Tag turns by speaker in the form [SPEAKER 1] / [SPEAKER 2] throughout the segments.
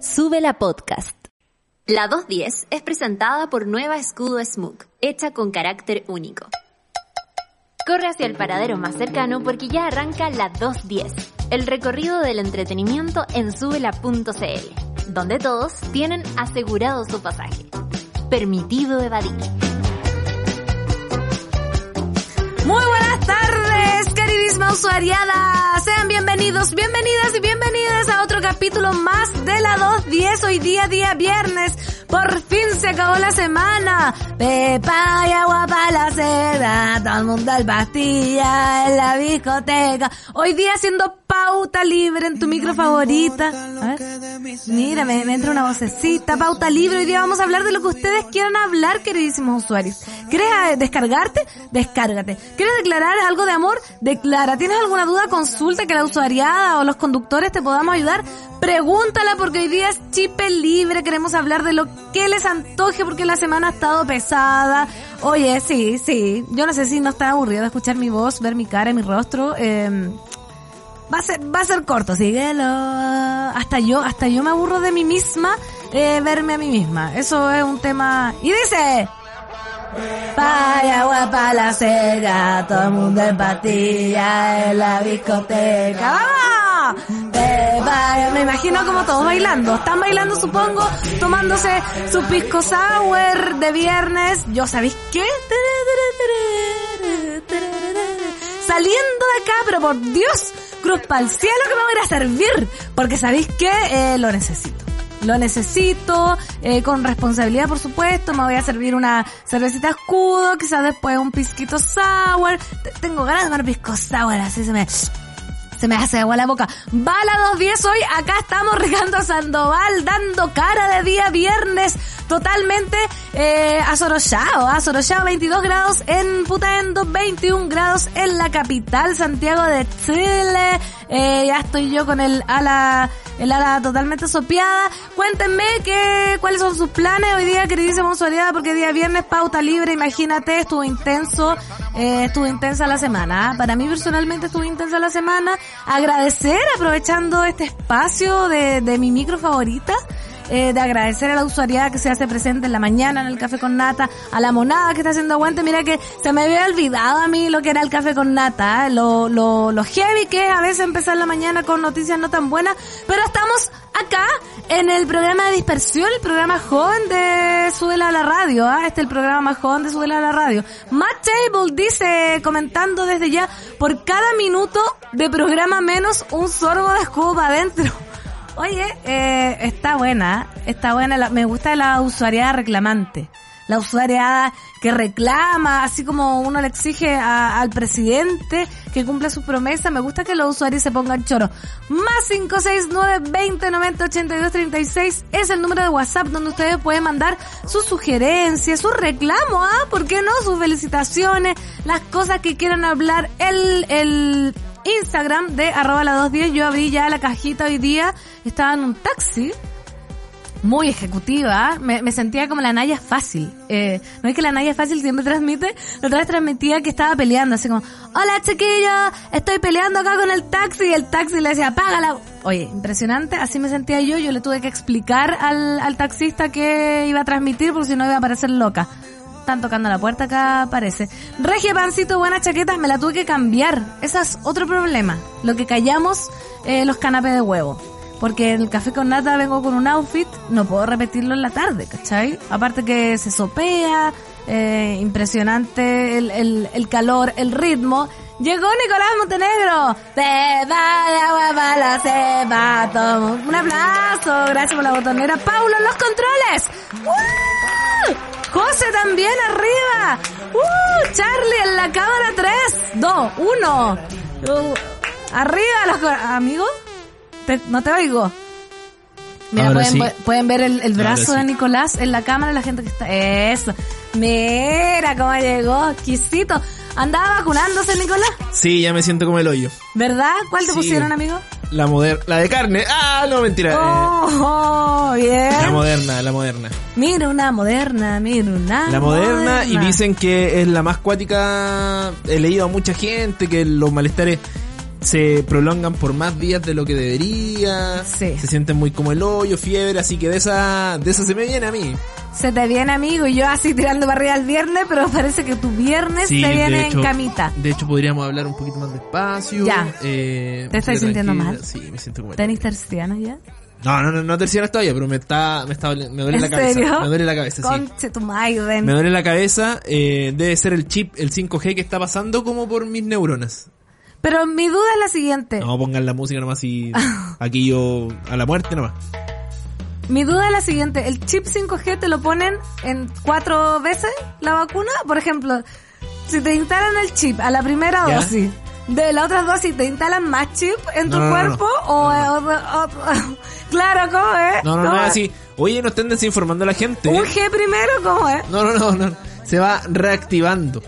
[SPEAKER 1] Sube la podcast.
[SPEAKER 2] La 210 es presentada por Nueva Escudo Smook, hecha con carácter único. Corre hacia el paradero más cercano porque ya arranca la 210, el recorrido del entretenimiento en subela.cl, donde todos tienen asegurado su pasaje. Permitido evadir.
[SPEAKER 3] Muy buenas tardes, queridísima usuariada. Sean bienvenidos, bienvenidas y bienvenidas a otro capítulo más de la 210. Hoy día, día viernes. Por fin se acabó la semana. Pepa y agua para la seda. Todo el mundo al pastilla en la discoteca. Hoy día haciendo pauta libre en tu micro favorita. A ver. Mira, me, me entra una vocecita. Pauta libre. Hoy día vamos a hablar de lo que ustedes quieran hablar, queridísimos usuarios. ¿Quieres eh, descargarte? Descárgate. ¿Quieres declarar algo de amor? Declara. ¿Tienes alguna duda? Consulta que la usuariada o los conductores te podamos ayudar. Pregúntala porque hoy día es chipe libre. Queremos hablar de lo que les antoje porque la semana ha estado pesada. Oye, sí, sí. Yo no sé si no está aburrido de escuchar mi voz, ver mi cara, mi rostro. Eh, va a ser, va a ser corto, síguelo. Hasta yo, hasta yo me aburro de mí misma, eh, verme a mí misma. Eso es un tema. Y dice. Vaya guapa la cega, todo el mundo en patilla en la discoteca. ¡Vamos! Eh, vaya, me imagino como todos bailando. Están bailando, supongo, tomándose su pisco sour de viernes. ¿Yo sabéis qué? Saliendo de acá, pero por Dios, cruz para el cielo que me voy a ir a servir. Porque sabéis que lo necesito. Lo necesito, eh, con responsabilidad por supuesto, me voy a servir una cervecita escudo, quizás después un pisquito sour. T- Tengo ganas de tomar pisco sour, así se me se me hace agua la boca. Bala 210 hoy, acá estamos Ricardo Sandoval dando cara de día viernes totalmente eh, azorollado, azorollado 22 grados en Putaendo, 21 grados en la capital Santiago de Chile. Eh, ya estoy yo con el ala, el ala totalmente sopeada. Cuéntenme que, cuáles son sus planes hoy día, queridísimo usuariada, porque día viernes pauta libre, imagínate, estuvo intenso, eh, estuvo intensa la semana. ¿ah? Para mí personalmente estuvo intensa la semana. Agradecer, aprovechando este espacio de, de mi micro favorita, eh, de agradecer a la usuariedad que se hace presente en la mañana en el café con nata, a la monada que está haciendo aguante. Mira que se me había olvidado a mí lo que era el café con nata, ¿eh? lo, lo, lo heavy que es a veces empezar la mañana con noticias no tan buenas, pero estamos acá en el programa de dispersión, el programa joven de Suela a la radio, ¿ah? este es el programa más joven de Suela a la radio. Matt Table dice, comentando desde ya, por cada minuto de programa menos un sorbo de escudo para adentro. Oye, eh, está buena, está buena. la- me gusta la usuaria reclamante. La usuaria que reclama, así como uno le exige a- al presidente que cumpla su promesa. Me gusta que los usuarios se pongan choros. Más 569 20 90 82 36 es el número de WhatsApp donde ustedes pueden mandar sus sugerencias, sus reclamos, ¿ah? ¿Por qué no? Sus felicitaciones, las cosas que quieran hablar. El, el, Instagram de arroba la 210. Yo abrí ya la cajita hoy día. Estaba en un taxi. Muy ejecutiva, me, me sentía como la Naya fácil. Eh, no es que la Naya fácil siempre transmite, la otra vez transmitía que estaba peleando, así como, hola chiquillo, estoy peleando acá con el taxi, y el taxi le decía, apágala. Oye, impresionante, así me sentía yo, yo le tuve que explicar al, al taxista que iba a transmitir, porque si no iba a parecer loca. Están tocando la puerta acá, parece. Regia Pancito, buena chaqueta, me la tuve que cambiar. Ese es otro problema. Lo que callamos, eh, los canapés de huevo. Porque en el café con nata vengo con un outfit, no puedo repetirlo en la tarde, ¿cachai? Aparte que se sopea, eh, impresionante el, el, el calor, el ritmo. Llegó Nicolás Montenegro. Te vaya guapa la cepa, todo. Un aplauso, gracias por la botonera. Paulo en los controles. ¡Uh! José también arriba. ¡Uh! Charlie en la cámara 3, 2, 1. Uh, arriba los co- amigos. Te- no te oigo. Mira,
[SPEAKER 4] Ahora
[SPEAKER 3] pueden,
[SPEAKER 4] sí.
[SPEAKER 3] pu- pueden ver el, el brazo
[SPEAKER 4] Ahora sí.
[SPEAKER 3] de Nicolás en la cámara, la gente que está... Eso. Mira cómo llegó, exquisito. Andaba vacunándose Nicolás,
[SPEAKER 4] Sí, ya me siento como el hoyo.
[SPEAKER 3] ¿verdad? ¿Cuál te
[SPEAKER 4] Sí.
[SPEAKER 3] pusieron, amigo?
[SPEAKER 4] La moderna, la de carne. Ah, no, mentira. eh,
[SPEAKER 3] Oh,
[SPEAKER 4] la
[SPEAKER 3] bien.
[SPEAKER 4] moderna, la moderna.
[SPEAKER 3] Mira una moderna, mira una
[SPEAKER 4] La moderna y dicen que es la más cuática. He leído a mucha gente que los malestares se prolongan por más días de lo que debería.
[SPEAKER 3] Sí.
[SPEAKER 4] Se sienten muy como el hoyo, fiebre, así que de esa, de esa se me viene a mí.
[SPEAKER 3] Se te viene, amigo, y yo así tirando para arriba el viernes, pero parece que tu viernes
[SPEAKER 4] Sí,
[SPEAKER 3] te
[SPEAKER 4] de
[SPEAKER 3] viene
[SPEAKER 4] hecho-
[SPEAKER 3] en camita.
[SPEAKER 4] De hecho, podríamos hablar un poquito más despacio.
[SPEAKER 3] Ya.
[SPEAKER 4] eh,
[SPEAKER 3] ¿Te estás
[SPEAKER 4] música
[SPEAKER 3] sintiendo
[SPEAKER 4] tranquila.
[SPEAKER 3] mal?
[SPEAKER 4] Sí, me siento como el
[SPEAKER 3] ¿Tenís
[SPEAKER 4] hoyo.
[SPEAKER 3] terciana ya?
[SPEAKER 4] No, no, no, no tercianas todavía, pero me está, me está, doli- me duele
[SPEAKER 3] ¿En
[SPEAKER 4] la cabeza.
[SPEAKER 3] serio?
[SPEAKER 4] Me duele la cabeza, sí.
[SPEAKER 3] Conche tu madre.
[SPEAKER 4] Me duele la cabeza, eh, debe ser el chip, el 5G que está pasando como por mis neuronas.
[SPEAKER 3] Pero mi duda es la siguiente.
[SPEAKER 4] No, pongan la música nomás y aquí yo a la muerte nomás.
[SPEAKER 3] Mi duda es la siguiente. ¿El chip 5G te lo ponen en cuatro veces la vacuna? Por ejemplo, si te instalan el chip a la primera
[SPEAKER 4] ¿Ya?
[SPEAKER 3] dosis, de la otra dosis te instalan más chip en tu
[SPEAKER 4] No, no, no,
[SPEAKER 3] cuerpo
[SPEAKER 4] no.
[SPEAKER 3] o...
[SPEAKER 4] No,
[SPEAKER 3] o- o- claro, ¿cómo es?
[SPEAKER 4] No, no,
[SPEAKER 3] ¿Cómo
[SPEAKER 4] no,
[SPEAKER 3] es?
[SPEAKER 4] así. eh. Oye, no estén desinformando a la gente.
[SPEAKER 3] ¿Un G primero cómo es?
[SPEAKER 4] No, no, no, no. Se va reactivando.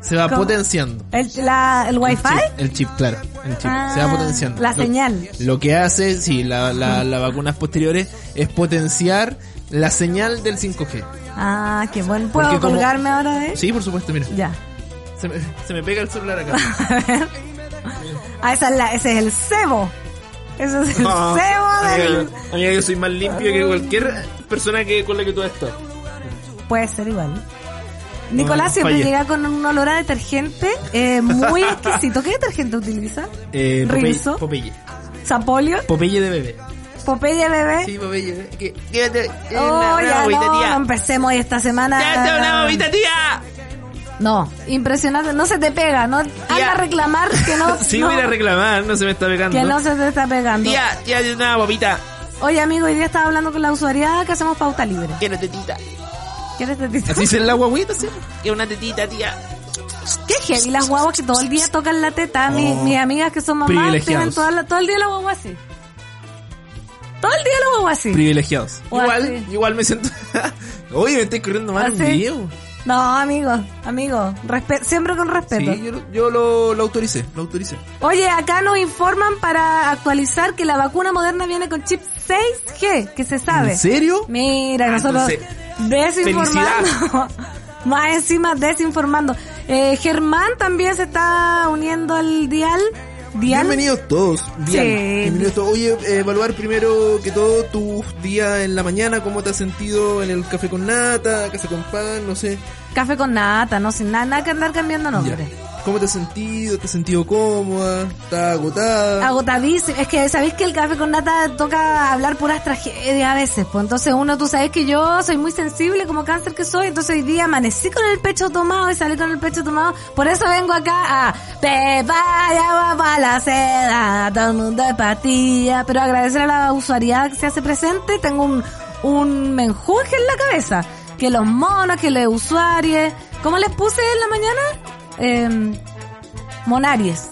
[SPEAKER 4] Se va
[SPEAKER 3] ¿Cómo?
[SPEAKER 4] potenciando.
[SPEAKER 3] ¿El, la, el
[SPEAKER 4] El
[SPEAKER 3] wifi?
[SPEAKER 4] chip, el chip, claro. El chip.
[SPEAKER 3] Ah,
[SPEAKER 4] se va potenciando.
[SPEAKER 3] la
[SPEAKER 4] Lo-
[SPEAKER 3] señal.
[SPEAKER 4] Lo que hace, sí, la, la, las vacunas posteriores es potenciar la señal del 5G.
[SPEAKER 3] Ah, qué bueno. ¿Puedo
[SPEAKER 4] Porque como-
[SPEAKER 3] colgarme ahora de...?
[SPEAKER 4] Sí, por supuesto, mira.
[SPEAKER 3] Ya.
[SPEAKER 4] Se me, se me pega el celular acá.
[SPEAKER 3] Ah, esa es la- ese es el cebo. Ese es el cebo del...
[SPEAKER 4] Amiga, yo soy más limpio que cualquier persona que con la que tú has estado.
[SPEAKER 3] Puede ser igual. Nicolás siempre
[SPEAKER 4] fallé.
[SPEAKER 3] llega con un olor a detergente eh, muy exquisito. ¿Qué detergente utiliza?
[SPEAKER 4] Eh,
[SPEAKER 3] Rinso.
[SPEAKER 4] Popeye, Popeye.
[SPEAKER 3] ¿Sapolio?
[SPEAKER 4] Popeye de bebé.
[SPEAKER 3] ¿Popeye bebé?
[SPEAKER 4] Sí, Popeye. Que- Quédate. eh, una-
[SPEAKER 3] oh,
[SPEAKER 4] una
[SPEAKER 3] ya
[SPEAKER 4] agüita,
[SPEAKER 3] no,
[SPEAKER 4] tía.
[SPEAKER 3] no empecemos hoy esta semana.
[SPEAKER 4] ¡Date una bobita, tía!
[SPEAKER 3] No, impresionante. No se te pega, ¿no? Anda
[SPEAKER 4] Ya.
[SPEAKER 3] a reclamar que no,
[SPEAKER 4] Sí,
[SPEAKER 3] no,
[SPEAKER 4] voy a ir a reclamar, no se me está pegando.
[SPEAKER 3] que no se te está pegando.
[SPEAKER 4] Tía, tía, date una bobita.
[SPEAKER 3] Oye, amigo, hoy día estaba hablando con la usuaria que hacemos pauta libre.
[SPEAKER 4] Que una tetita.
[SPEAKER 3] ¿Quieres te dice?
[SPEAKER 4] ¿Así es la guaguita, sí? Que una tetita, tía.
[SPEAKER 3] Qué heavy las guaguas que todo el día tocan la teta. Mi-
[SPEAKER 4] Oh.
[SPEAKER 3] mis amigas que son mamás tienen
[SPEAKER 4] Privilegiados.
[SPEAKER 3] toda la- todo el día la guagua así. Todo el día la guagua así.
[SPEAKER 4] Privilegiados.
[SPEAKER 3] O
[SPEAKER 4] Igual,
[SPEAKER 3] así.
[SPEAKER 4] igual me siento. Oye, me estoy corriendo mal un
[SPEAKER 3] Así.
[SPEAKER 4] video.
[SPEAKER 3] No, amigo, amigo, respe- siempre con respeto.
[SPEAKER 4] Sí, yo, lo- yo lo, lo autoricé, lo autoricé.
[SPEAKER 3] Oye, acá nos informan para actualizar que la vacuna moderna viene con chip 6G, que se sabe.
[SPEAKER 4] ¿En serio?
[SPEAKER 3] Mira,
[SPEAKER 4] Ah,
[SPEAKER 3] nosotros
[SPEAKER 4] entonces,
[SPEAKER 3] desinformando. Más encima desinformando. Eh, Germán también se está uniendo al dial. dial.
[SPEAKER 4] Bienvenidos todos. Diana.
[SPEAKER 3] Sí.
[SPEAKER 4] Bienvenidos todos. Oye, eh, evaluar primero que todo tus días en la mañana, cómo te has sentido en el café con nata, café con pan, no sé.
[SPEAKER 3] Café con nata, no sin nada, nada que andar cambiando
[SPEAKER 4] Ya.
[SPEAKER 3] nombre.
[SPEAKER 4] ¿Cómo te has sentido? ¿Te has sentido cómoda? ¿Estás agotada?
[SPEAKER 3] Agotadísimo. Es que sabéis que el café con nata toca hablar puras tragedias a veces. Pues entonces uno, tú sabes que yo soy muy sensible como cáncer que soy. Entonces hoy día amanecí con el pecho tomado y salí con el pecho tomado. Por eso vengo acá a Pepa y agua para la seda. Todo el mundo de patilla. Pero agradecer a la usuaria que se hace presente. Tengo un, un menjunje en la cabeza. Que los monos, que los usuarios. ¿Cómo les puse en la mañana? Em, monaries.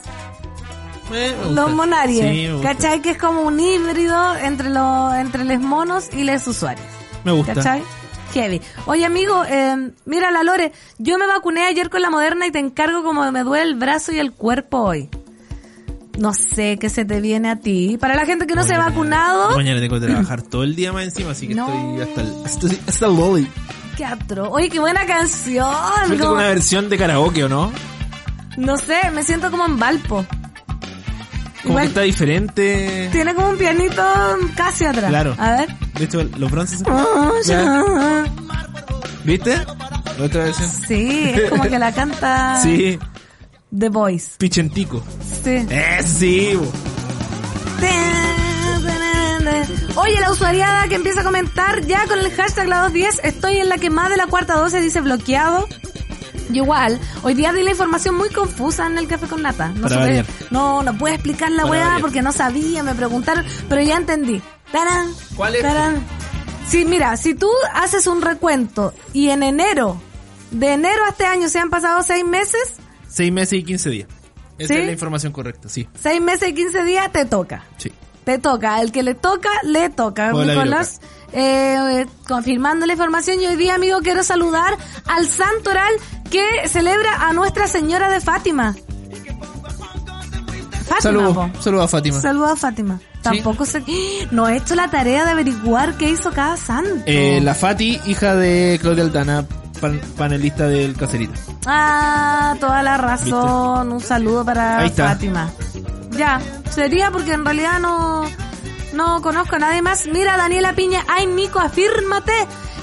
[SPEAKER 4] Eh, me gusta.
[SPEAKER 3] Los monaries.
[SPEAKER 4] Sí, me gusta.
[SPEAKER 3] ¿Cachai? Que es como un híbrido entre los entre los monos y los usuarios.
[SPEAKER 4] Me gusta.
[SPEAKER 3] ¿Cachai? Heavy. Oye, amigo, eh, mira la Lore, yo me vacuné ayer con la moderna y te encargo como me duele el brazo y el cuerpo hoy. No sé qué se te viene a ti. Para la gente que no se ha
[SPEAKER 4] Mañana-
[SPEAKER 3] vacunado,
[SPEAKER 4] Mañana tengo que trabajar todo el día más encima, así que
[SPEAKER 3] No.
[SPEAKER 4] estoy hasta el, estoy hasta el loli.
[SPEAKER 3] qué atro. Oye, qué buena canción.
[SPEAKER 4] Suelto
[SPEAKER 3] como-
[SPEAKER 4] con una versión de karaoke, ¿o no?
[SPEAKER 3] no sé, me siento como en Valpo.
[SPEAKER 4] Como
[SPEAKER 3] Igual
[SPEAKER 4] que está diferente.
[SPEAKER 3] tiene como un pianito casi atrás.
[SPEAKER 4] Claro.
[SPEAKER 3] A ver.
[SPEAKER 4] De hecho, los bronces.
[SPEAKER 3] Ah,
[SPEAKER 4] Ya. ¿Viste? La otra versión.
[SPEAKER 3] Sí, es como que la canta
[SPEAKER 4] Sí,
[SPEAKER 3] The Voice.
[SPEAKER 4] Pichentico.
[SPEAKER 3] Sí.
[SPEAKER 4] Eh, sí. bo.
[SPEAKER 3] Oye, la usuariada que empieza a comentar ya con el hashtag la 210, estoy en la quemada de la cuarta 12, dice bloqueado. Y igual, hoy día di la información muy confusa en el café con nata. No,
[SPEAKER 4] Para
[SPEAKER 3] supe-
[SPEAKER 4] variar.
[SPEAKER 3] no, no pude explicar la
[SPEAKER 4] Para
[SPEAKER 3] weá
[SPEAKER 4] variar.
[SPEAKER 3] porque no sabía, me preguntaron, pero ya entendí. Tarán,
[SPEAKER 4] ¿Cuál es?
[SPEAKER 3] tarán. Sí, mira, si tú haces un recuento y en enero, de enero a este año se han pasado seis meses,
[SPEAKER 4] Seis meses y quince días. Esa
[SPEAKER 3] ¿Sí?
[SPEAKER 4] es la información correcta, sí.
[SPEAKER 3] seis meses y quince días te toca.
[SPEAKER 4] Sí.
[SPEAKER 3] Te toca, el que le toca, le toca.
[SPEAKER 4] Hola,
[SPEAKER 3] Nicolás, eh, eh, confirmando la información, y hoy día, amigo, quiero saludar al Santoral que celebra a Nuestra Señora de Fátima. Fátima,
[SPEAKER 4] Saludos,
[SPEAKER 3] po.
[SPEAKER 4] saludos a Fátima.
[SPEAKER 3] Saludos a Fátima. Tampoco sé. ¡Ah! No he hecho la tarea de averiguar qué hizo cada santo.
[SPEAKER 4] Eh, la Fati, hija de Claudia Altana, pan- panelista del Cacerito.
[SPEAKER 3] Ah, toda la razón. Un saludo para
[SPEAKER 4] Ahí está.
[SPEAKER 3] Fátima. Ya, sería porque en realidad no, no conozco a nadie más. Mira, Daniela Piña, ay, Nico, afírmate.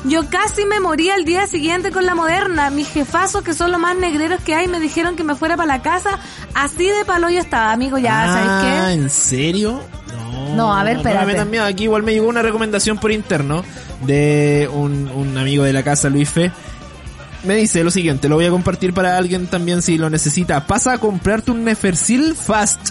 [SPEAKER 3] Yo casi me morí al día siguiente con la moderna. Mis jefazos, que son los más negreros que hay, me dijeron que me fuera para la casa. Así de palo yo estaba, amigo, ya,
[SPEAKER 4] ah,
[SPEAKER 3] ¿sabes qué?
[SPEAKER 4] ¿en serio? No,
[SPEAKER 3] No, a ver, espérate.
[SPEAKER 4] No me metan miedo. Aquí igual me llegó una recomendación por interno de un, un amigo de la casa, Luis Fe. Me dice lo siguiente, lo voy a compartir para alguien también si lo necesita. Pasa a comprarte un Nefersil Fast.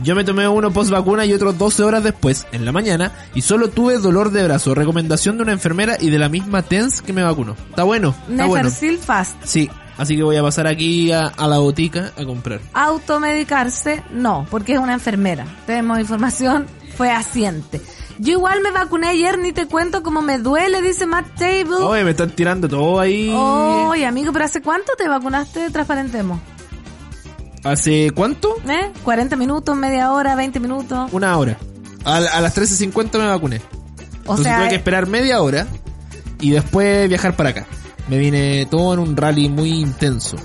[SPEAKER 4] Yo me tomé uno post vacuna y otros 12 horas después, en la mañana, y solo tuve dolor de brazo. Recomendación de una enfermera y de la misma TENS que me vacunó. Está bueno, está bueno.
[SPEAKER 3] Nefersil Fast.
[SPEAKER 4] Sí, así que voy a pasar aquí a, a la botica a comprar.
[SPEAKER 3] Automedicarse, no, porque es una enfermera. Tenemos información fehaciente. Yo igual me vacuné ayer, ni te cuento cómo me duele, dice Matt Table.
[SPEAKER 4] Oye, me están tirando todo ahí.
[SPEAKER 3] Oye, amigo, pero ¿hace cuánto te vacunaste? Transparentemos.
[SPEAKER 4] ¿Hace cuánto?
[SPEAKER 3] ¿Eh? 40 minutos, media hora, 20 minutos.
[SPEAKER 4] Una hora. A, la- a las 13.50 me vacuné.
[SPEAKER 3] O
[SPEAKER 4] Entonces
[SPEAKER 3] sea, eh,
[SPEAKER 4] tuve que esperar media hora y después viajar para acá. Me vine todo en un rally muy intenso.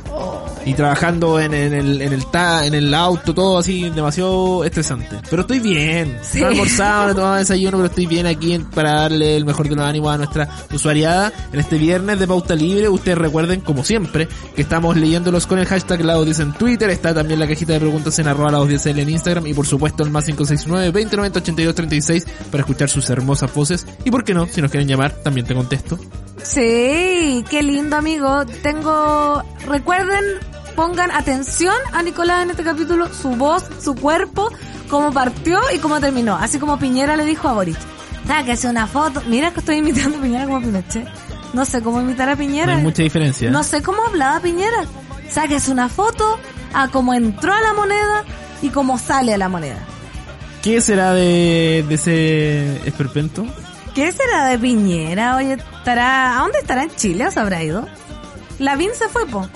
[SPEAKER 4] Y trabajando en, en el, en, el ta- en el auto, todo así, demasiado estresante. Pero estoy bien.
[SPEAKER 3] Sí.
[SPEAKER 4] No he almorzado, no he tomado desayuno, pero estoy bien aquí en- para darle el mejor de los ánimos a nuestra usuariada. En este viernes de Pauta Libre, ustedes recuerden, como siempre, que estamos leyéndolos con el hashtag La 10 en Twitter. Está también la cajita de preguntas en arroba La 10 en Instagram. Y por supuesto, el más 569-2090-8236 para escuchar sus hermosas voces. Y por qué no, si nos quieren llamar, también te contesto.
[SPEAKER 3] sí, qué lindo, amigo. Tengo, recuerden, pongan atención a Nicolás en este capítulo, su voz, su cuerpo, cómo partió y cómo terminó. Así como Piñera le dijo a Boric. Ah, que hace una foto. Mira que estoy imitando a Piñera como Pinochet. No sé cómo imitar a
[SPEAKER 4] No
[SPEAKER 3] Piñera.
[SPEAKER 4] hay mucha diferencia.
[SPEAKER 3] No sé cómo hablaba Piñera. Saques una foto a cómo entró a la moneda y cómo sale a la moneda.
[SPEAKER 4] ¿Qué será de, de ese esperpento?
[SPEAKER 3] ¿Qué será de Piñera? Oye, estará, ¿a dónde estará en Chile? ¿O se habrá ido? Lavín se fue, po.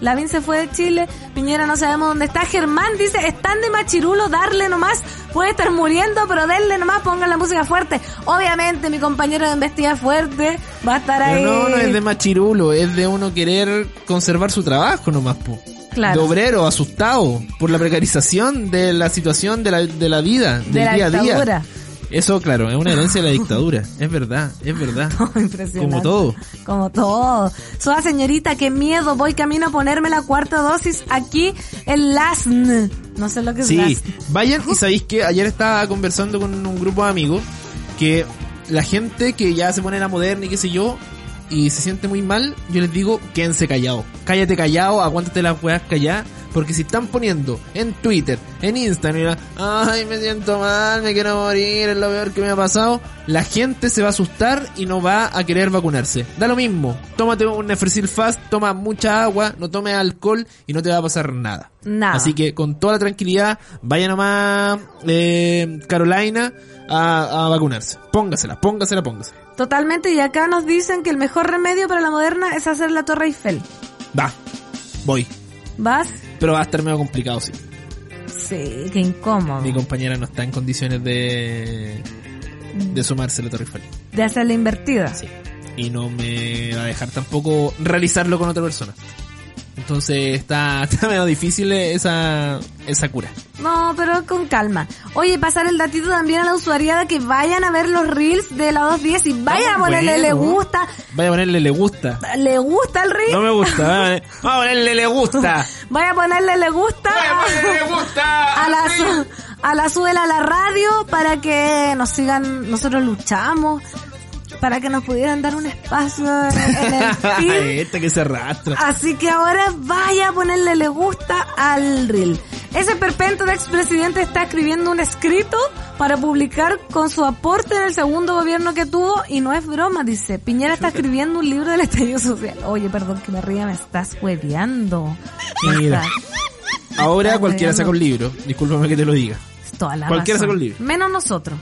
[SPEAKER 3] Lavín se fue de Chile. Piñera no sabemos dónde está. Germán dice, están de machirulo, darle nomás. Puede estar muriendo, pero denle nomás, pongan la música fuerte. Obviamente, mi compañero de investiga fuerte va a estar ahí.
[SPEAKER 4] Pero no, no es de machirulo, es de uno querer conservar su trabajo nomás, po.
[SPEAKER 3] Claro.
[SPEAKER 4] De obrero, asustado por la precarización de la situación de la, de la vida, del
[SPEAKER 3] De la
[SPEAKER 4] día a
[SPEAKER 3] dictadura.
[SPEAKER 4] día. Eso, claro, es una herencia de la dictadura. Es verdad, es verdad.
[SPEAKER 3] Impresionante.
[SPEAKER 4] Como todo.
[SPEAKER 3] Como todo. Soa señorita, qué miedo. Voy camino a ponerme la cuarta dosis aquí en LASN. No sé lo que es
[SPEAKER 4] Sí,
[SPEAKER 3] LASN.
[SPEAKER 4] vayan y sabéis que ayer estaba conversando con un grupo de amigos que la gente que ya se pone la moderna y qué sé yo y se siente muy mal, yo les digo, quédense callados. Cállate callado, aguántate las weas calladas, porque si están poniendo en Twitter, en Instagram, ay, me siento mal, me quiero morir, es lo peor que me ha pasado, la gente se va a asustar y no va a querer vacunarse. Da lo mismo, tómate un Nefercil Fast, toma mucha agua, no tomes alcohol y no te va a pasar nada.
[SPEAKER 3] Nada.
[SPEAKER 4] Así que con toda la tranquilidad, vaya nomás eh, Carolina a, a vacunarse. Póngasela, póngasela, póngasela.
[SPEAKER 3] Totalmente. Y acá nos dicen que el mejor remedio para la moderna es hacer la Torre Eiffel.
[SPEAKER 4] Va, voy.
[SPEAKER 3] ¿Vas?
[SPEAKER 4] Pero va a estar medio complicado, sí.
[SPEAKER 3] Sí, qué incómodo.
[SPEAKER 4] Mi compañera no está en condiciones de, de sumarse a la Torre Eiffel.
[SPEAKER 3] De hacer la invertida.
[SPEAKER 4] Sí. Y no me va a dejar tampoco realizarlo con otra persona. Entonces está, está medio difícil esa, esa cura.
[SPEAKER 3] No, pero con calma. Oye, pasar el datito también a la usuaria que vayan a ver los reels de la 210 y vayan a
[SPEAKER 4] Ah,
[SPEAKER 3] ponerle
[SPEAKER 4] bueno.
[SPEAKER 3] le gusta.
[SPEAKER 4] Vaya a ponerle le gusta.
[SPEAKER 3] ¿Le gusta el reel?
[SPEAKER 4] No me gusta, vaya a poner- vamos a ponerle le gusta.
[SPEAKER 3] Vaya a ponerle le gusta.
[SPEAKER 4] Vaya a ponerle le gusta.
[SPEAKER 3] a la, su- a la súbela a la radio para que nos sigan, nosotros luchamos, para que nos pudieran dar un espacio en el feed.
[SPEAKER 4] Este que se arrastra.
[SPEAKER 3] Así que ahora vaya a ponerle le gusta al reel. Ese perpento de expresidente está escribiendo un escrito para publicar con su aporte en el segundo gobierno que tuvo y no es broma, dice. Piñera está escribiendo un libro del estallido social. Oye, perdón que me ría, me estás hueveando. Me
[SPEAKER 4] Mira.
[SPEAKER 3] estás-
[SPEAKER 4] Ahora cualquiera saca un libro. Discúlpame que te lo diga.
[SPEAKER 3] Toda la
[SPEAKER 4] Cualquiera
[SPEAKER 3] razón.
[SPEAKER 4] saca un libro.
[SPEAKER 3] Menos nosotros.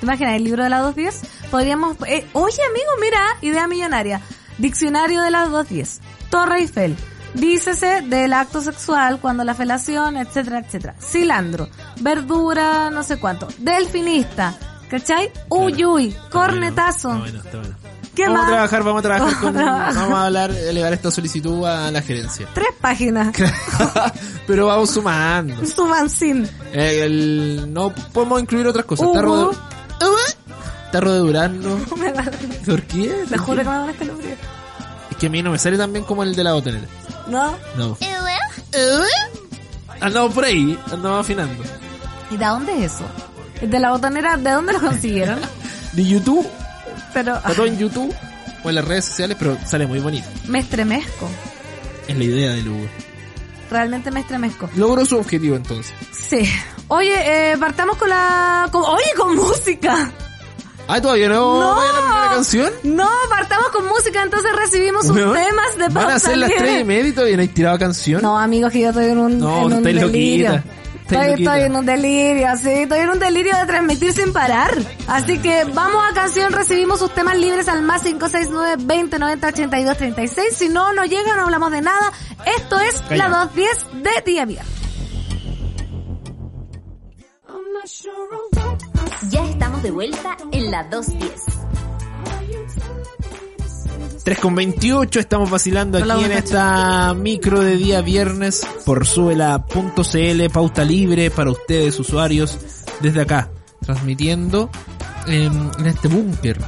[SPEAKER 3] ¿Te imaginas el libro de las 210? Podríamos... eh, oye, amigo, mira, idea millonaria. Diccionario de las 210. Torre Eiffel. Dícese del acto sexual, cuando la felación, etcétera, etcétera. Cilantro. Verdura, no sé cuánto. Delfinista. ¿Cachai? Uyuy. Cornetazo.
[SPEAKER 4] Está bueno, está bueno.
[SPEAKER 3] ¿Qué
[SPEAKER 4] vamos
[SPEAKER 3] más?
[SPEAKER 4] a trabajar, vamos a trabajar con,
[SPEAKER 3] Vamos a trabajar.
[SPEAKER 4] vamos a hablar, elevar esta solicitud a la gerencia.
[SPEAKER 3] Tres páginas.
[SPEAKER 4] Pero vamos sumando.
[SPEAKER 3] Suman sin.
[SPEAKER 4] Eh, el- no podemos incluir otras cosas.
[SPEAKER 3] Ujú.
[SPEAKER 4] Tarro de, tarro de durazno.
[SPEAKER 3] Me da-
[SPEAKER 4] ¿Por qué?
[SPEAKER 3] Te juro que me da un escalofrío.
[SPEAKER 4] Es que a mí no me sale tan bien como el de la otra.
[SPEAKER 3] ¿No? ¿Eh?
[SPEAKER 4] No. Andamos por ahí, andamos afinando.
[SPEAKER 3] ¿Y de dónde es eso? ¿El de la botonera? ¿De dónde lo consiguieron?
[SPEAKER 4] De YouTube,
[SPEAKER 3] Pero
[SPEAKER 4] está todo en YouTube o en las redes sociales, pero sale muy bonito.
[SPEAKER 3] me estremezco.
[SPEAKER 4] Es la idea del Hugo.
[SPEAKER 3] Realmente me estremezco.
[SPEAKER 4] Logró su objetivo entonces.
[SPEAKER 3] Sí. Oye, eh, partamos con la... con- oye, con música.
[SPEAKER 4] Ah, todavía no,
[SPEAKER 3] No.
[SPEAKER 4] vayan a poner la canción.
[SPEAKER 3] No, partamos con música, entonces recibimos sus
[SPEAKER 4] Weón,
[SPEAKER 3] temas de
[SPEAKER 4] Van a
[SPEAKER 3] pausa
[SPEAKER 4] ser las
[SPEAKER 3] libre.
[SPEAKER 4] tres y media y todavía no hay tirado canción.
[SPEAKER 3] No, amigos, que yo estoy en un,
[SPEAKER 4] No,
[SPEAKER 3] en un
[SPEAKER 4] estáis
[SPEAKER 3] delirio.
[SPEAKER 4] loquita. Estáis
[SPEAKER 3] Estoy,
[SPEAKER 4] loquita.
[SPEAKER 3] estoy en un delirio, sí, estoy en un delirio de transmitir sin parar. Así que vamos a canción, recibimos sus temas libres al más 569 20 90 82 36. Si no, no llega, no hablamos de nada. Esto es
[SPEAKER 4] Calla.
[SPEAKER 3] la 210 de Día Viernes.
[SPEAKER 2] Ya estamos de vuelta en la 210.
[SPEAKER 4] 3 con 28, estamos vacilando
[SPEAKER 3] Hola,
[SPEAKER 4] aquí en
[SPEAKER 3] muchachos.
[SPEAKER 4] esta micro de día viernes por suela.cl, pauta libre para ustedes usuarios desde acá, transmitiendo em, en este búnker.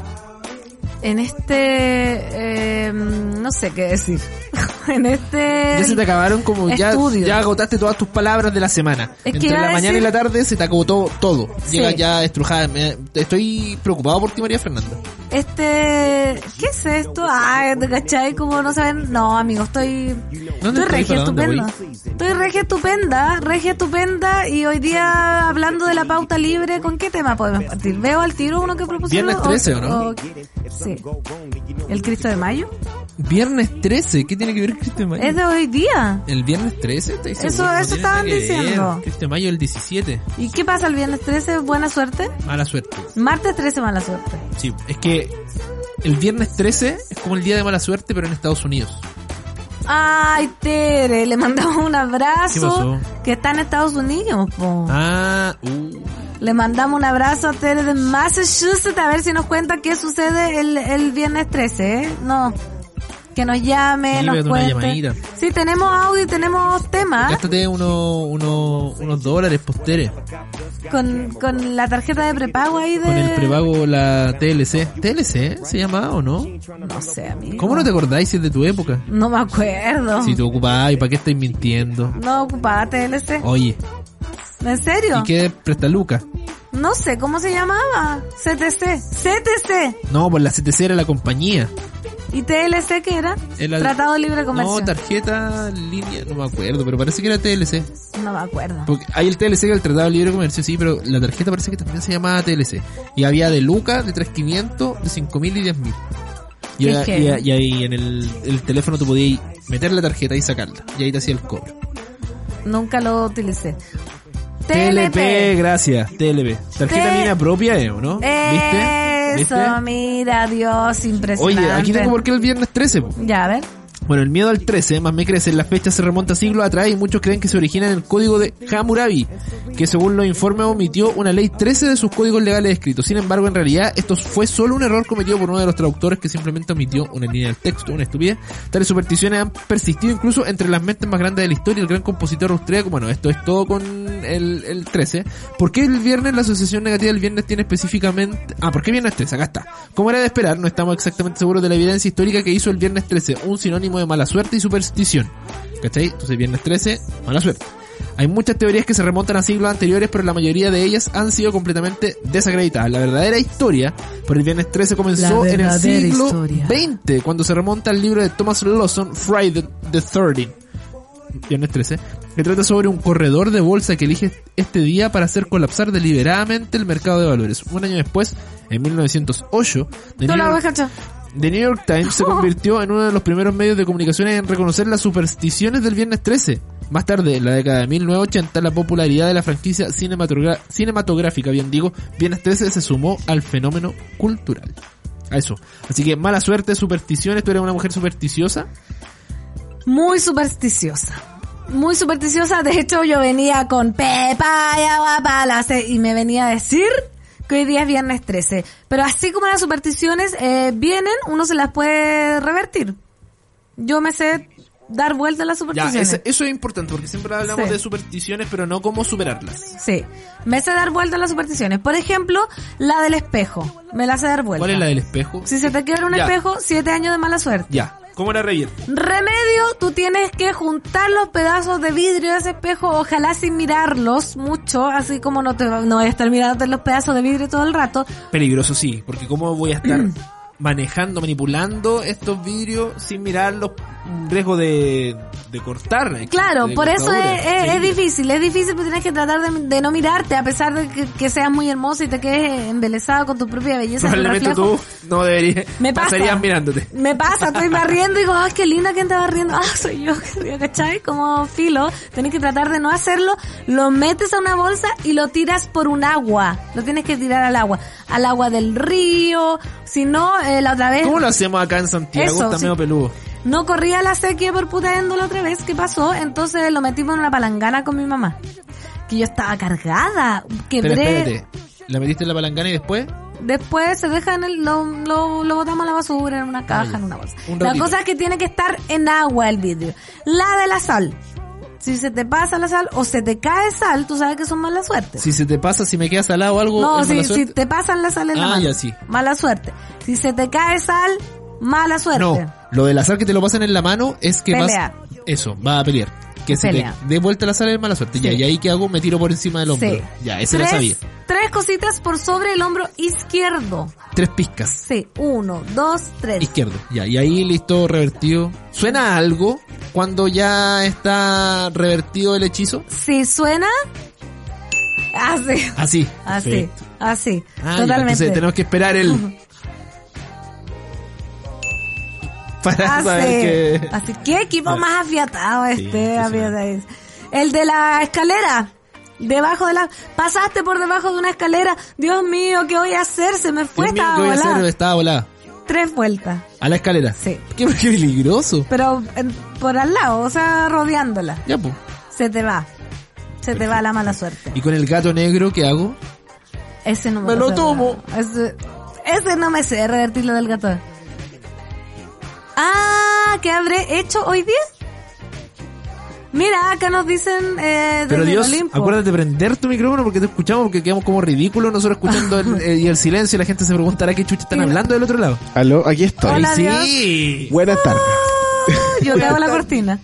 [SPEAKER 3] En este, eh, no sé qué decir. en este...
[SPEAKER 4] Ya se te acabaron como ya,
[SPEAKER 3] Estudio.
[SPEAKER 4] ya agotaste todas tus palabras de la semana.
[SPEAKER 3] Es que
[SPEAKER 4] Entre
[SPEAKER 3] iba
[SPEAKER 4] la
[SPEAKER 3] a
[SPEAKER 4] mañana
[SPEAKER 3] decir-
[SPEAKER 4] y la tarde se te agotó todo.
[SPEAKER 3] Sí.
[SPEAKER 4] Llega ya estrujada. me- estoy preocupado por ti, María Fernanda.
[SPEAKER 3] Este, ¿qué es esto? Ah, ¿cachai? Como no saben, no, amigo, estoy, estoy
[SPEAKER 4] estoy?
[SPEAKER 3] regia
[SPEAKER 4] ¿Para dónde
[SPEAKER 3] estupenda. Estoy regia estupenda, regia estupenda y hoy día hablando de la pauta libre, ¿con qué tema podemos partir? Veo al tiro uno que propusieron.
[SPEAKER 4] Viernes 13, ¿o no?
[SPEAKER 3] sí. ¿El Cristo de Mayo?
[SPEAKER 4] Viernes 13, ¿qué tiene que ver Cristo Mayo?
[SPEAKER 3] Es de hoy día.
[SPEAKER 4] El viernes 13, ¿Estáis
[SPEAKER 3] Eso-
[SPEAKER 4] seguros?
[SPEAKER 3] eso
[SPEAKER 4] tiene nada
[SPEAKER 3] estaban
[SPEAKER 4] que ver.
[SPEAKER 3] diciendo.
[SPEAKER 4] Cristo Mayo el 17.
[SPEAKER 3] ¿Y qué pasa el viernes 13? Buena suerte.
[SPEAKER 4] Mala suerte.
[SPEAKER 3] Martes 13, mala suerte.
[SPEAKER 4] Sí, es que el viernes 13 es como el día de mala suerte, pero en Estados Unidos.
[SPEAKER 3] Ay, Tere, le mandamos un
[SPEAKER 4] ¿Qué
[SPEAKER 3] abrazo.
[SPEAKER 4] pasó?
[SPEAKER 3] Que está en Estados Unidos, po.
[SPEAKER 4] Ah, uh.
[SPEAKER 3] Le mandamos un abrazo a Tere de Massachusetts a ver si nos cuenta qué sucede el, el viernes 13, ¿eh? No. Que nos llame,
[SPEAKER 4] Sí,
[SPEAKER 3] nos
[SPEAKER 4] pégate una
[SPEAKER 3] cuente.
[SPEAKER 4] llamadita.
[SPEAKER 3] Sí, tenemos audio y tenemos temas
[SPEAKER 4] Gástate uno, uno- unos dólares postere
[SPEAKER 3] ¿eh? con, con la tarjeta de prepago ahí de...
[SPEAKER 4] con el prepago la TLC. ¿TLC se llamaba o no?
[SPEAKER 3] No sé, amigo.
[SPEAKER 4] ¿Cómo no te acordáis si es de tu época?
[SPEAKER 3] No me acuerdo.
[SPEAKER 4] Si te ocupabas, ¿y para qué estáis mintiendo?
[SPEAKER 3] No ocupaba TLC.
[SPEAKER 4] Oye,
[SPEAKER 3] ¿En serio?
[SPEAKER 4] Oh. ¿y qué presta Luca?
[SPEAKER 3] No sé, ¿cómo se llamaba? CTC. CTC.
[SPEAKER 4] No, por la CTC era la compañía.
[SPEAKER 3] ¿Y TLC qué era?
[SPEAKER 4] Era-
[SPEAKER 3] Tratado de Libre Comercio.
[SPEAKER 4] No, tarjeta línea, no me acuerdo, pero parece que era TLC.
[SPEAKER 3] no me acuerdo.
[SPEAKER 4] Porque hay el TLC, que es el Tratado de Libre Comercio, sí, pero la tarjeta parece que también se llamaba TLC. Y había de Luca, de 3.500, de 5.000 y 10.000. Y,
[SPEAKER 3] Qué
[SPEAKER 4] era-
[SPEAKER 3] heavy.
[SPEAKER 4] y, a- y ahí en el, el teléfono tú podías meter la tarjeta y sacarla. Y ahí te hacía el cobro.
[SPEAKER 3] Nunca lo utilicé.
[SPEAKER 4] TLP, gracias. TLP. Tarjeta
[SPEAKER 3] T-
[SPEAKER 4] línea propia, eh, ¿o ¿no? ¿Viste?
[SPEAKER 3] Eso,
[SPEAKER 4] ¿Viste?
[SPEAKER 3] mira, Dios, impresionante.
[SPEAKER 4] Oye, aquí tengo por qué el viernes 13. po.
[SPEAKER 3] Ya, a ver.
[SPEAKER 4] Bueno, el miedo al 13, más me crece, la fecha se remonta siglos atrás y muchos creen que se origina en el código de Hammurabi, que según los informes omitió una ley 13 de sus códigos legales escritos. Sin embargo, en realidad, esto fue solo un error cometido por uno de los traductores que simplemente omitió una línea del texto, una estupidez. Tales supersticiones han persistido incluso entre las mentes más grandes de la historia y el gran compositor austríaco. Bueno, esto es todo con el, el 13. ¿Por qué el viernes, la asociación negativa del viernes tiene específicamente... Ah, ¿por qué viernes 13? Acá está. Como era de esperar, no estamos exactamente seguros de la evidencia histórica que hizo el viernes 13, un sinónimo de mala suerte y superstición. ¿Cachai? Entonces viernes 13, mala suerte. Hay muchas teorías que se remontan a siglos anteriores, pero la mayoría de ellas han sido completamente desacreditadas. La verdadera historia por el viernes 13 comenzó
[SPEAKER 3] La
[SPEAKER 4] en el
[SPEAKER 3] verdadera
[SPEAKER 4] siglo
[SPEAKER 3] historia.
[SPEAKER 4] 20, cuando se remonta al libro de Thomas Lawson, Friday the 13 viernes 13, que trata sobre un corredor de bolsa que elige este día para hacer colapsar deliberadamente el mercado de valores. Un año después, en 1908, The
[SPEAKER 3] Tú la
[SPEAKER 4] New, York,
[SPEAKER 3] oveja,
[SPEAKER 4] The New York Times se convirtió en uno de los primeros medios de comunicación en reconocer las supersticiones del viernes 13. Más tarde, en la década de 1980, la popularidad de la franquicia cinematogra- cinematográfica, bien digo, Viernes 13 se sumó al fenómeno cultural. A eso. Así que mala suerte, supersticiones. ¿Tú eres una mujer supersticiosa?
[SPEAKER 3] Muy supersticiosa. Muy supersticiosa. De hecho, yo venía con Pepa y agua para la sed", y me venía a decir que hoy día es viernes 13. Pero así como las supersticiones eh, vienen, uno se las puede revertir. Yo me sé dar vuelta a las
[SPEAKER 4] Ya,
[SPEAKER 3] supersticiones.
[SPEAKER 4] ese- eso es importante porque siempre hablamos
[SPEAKER 3] Sí.
[SPEAKER 4] de supersticiones, pero no cómo superarlas.
[SPEAKER 3] Sí, me sé dar vuelta a las supersticiones. Por ejemplo, la del espejo. Me la sé dar vuelta.
[SPEAKER 4] ¿Cuál es la del espejo?
[SPEAKER 3] Si se te quiebra un
[SPEAKER 4] Ya.
[SPEAKER 3] espejo, siete años de mala suerte.
[SPEAKER 4] Ya. ¿Cómo la revierte?
[SPEAKER 3] Remedio, tú tienes que juntar los pedazos de vidrio de ese espejo, ojalá sin mirarlos mucho, así como no te no vayas a estar mirándote los pedazos de vidrio todo el rato.
[SPEAKER 4] Peligroso, sí, porque cómo voy a estar manejando, manipulando estos vidrios sin mirarlos, un riesgo de, de cortar. eh,
[SPEAKER 3] Claro,
[SPEAKER 4] de
[SPEAKER 3] por eso
[SPEAKER 4] cortaduras,
[SPEAKER 3] es, es-
[SPEAKER 4] sí.
[SPEAKER 3] es difícil, es difícil, pero tienes que tratar de, de no mirarte, a pesar de que, que seas muy hermosa y te quedes embelesado con tu propia belleza. en el
[SPEAKER 4] Probablemente
[SPEAKER 3] reflejo.
[SPEAKER 4] tú no deberías,
[SPEAKER 3] Me pasa.
[SPEAKER 4] pasarías mirándote.
[SPEAKER 3] Me pasa, estoy barriendo y digo, ah, qué linda que está barriendo. Ah, soy yo, ¿cachai? Como filo, tenés que tratar de no hacerlo. Lo metes a una bolsa y lo tiras por un agua. Lo tienes que tirar al agua. Al agua del río. Si no, eh, la otra vez...
[SPEAKER 4] ¿Cómo lo hacemos acá en Santiago?
[SPEAKER 3] Eso,
[SPEAKER 4] Está
[SPEAKER 3] sí.
[SPEAKER 4] medio peludo.
[SPEAKER 3] No corría la sequía por puta éndola otra vez, ¿qué pasó? Entonces lo metimos en una palangana con mi mamá. Que yo estaba cargada.
[SPEAKER 4] Pero
[SPEAKER 3] Quebré.
[SPEAKER 4] espérate, ¿la metiste en la palangana y después?
[SPEAKER 3] Después se deja en el, lo, lo, lo botamos a la basura, en una
[SPEAKER 4] Ah,
[SPEAKER 3] caja,
[SPEAKER 4] ya.
[SPEAKER 3] en una bolsa.
[SPEAKER 4] Un
[SPEAKER 3] la
[SPEAKER 4] ratito.
[SPEAKER 3] cosa es que tiene que estar en agua el vidrio. La de la sal. Si se te pasa la sal o se te cae sal, tú sabes que son mala suerte.
[SPEAKER 4] Si se te pasa, si me quedas al lado o algo,
[SPEAKER 3] no,
[SPEAKER 4] es
[SPEAKER 3] si,
[SPEAKER 4] mala
[SPEAKER 3] si
[SPEAKER 4] suerte.
[SPEAKER 3] te pasan la sal en la
[SPEAKER 4] Ah,
[SPEAKER 3] mano,
[SPEAKER 4] ya, sí.
[SPEAKER 3] mala suerte. Si se te cae sal, mala suerte.
[SPEAKER 4] No, lo del azar que te lo pasan en la mano es que
[SPEAKER 3] Pelea.
[SPEAKER 4] vas... Eso, va a pelear. Que si
[SPEAKER 3] Pelea.
[SPEAKER 4] te dé vuelta la sal es mala suerte. Ya,
[SPEAKER 3] Sí.
[SPEAKER 4] ¿y ahí qué hago? Me tiro por encima del hombro.
[SPEAKER 3] Sí.
[SPEAKER 4] Ya, ese lo
[SPEAKER 3] Tres-
[SPEAKER 4] sabía.
[SPEAKER 3] Tres cositas por sobre el hombro izquierdo.
[SPEAKER 4] Tres pizcas.
[SPEAKER 3] Sí, uno, dos, tres.
[SPEAKER 4] Izquierdo. Ya, y ahí listo, revertido. ¿Suena a algo cuando ya está revertido el hechizo?
[SPEAKER 3] Si suena, así,
[SPEAKER 4] Así.
[SPEAKER 3] así,
[SPEAKER 4] Perfecto.
[SPEAKER 3] así,
[SPEAKER 4] Ah, ya,
[SPEAKER 3] totalmente.
[SPEAKER 4] entonces tenemos que esperar el...
[SPEAKER 3] Ah,
[SPEAKER 4] Para saber que...
[SPEAKER 3] Así que equipo
[SPEAKER 4] Vale.
[SPEAKER 3] más afiatado
[SPEAKER 4] Sí,
[SPEAKER 3] este,
[SPEAKER 4] impresionante.
[SPEAKER 3] afiatado es. El de la escalera. Debajo de la... Pasaste por debajo de una escalera. Dios mío, ¿qué voy a hacer? Se me fue
[SPEAKER 4] Dios mío,
[SPEAKER 3] esta
[SPEAKER 4] ¿qué voy a
[SPEAKER 3] bola.
[SPEAKER 4] hacer? Estaba volada.
[SPEAKER 3] Tres vueltas.
[SPEAKER 4] A la escalera.
[SPEAKER 3] Sí.
[SPEAKER 4] Qué, qué peligroso.
[SPEAKER 3] Pero en- por al lado, o sea, rodeándola.
[SPEAKER 4] Ya, pues.
[SPEAKER 3] Se te va. Se te va la mala suerte.
[SPEAKER 4] ¿Y con el gato negro qué hago?
[SPEAKER 3] Ese no me,
[SPEAKER 4] Me lo
[SPEAKER 3] sé
[SPEAKER 4] tomo.
[SPEAKER 3] revertir. Ese, ese no me sé revertir lo del gato. Ah, ¿qué habré hecho hoy día? Mira, acá nos dicen eh, desde
[SPEAKER 4] Pero
[SPEAKER 3] el
[SPEAKER 4] Dios,
[SPEAKER 3] Olimpo.
[SPEAKER 4] acuérdate de prender tu micrófono porque te escuchamos porque quedamos como ridículos nosotros escuchando el, eh, y el silencio y la gente se preguntará qué chucha están
[SPEAKER 3] Mira.
[SPEAKER 4] hablando del otro lado.
[SPEAKER 1] Aló, aquí estoy.
[SPEAKER 3] Hola,
[SPEAKER 4] Ay,
[SPEAKER 3] Dios.
[SPEAKER 4] sí.
[SPEAKER 1] Buenas tardes.
[SPEAKER 3] Yo te hago la cortina.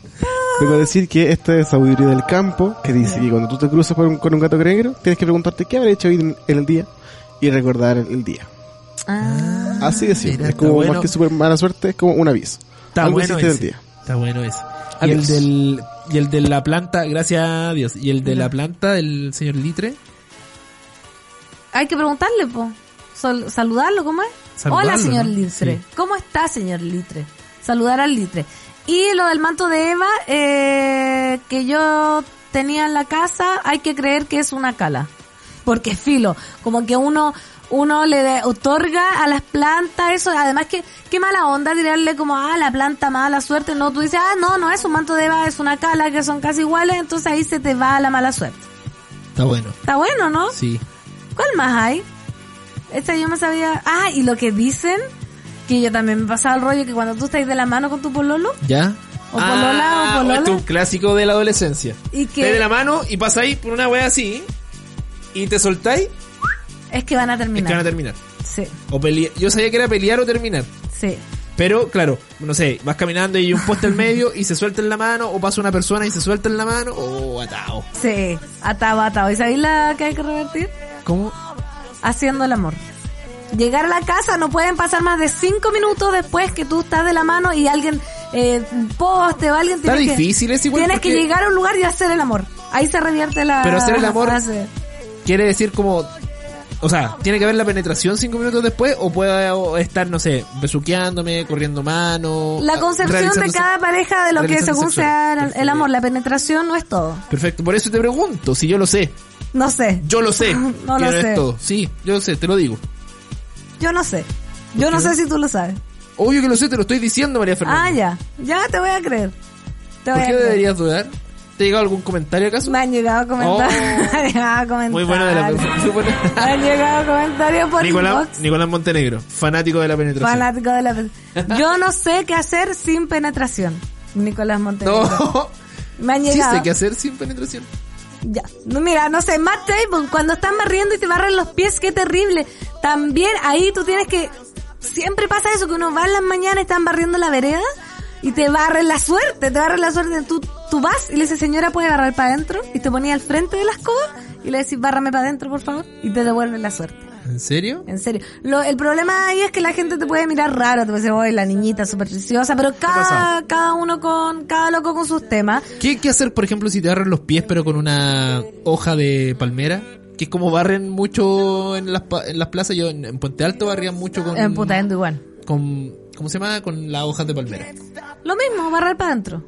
[SPEAKER 1] Debo decir que esta es sabiduría del campo que dice que cuando tú te cruzas por un- con un gato negro, tienes que preguntarte qué habré hecho hoy en, en el día y recordar el, el día.
[SPEAKER 3] Ah,
[SPEAKER 1] Así de
[SPEAKER 4] mira,
[SPEAKER 1] simple. Es
[SPEAKER 4] está
[SPEAKER 1] como
[SPEAKER 4] bueno.
[SPEAKER 1] más que super mala suerte, es como un aviso.
[SPEAKER 4] Está
[SPEAKER 1] Algo
[SPEAKER 4] bueno
[SPEAKER 1] hiciste del
[SPEAKER 4] ese.
[SPEAKER 1] día.
[SPEAKER 4] Está bueno ese. Y el,
[SPEAKER 1] Adiós.
[SPEAKER 4] del, y el de la planta, gracias a Dios. Y el de la planta del señor Litre.
[SPEAKER 3] hay que preguntarle, po. Sol- saludarlo, ¿cómo es?
[SPEAKER 4] Saludarlo,
[SPEAKER 3] Hola, señor
[SPEAKER 4] ¿no?
[SPEAKER 3] Litre.
[SPEAKER 4] Sí.
[SPEAKER 3] ¿Cómo está, señor Litre? Saludar al Litre. Y lo del manto de Eva, eh, que yo tenía en la casa, hay que creer que es una cala. Porque filo, como que uno uno le de- otorga a las plantas eso, además que qué mala onda tirarle como, ah, la planta mala suerte, no, tú dices, ah, no, no es un manto de Eva, es una cala, que son casi iguales, entonces ahí se te va la mala suerte.
[SPEAKER 4] Está bueno.
[SPEAKER 3] Está bueno, ¿no?
[SPEAKER 4] Sí.
[SPEAKER 3] ¿Cuál más hay? Esta yo me sabía. Ah, y lo que dicen, que yo también me pasaba el rollo que cuando tú estás de la mano con tu pololo,
[SPEAKER 4] ¿Ya?
[SPEAKER 3] O polola, o polola.
[SPEAKER 4] esto es un clásico de la adolescencia.
[SPEAKER 3] Y que-
[SPEAKER 4] Te de la mano y pasáis por una wea así y te soltáis,
[SPEAKER 3] es que van a
[SPEAKER 4] es
[SPEAKER 3] terminar.
[SPEAKER 4] que van a terminar.
[SPEAKER 3] Sí,
[SPEAKER 4] O pelea- Yo sabía que era pelear o terminar.
[SPEAKER 3] sí.
[SPEAKER 4] Pero, claro, no sé, vas caminando y hay un poste al medio y se suelta en la mano, o pasa una persona y se suelta en la mano, o atado.
[SPEAKER 3] Sí, atado, atado. ¿Y sabéis la que hay que revertir?
[SPEAKER 4] ¿Cómo?
[SPEAKER 3] Haciendo el amor. Llegar a la casa no pueden pasar más de cinco minutos después que tú estás de la mano y alguien, eh, un poste o alguien
[SPEAKER 4] Está
[SPEAKER 3] tiene que-
[SPEAKER 4] difícil es igual.
[SPEAKER 3] Tienes que
[SPEAKER 4] porque
[SPEAKER 3] llegar a un lugar y hacer el amor. Ahí se revierte la.
[SPEAKER 4] Pero hacer el amor-
[SPEAKER 3] frase.
[SPEAKER 4] Quiere decir como. O sea, ¿tiene que haber la penetración cinco minutos después? ¿O puedo estar, no sé, besuqueándome, corriendo mano?
[SPEAKER 3] La concepción de
[SPEAKER 4] realizando-
[SPEAKER 3] cada pareja de lo que
[SPEAKER 4] realizando
[SPEAKER 3] según
[SPEAKER 4] sexual.
[SPEAKER 3] sea el,
[SPEAKER 4] Perfecto.
[SPEAKER 3] el amor, la penetración no es todo.
[SPEAKER 4] Perfecto, por eso te pregunto, si yo lo sé.
[SPEAKER 3] No sé,
[SPEAKER 4] Yo lo sé.
[SPEAKER 3] No
[SPEAKER 4] que
[SPEAKER 3] lo
[SPEAKER 4] es
[SPEAKER 3] sé.
[SPEAKER 4] todo. Sí, yo lo sé, te lo digo.
[SPEAKER 3] yo no sé. Yo no sé si tú lo sabes.
[SPEAKER 4] Obvio que lo sé, te lo estoy diciendo, María
[SPEAKER 3] Ah,
[SPEAKER 4] Fernanda.
[SPEAKER 3] ya. Ya te voy a creer. Te voy
[SPEAKER 4] ¿Por
[SPEAKER 3] a
[SPEAKER 4] qué
[SPEAKER 3] creer.
[SPEAKER 4] deberías dudar? ¿Te ha llegado algún comentario acaso?
[SPEAKER 3] Me han llegado comentarios.
[SPEAKER 4] Oh.
[SPEAKER 3] me han llegado comentarios.
[SPEAKER 4] Muy bueno de la muy bueno.
[SPEAKER 3] Me han llegado comentarios por
[SPEAKER 4] Nicolás,
[SPEAKER 3] inbox.
[SPEAKER 4] Nicolás Montenegro, fanático de la penetración.
[SPEAKER 3] Fanático de la pen- Yo no sé qué hacer sin penetración. Nicolás Montenegro.
[SPEAKER 4] No.
[SPEAKER 3] Me han
[SPEAKER 4] Sí
[SPEAKER 3] llegado.
[SPEAKER 4] sé qué hacer sin penetración.
[SPEAKER 3] Ya. No, mira, no sé, Matt Damon, cuando están barriendo y te barren los pies, qué terrible. También ahí tú tienes que... Siempre pasa eso, que uno va en las mañanas, están barriendo la vereda y te barren la suerte, te barren la suerte. Tú, tú vas y le dices, señora, ¿puede barrar para adentro? Y te ponía al frente de la escoba y le decís, bárrame para adentro, por favor. Y te devuelven la suerte.
[SPEAKER 4] ¿En serio?
[SPEAKER 3] En serio. Lo- el problema ahí es que la gente te puede mirar raro, te puede decir, oye, la niñita supersticiosa, pero cada, cada uno con, cada loco con sus temas.
[SPEAKER 4] ¿Qué, ¿Qué hacer, por ejemplo, si te barren los pies pero con una hoja de palmera? Que es como barren mucho en las, pa- en las plazas. Yo en, en Puente Alto barrían mucho con...
[SPEAKER 3] En puta, igual.
[SPEAKER 4] con ¿Cómo se llama? Con las hojas de palmera.
[SPEAKER 3] Lo mismo, barrar para adentro.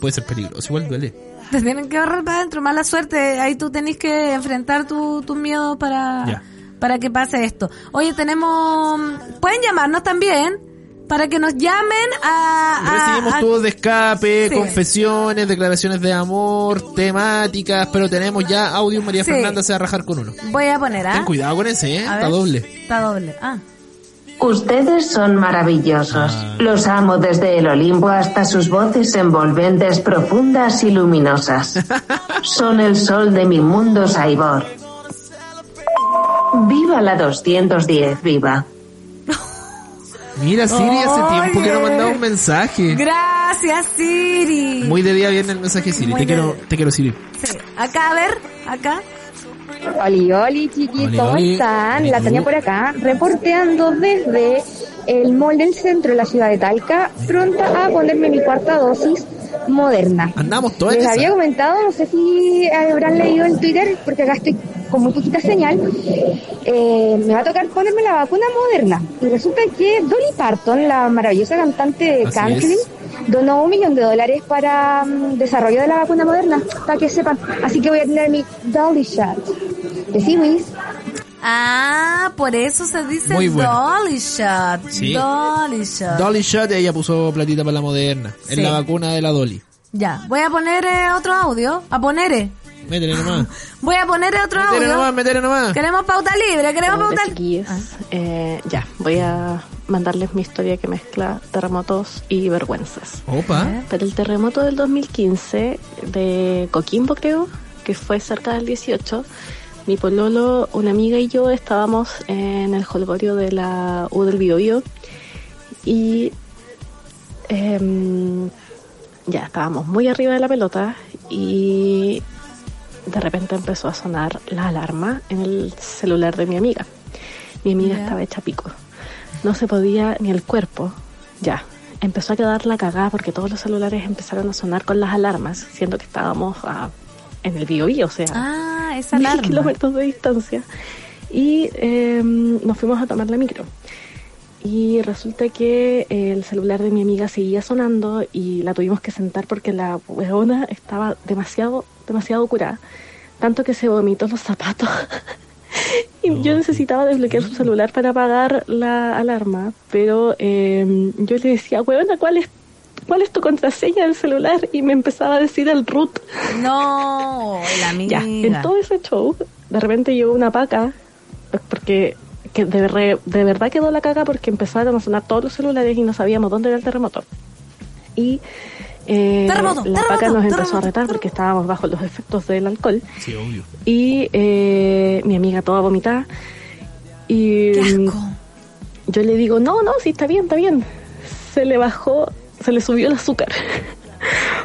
[SPEAKER 4] Puede ser peligroso, igual duele.
[SPEAKER 3] Te tienen que barrar para adentro, mala suerte. Ahí tú tenés que enfrentar tu, tu miedo para,
[SPEAKER 4] Ya.
[SPEAKER 3] para que pase esto. Oye, tenemos... Pueden llamarnos también para que nos llamen a... a-
[SPEAKER 4] Recibimos
[SPEAKER 3] a-
[SPEAKER 4] tubos de escape,
[SPEAKER 3] Ah, Sí.
[SPEAKER 4] confesiones, declaraciones de amor, temáticas, pero tenemos ya audio María
[SPEAKER 3] Sí.
[SPEAKER 4] Fernanda se va a rajar con uno.
[SPEAKER 3] Voy a poner, ¿ah?
[SPEAKER 4] Ten cuidado con ese, ¿eh?
[SPEAKER 3] A
[SPEAKER 4] Está
[SPEAKER 3] ver.
[SPEAKER 4] doble.
[SPEAKER 3] Está doble. Ah.
[SPEAKER 5] Ustedes son maravillosos.
[SPEAKER 4] Ah.
[SPEAKER 5] Los amo desde el Olimpo hasta sus voces envolventes, profundas y luminosas. Son el sol de mi mundo Saibor. Viva la 210, viva.
[SPEAKER 4] Mira, Siri, hace tiempo que no
[SPEAKER 3] Oye.
[SPEAKER 4] mandaba un mensaje.
[SPEAKER 3] Gracias, Siri.
[SPEAKER 4] Muy de día viene el mensaje, Siri.
[SPEAKER 3] Muy
[SPEAKER 4] Te
[SPEAKER 3] de-
[SPEAKER 4] quiero, te quiero, Siri.
[SPEAKER 3] Sí. Acá, a ver, acá.
[SPEAKER 6] Oli, oli, chiquis,
[SPEAKER 4] Oli,
[SPEAKER 6] ¿cómo
[SPEAKER 4] oli.
[SPEAKER 6] están?
[SPEAKER 4] Oli,
[SPEAKER 6] La
[SPEAKER 4] tú.
[SPEAKER 6] Tania por acá, reporteando desde el mall del centro de la ciudad de Talca, pronta a ponerme mi cuarta dosis moderna.
[SPEAKER 4] Andamos todas
[SPEAKER 6] Les
[SPEAKER 4] en
[SPEAKER 6] había
[SPEAKER 4] esa.
[SPEAKER 6] comentado, no sé si habrán leído el Twitter, porque acá estoy con muy poquita señal, eh, me va a tocar ponerme la vacuna moderna. Y resulta que Dolly Parton, la maravillosa cantante de
[SPEAKER 4] Así
[SPEAKER 6] country,
[SPEAKER 4] es.
[SPEAKER 6] donó un millón de dólares para mm, desarrollo de la vacuna moderna, para que sepan. Así que voy a tener mi Dolly Shot. Decimos.
[SPEAKER 3] Ah, por eso se dice
[SPEAKER 4] Muy bueno.
[SPEAKER 3] Dolly Shot.
[SPEAKER 4] Sí.
[SPEAKER 3] Dolly Shot.
[SPEAKER 4] Dolly Shot, ella puso platita para la moderna. Es
[SPEAKER 3] Sí.
[SPEAKER 4] la vacuna de la Dolly.
[SPEAKER 3] ya, voy a poner eh, otro audio. A poner. eh.
[SPEAKER 4] Métele nomás.
[SPEAKER 3] Voy a poner otro
[SPEAKER 4] métele nomás,
[SPEAKER 3] audio.
[SPEAKER 4] métele nomás.
[SPEAKER 3] Queremos pauta libre, queremos
[SPEAKER 7] Hola,
[SPEAKER 3] pauta Ah.
[SPEAKER 7] chiquillos. Eh, ya, voy a mandarles mi historia que mezcla terremotos y vergüenzas.
[SPEAKER 4] Opa.
[SPEAKER 7] Para el terremoto del 2015 de Coquimbo, creo, que fue cerca del 18, mi pololo, una amiga y yo estábamos en el jolgorio de la U del Biobío y em, ya estábamos muy arriba de la pelota y de repente empezó a sonar la alarma en el celular de mi amiga. Mi amiga
[SPEAKER 3] Ya.
[SPEAKER 7] estaba hecha pico. No se podía ni el cuerpo. Ya. Empezó a quedar la cagada porque todos los celulares empezaron a sonar con las alarmas, siendo que estábamos ah, en el biobío, o sea,
[SPEAKER 3] Ah, esa
[SPEAKER 7] mil
[SPEAKER 3] alarma.
[SPEAKER 7] kilómetros de distancia. Y eh, nos fuimos a tomar la micro. Y resulta que eh, el celular de mi amiga seguía sonando y la tuvimos que sentar porque la huevona estaba demasiado, demasiado curada. Tanto que se vomitó los zapatos. y yo necesitaba desbloquear su celular para apagar la alarma. Pero eh, yo le decía, huevona, ¿cuál es, ¿cuál es tu contraseña del celular? Y me empezaba a decir el root.
[SPEAKER 3] No, la
[SPEAKER 7] Ya,
[SPEAKER 3] amiga.
[SPEAKER 7] en todo ese show, de repente llegó una paca, porque que de, re- de verdad quedó la caga porque empezaron a sonar todos los celulares y no sabíamos dónde era el terremoto. Y eh,
[SPEAKER 3] Terremoto,
[SPEAKER 7] la paca
[SPEAKER 3] terremoto,
[SPEAKER 7] nos empezó
[SPEAKER 3] terremoto,
[SPEAKER 7] a retar porque estábamos bajo los efectos del alcohol.
[SPEAKER 4] Sí, obvio.
[SPEAKER 7] Y eh, mi amiga toda vomitada. Y
[SPEAKER 3] Qué
[SPEAKER 7] mm,
[SPEAKER 3] asco.
[SPEAKER 7] yo le digo, no, no, sí, está bien, está bien. Se le bajó, se le subió el azúcar.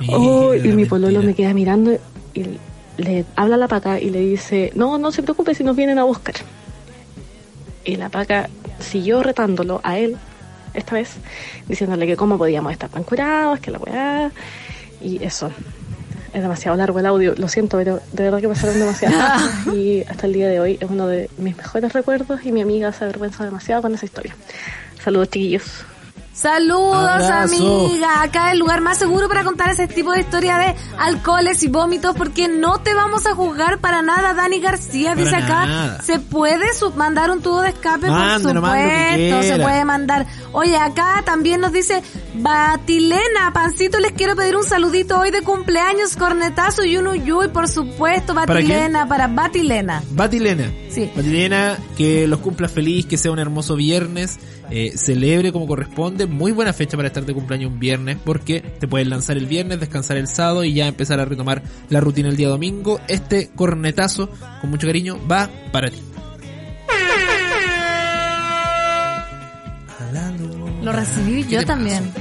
[SPEAKER 7] Oh, y mi pololo me queda mirando y le habla a la paca y le dice, no, no se preocupe si nos vienen a buscar. Y la paca siguió retándolo a él, esta vez, diciéndole que cómo podíamos estar tan curados, que la weá, y eso. Es demasiado largo el audio, lo siento, pero de verdad que pasaron demasiadas cosas y hasta el día de hoy es uno de mis mejores recuerdos y mi amiga se avergüenza demasiado con esa historia. Saludos chiquillos.
[SPEAKER 3] Saludos,
[SPEAKER 4] Abrazo.
[SPEAKER 3] amiga. Acá es el lugar más seguro para contar ese tipo de historia de alcoholes y vómitos porque no te vamos a juzgar para nada. Dani García
[SPEAKER 4] Para
[SPEAKER 3] dice acá,
[SPEAKER 4] nada.
[SPEAKER 3] se puede sub- mandar un tubo de escape,
[SPEAKER 4] Manda
[SPEAKER 3] por
[SPEAKER 4] nomás lo que
[SPEAKER 3] supuesto, se
[SPEAKER 4] quiera.
[SPEAKER 3] puede mandar. Oye, acá también nos dice, Batilena, Pancito, les quiero pedir un saludito hoy de cumpleaños, cornetazo y un uyuy, por supuesto, Batilena, para, Batilena.
[SPEAKER 4] Batilena.
[SPEAKER 3] Sí.
[SPEAKER 4] Batilena, que los cumpla feliz, que sea un hermoso viernes, eh, celebre como corresponde. Muy buena fecha para estar de cumpleaños un viernes, porque te puedes lanzar el viernes, descansar el sábado y ya empezar a retomar la rutina el día domingo. Este cornetazo, con mucho cariño, va para ti.
[SPEAKER 3] Lo recibí
[SPEAKER 4] ¿Qué
[SPEAKER 3] yo
[SPEAKER 4] te
[SPEAKER 3] también.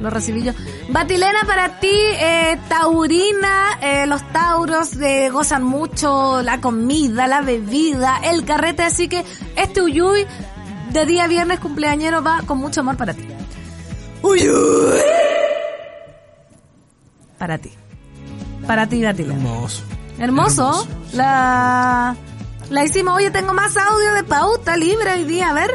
[SPEAKER 3] Lo recibí yo. Batilena, para ti, eh, Taurina, eh, los Tauros eh, gozan mucho la comida, la bebida, el carrete, así que este Uyuy de día viernes cumpleañero va con mucho amor para ti. Uyuy. Para ti. Para ti, Batilena.
[SPEAKER 4] Hermoso.
[SPEAKER 3] Hermoso. La, la hicimos. Oye, tengo más audio de pauta libre hoy día, a ver.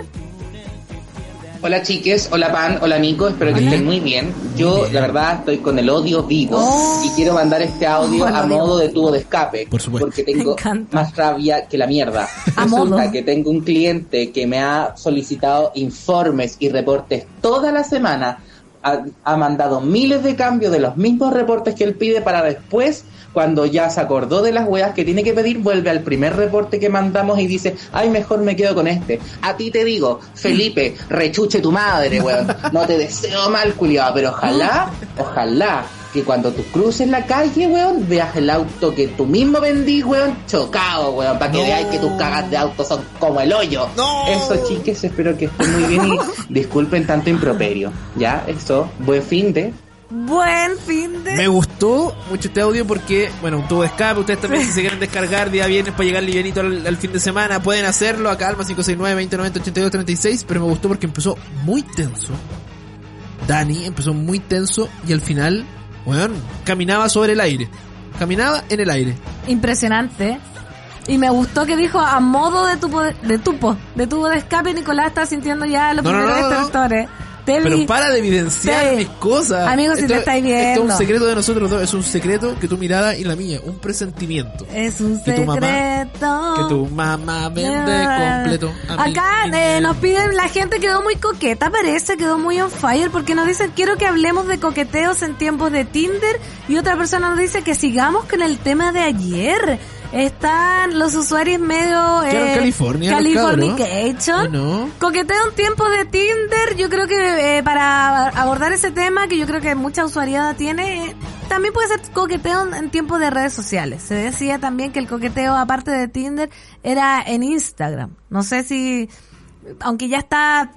[SPEAKER 8] Hola chiques, hola Pan, hola Nico, espero que estén muy bien. Yo la verdad estoy con el odio vivo y quiero mandar este audio
[SPEAKER 3] Oh, lo
[SPEAKER 8] a
[SPEAKER 3] odio.
[SPEAKER 8] modo de tubo de escape,
[SPEAKER 4] Por supuesto.
[SPEAKER 8] porque
[SPEAKER 3] Me
[SPEAKER 8] tengo
[SPEAKER 3] encanta.
[SPEAKER 8] más rabia que la mierda.
[SPEAKER 3] A modo.
[SPEAKER 8] Resulta que tengo un cliente que me ha solicitado informes y reportes toda la semana, ha, ha mandado miles de cambios de los mismos reportes que él pide para después. Cuando ya se acordó de las weas que tiene que pedir, vuelve al primer reporte que mandamos y dice, ay, mejor me quedo con este. A ti te digo, Felipe, rechuche tu madre, weón. No te deseo mal, culiado, pero ojalá, ojalá que cuando tú cruces la calle, weón, veas el auto que tú mismo vendí, weón, chocado, weón, para que
[SPEAKER 4] No.
[SPEAKER 8] veáis que tus cagas de auto son como el hoyo. Eso, chiques, espero que estén muy bien y disculpen tanto improperio. Ya, eso, buen fin de...
[SPEAKER 3] Buen fin de...
[SPEAKER 4] Me gustó mucho este audio porque, bueno, un tubo de escape, ustedes también si se quieren descargar día viernes para llegar livianito al, al fin de semana, pueden hacerlo acá alma 569 2090 82 36, pero me gustó porque empezó muy tenso. Dani empezó muy tenso y al final, bueno, caminaba sobre el aire. Caminaba en el aire.
[SPEAKER 3] Impresionante. Y me gustó que dijo a modo de tupo, de tupo, de tubo de escape, Nicolás está sintiendo ya los
[SPEAKER 4] No, no,
[SPEAKER 3] primeros
[SPEAKER 4] no, no, no.
[SPEAKER 3] detractores. Te vi.
[SPEAKER 4] Pero para de evidenciar
[SPEAKER 3] Sí.
[SPEAKER 4] mis cosas.
[SPEAKER 3] Amigo, si te estáis
[SPEAKER 4] Esto es
[SPEAKER 3] viendo.
[SPEAKER 4] un secreto de nosotros dos, es un secreto que tu mirada y la mía, un presentimiento.
[SPEAKER 3] Es un
[SPEAKER 4] que tu mamá-
[SPEAKER 3] secreto.
[SPEAKER 4] Que tu mamá vende completo. a mí
[SPEAKER 3] Acá
[SPEAKER 4] y
[SPEAKER 3] eh,
[SPEAKER 4] me-
[SPEAKER 3] nos piden, la gente quedó muy coqueta, parece, quedó muy on fire, porque nos dicen, quiero que hablemos de coqueteos en tiempos de Tinder, y otra persona nos dice que sigamos con el tema de ayer. Están los usuarios medio... eh,
[SPEAKER 4] Claro, en California, los
[SPEAKER 3] Californication.
[SPEAKER 4] cabros. ¿No?
[SPEAKER 3] Coqueteo en tiempos de Tinder, yo creo que eh, para abordar ese tema, que yo creo que mucha usuariedad tiene, eh, también puede ser coqueteo en, en tiempos de redes sociales. Se decía también que el coqueteo, aparte de Tinder, era en Instagram. No sé si, aunque ya está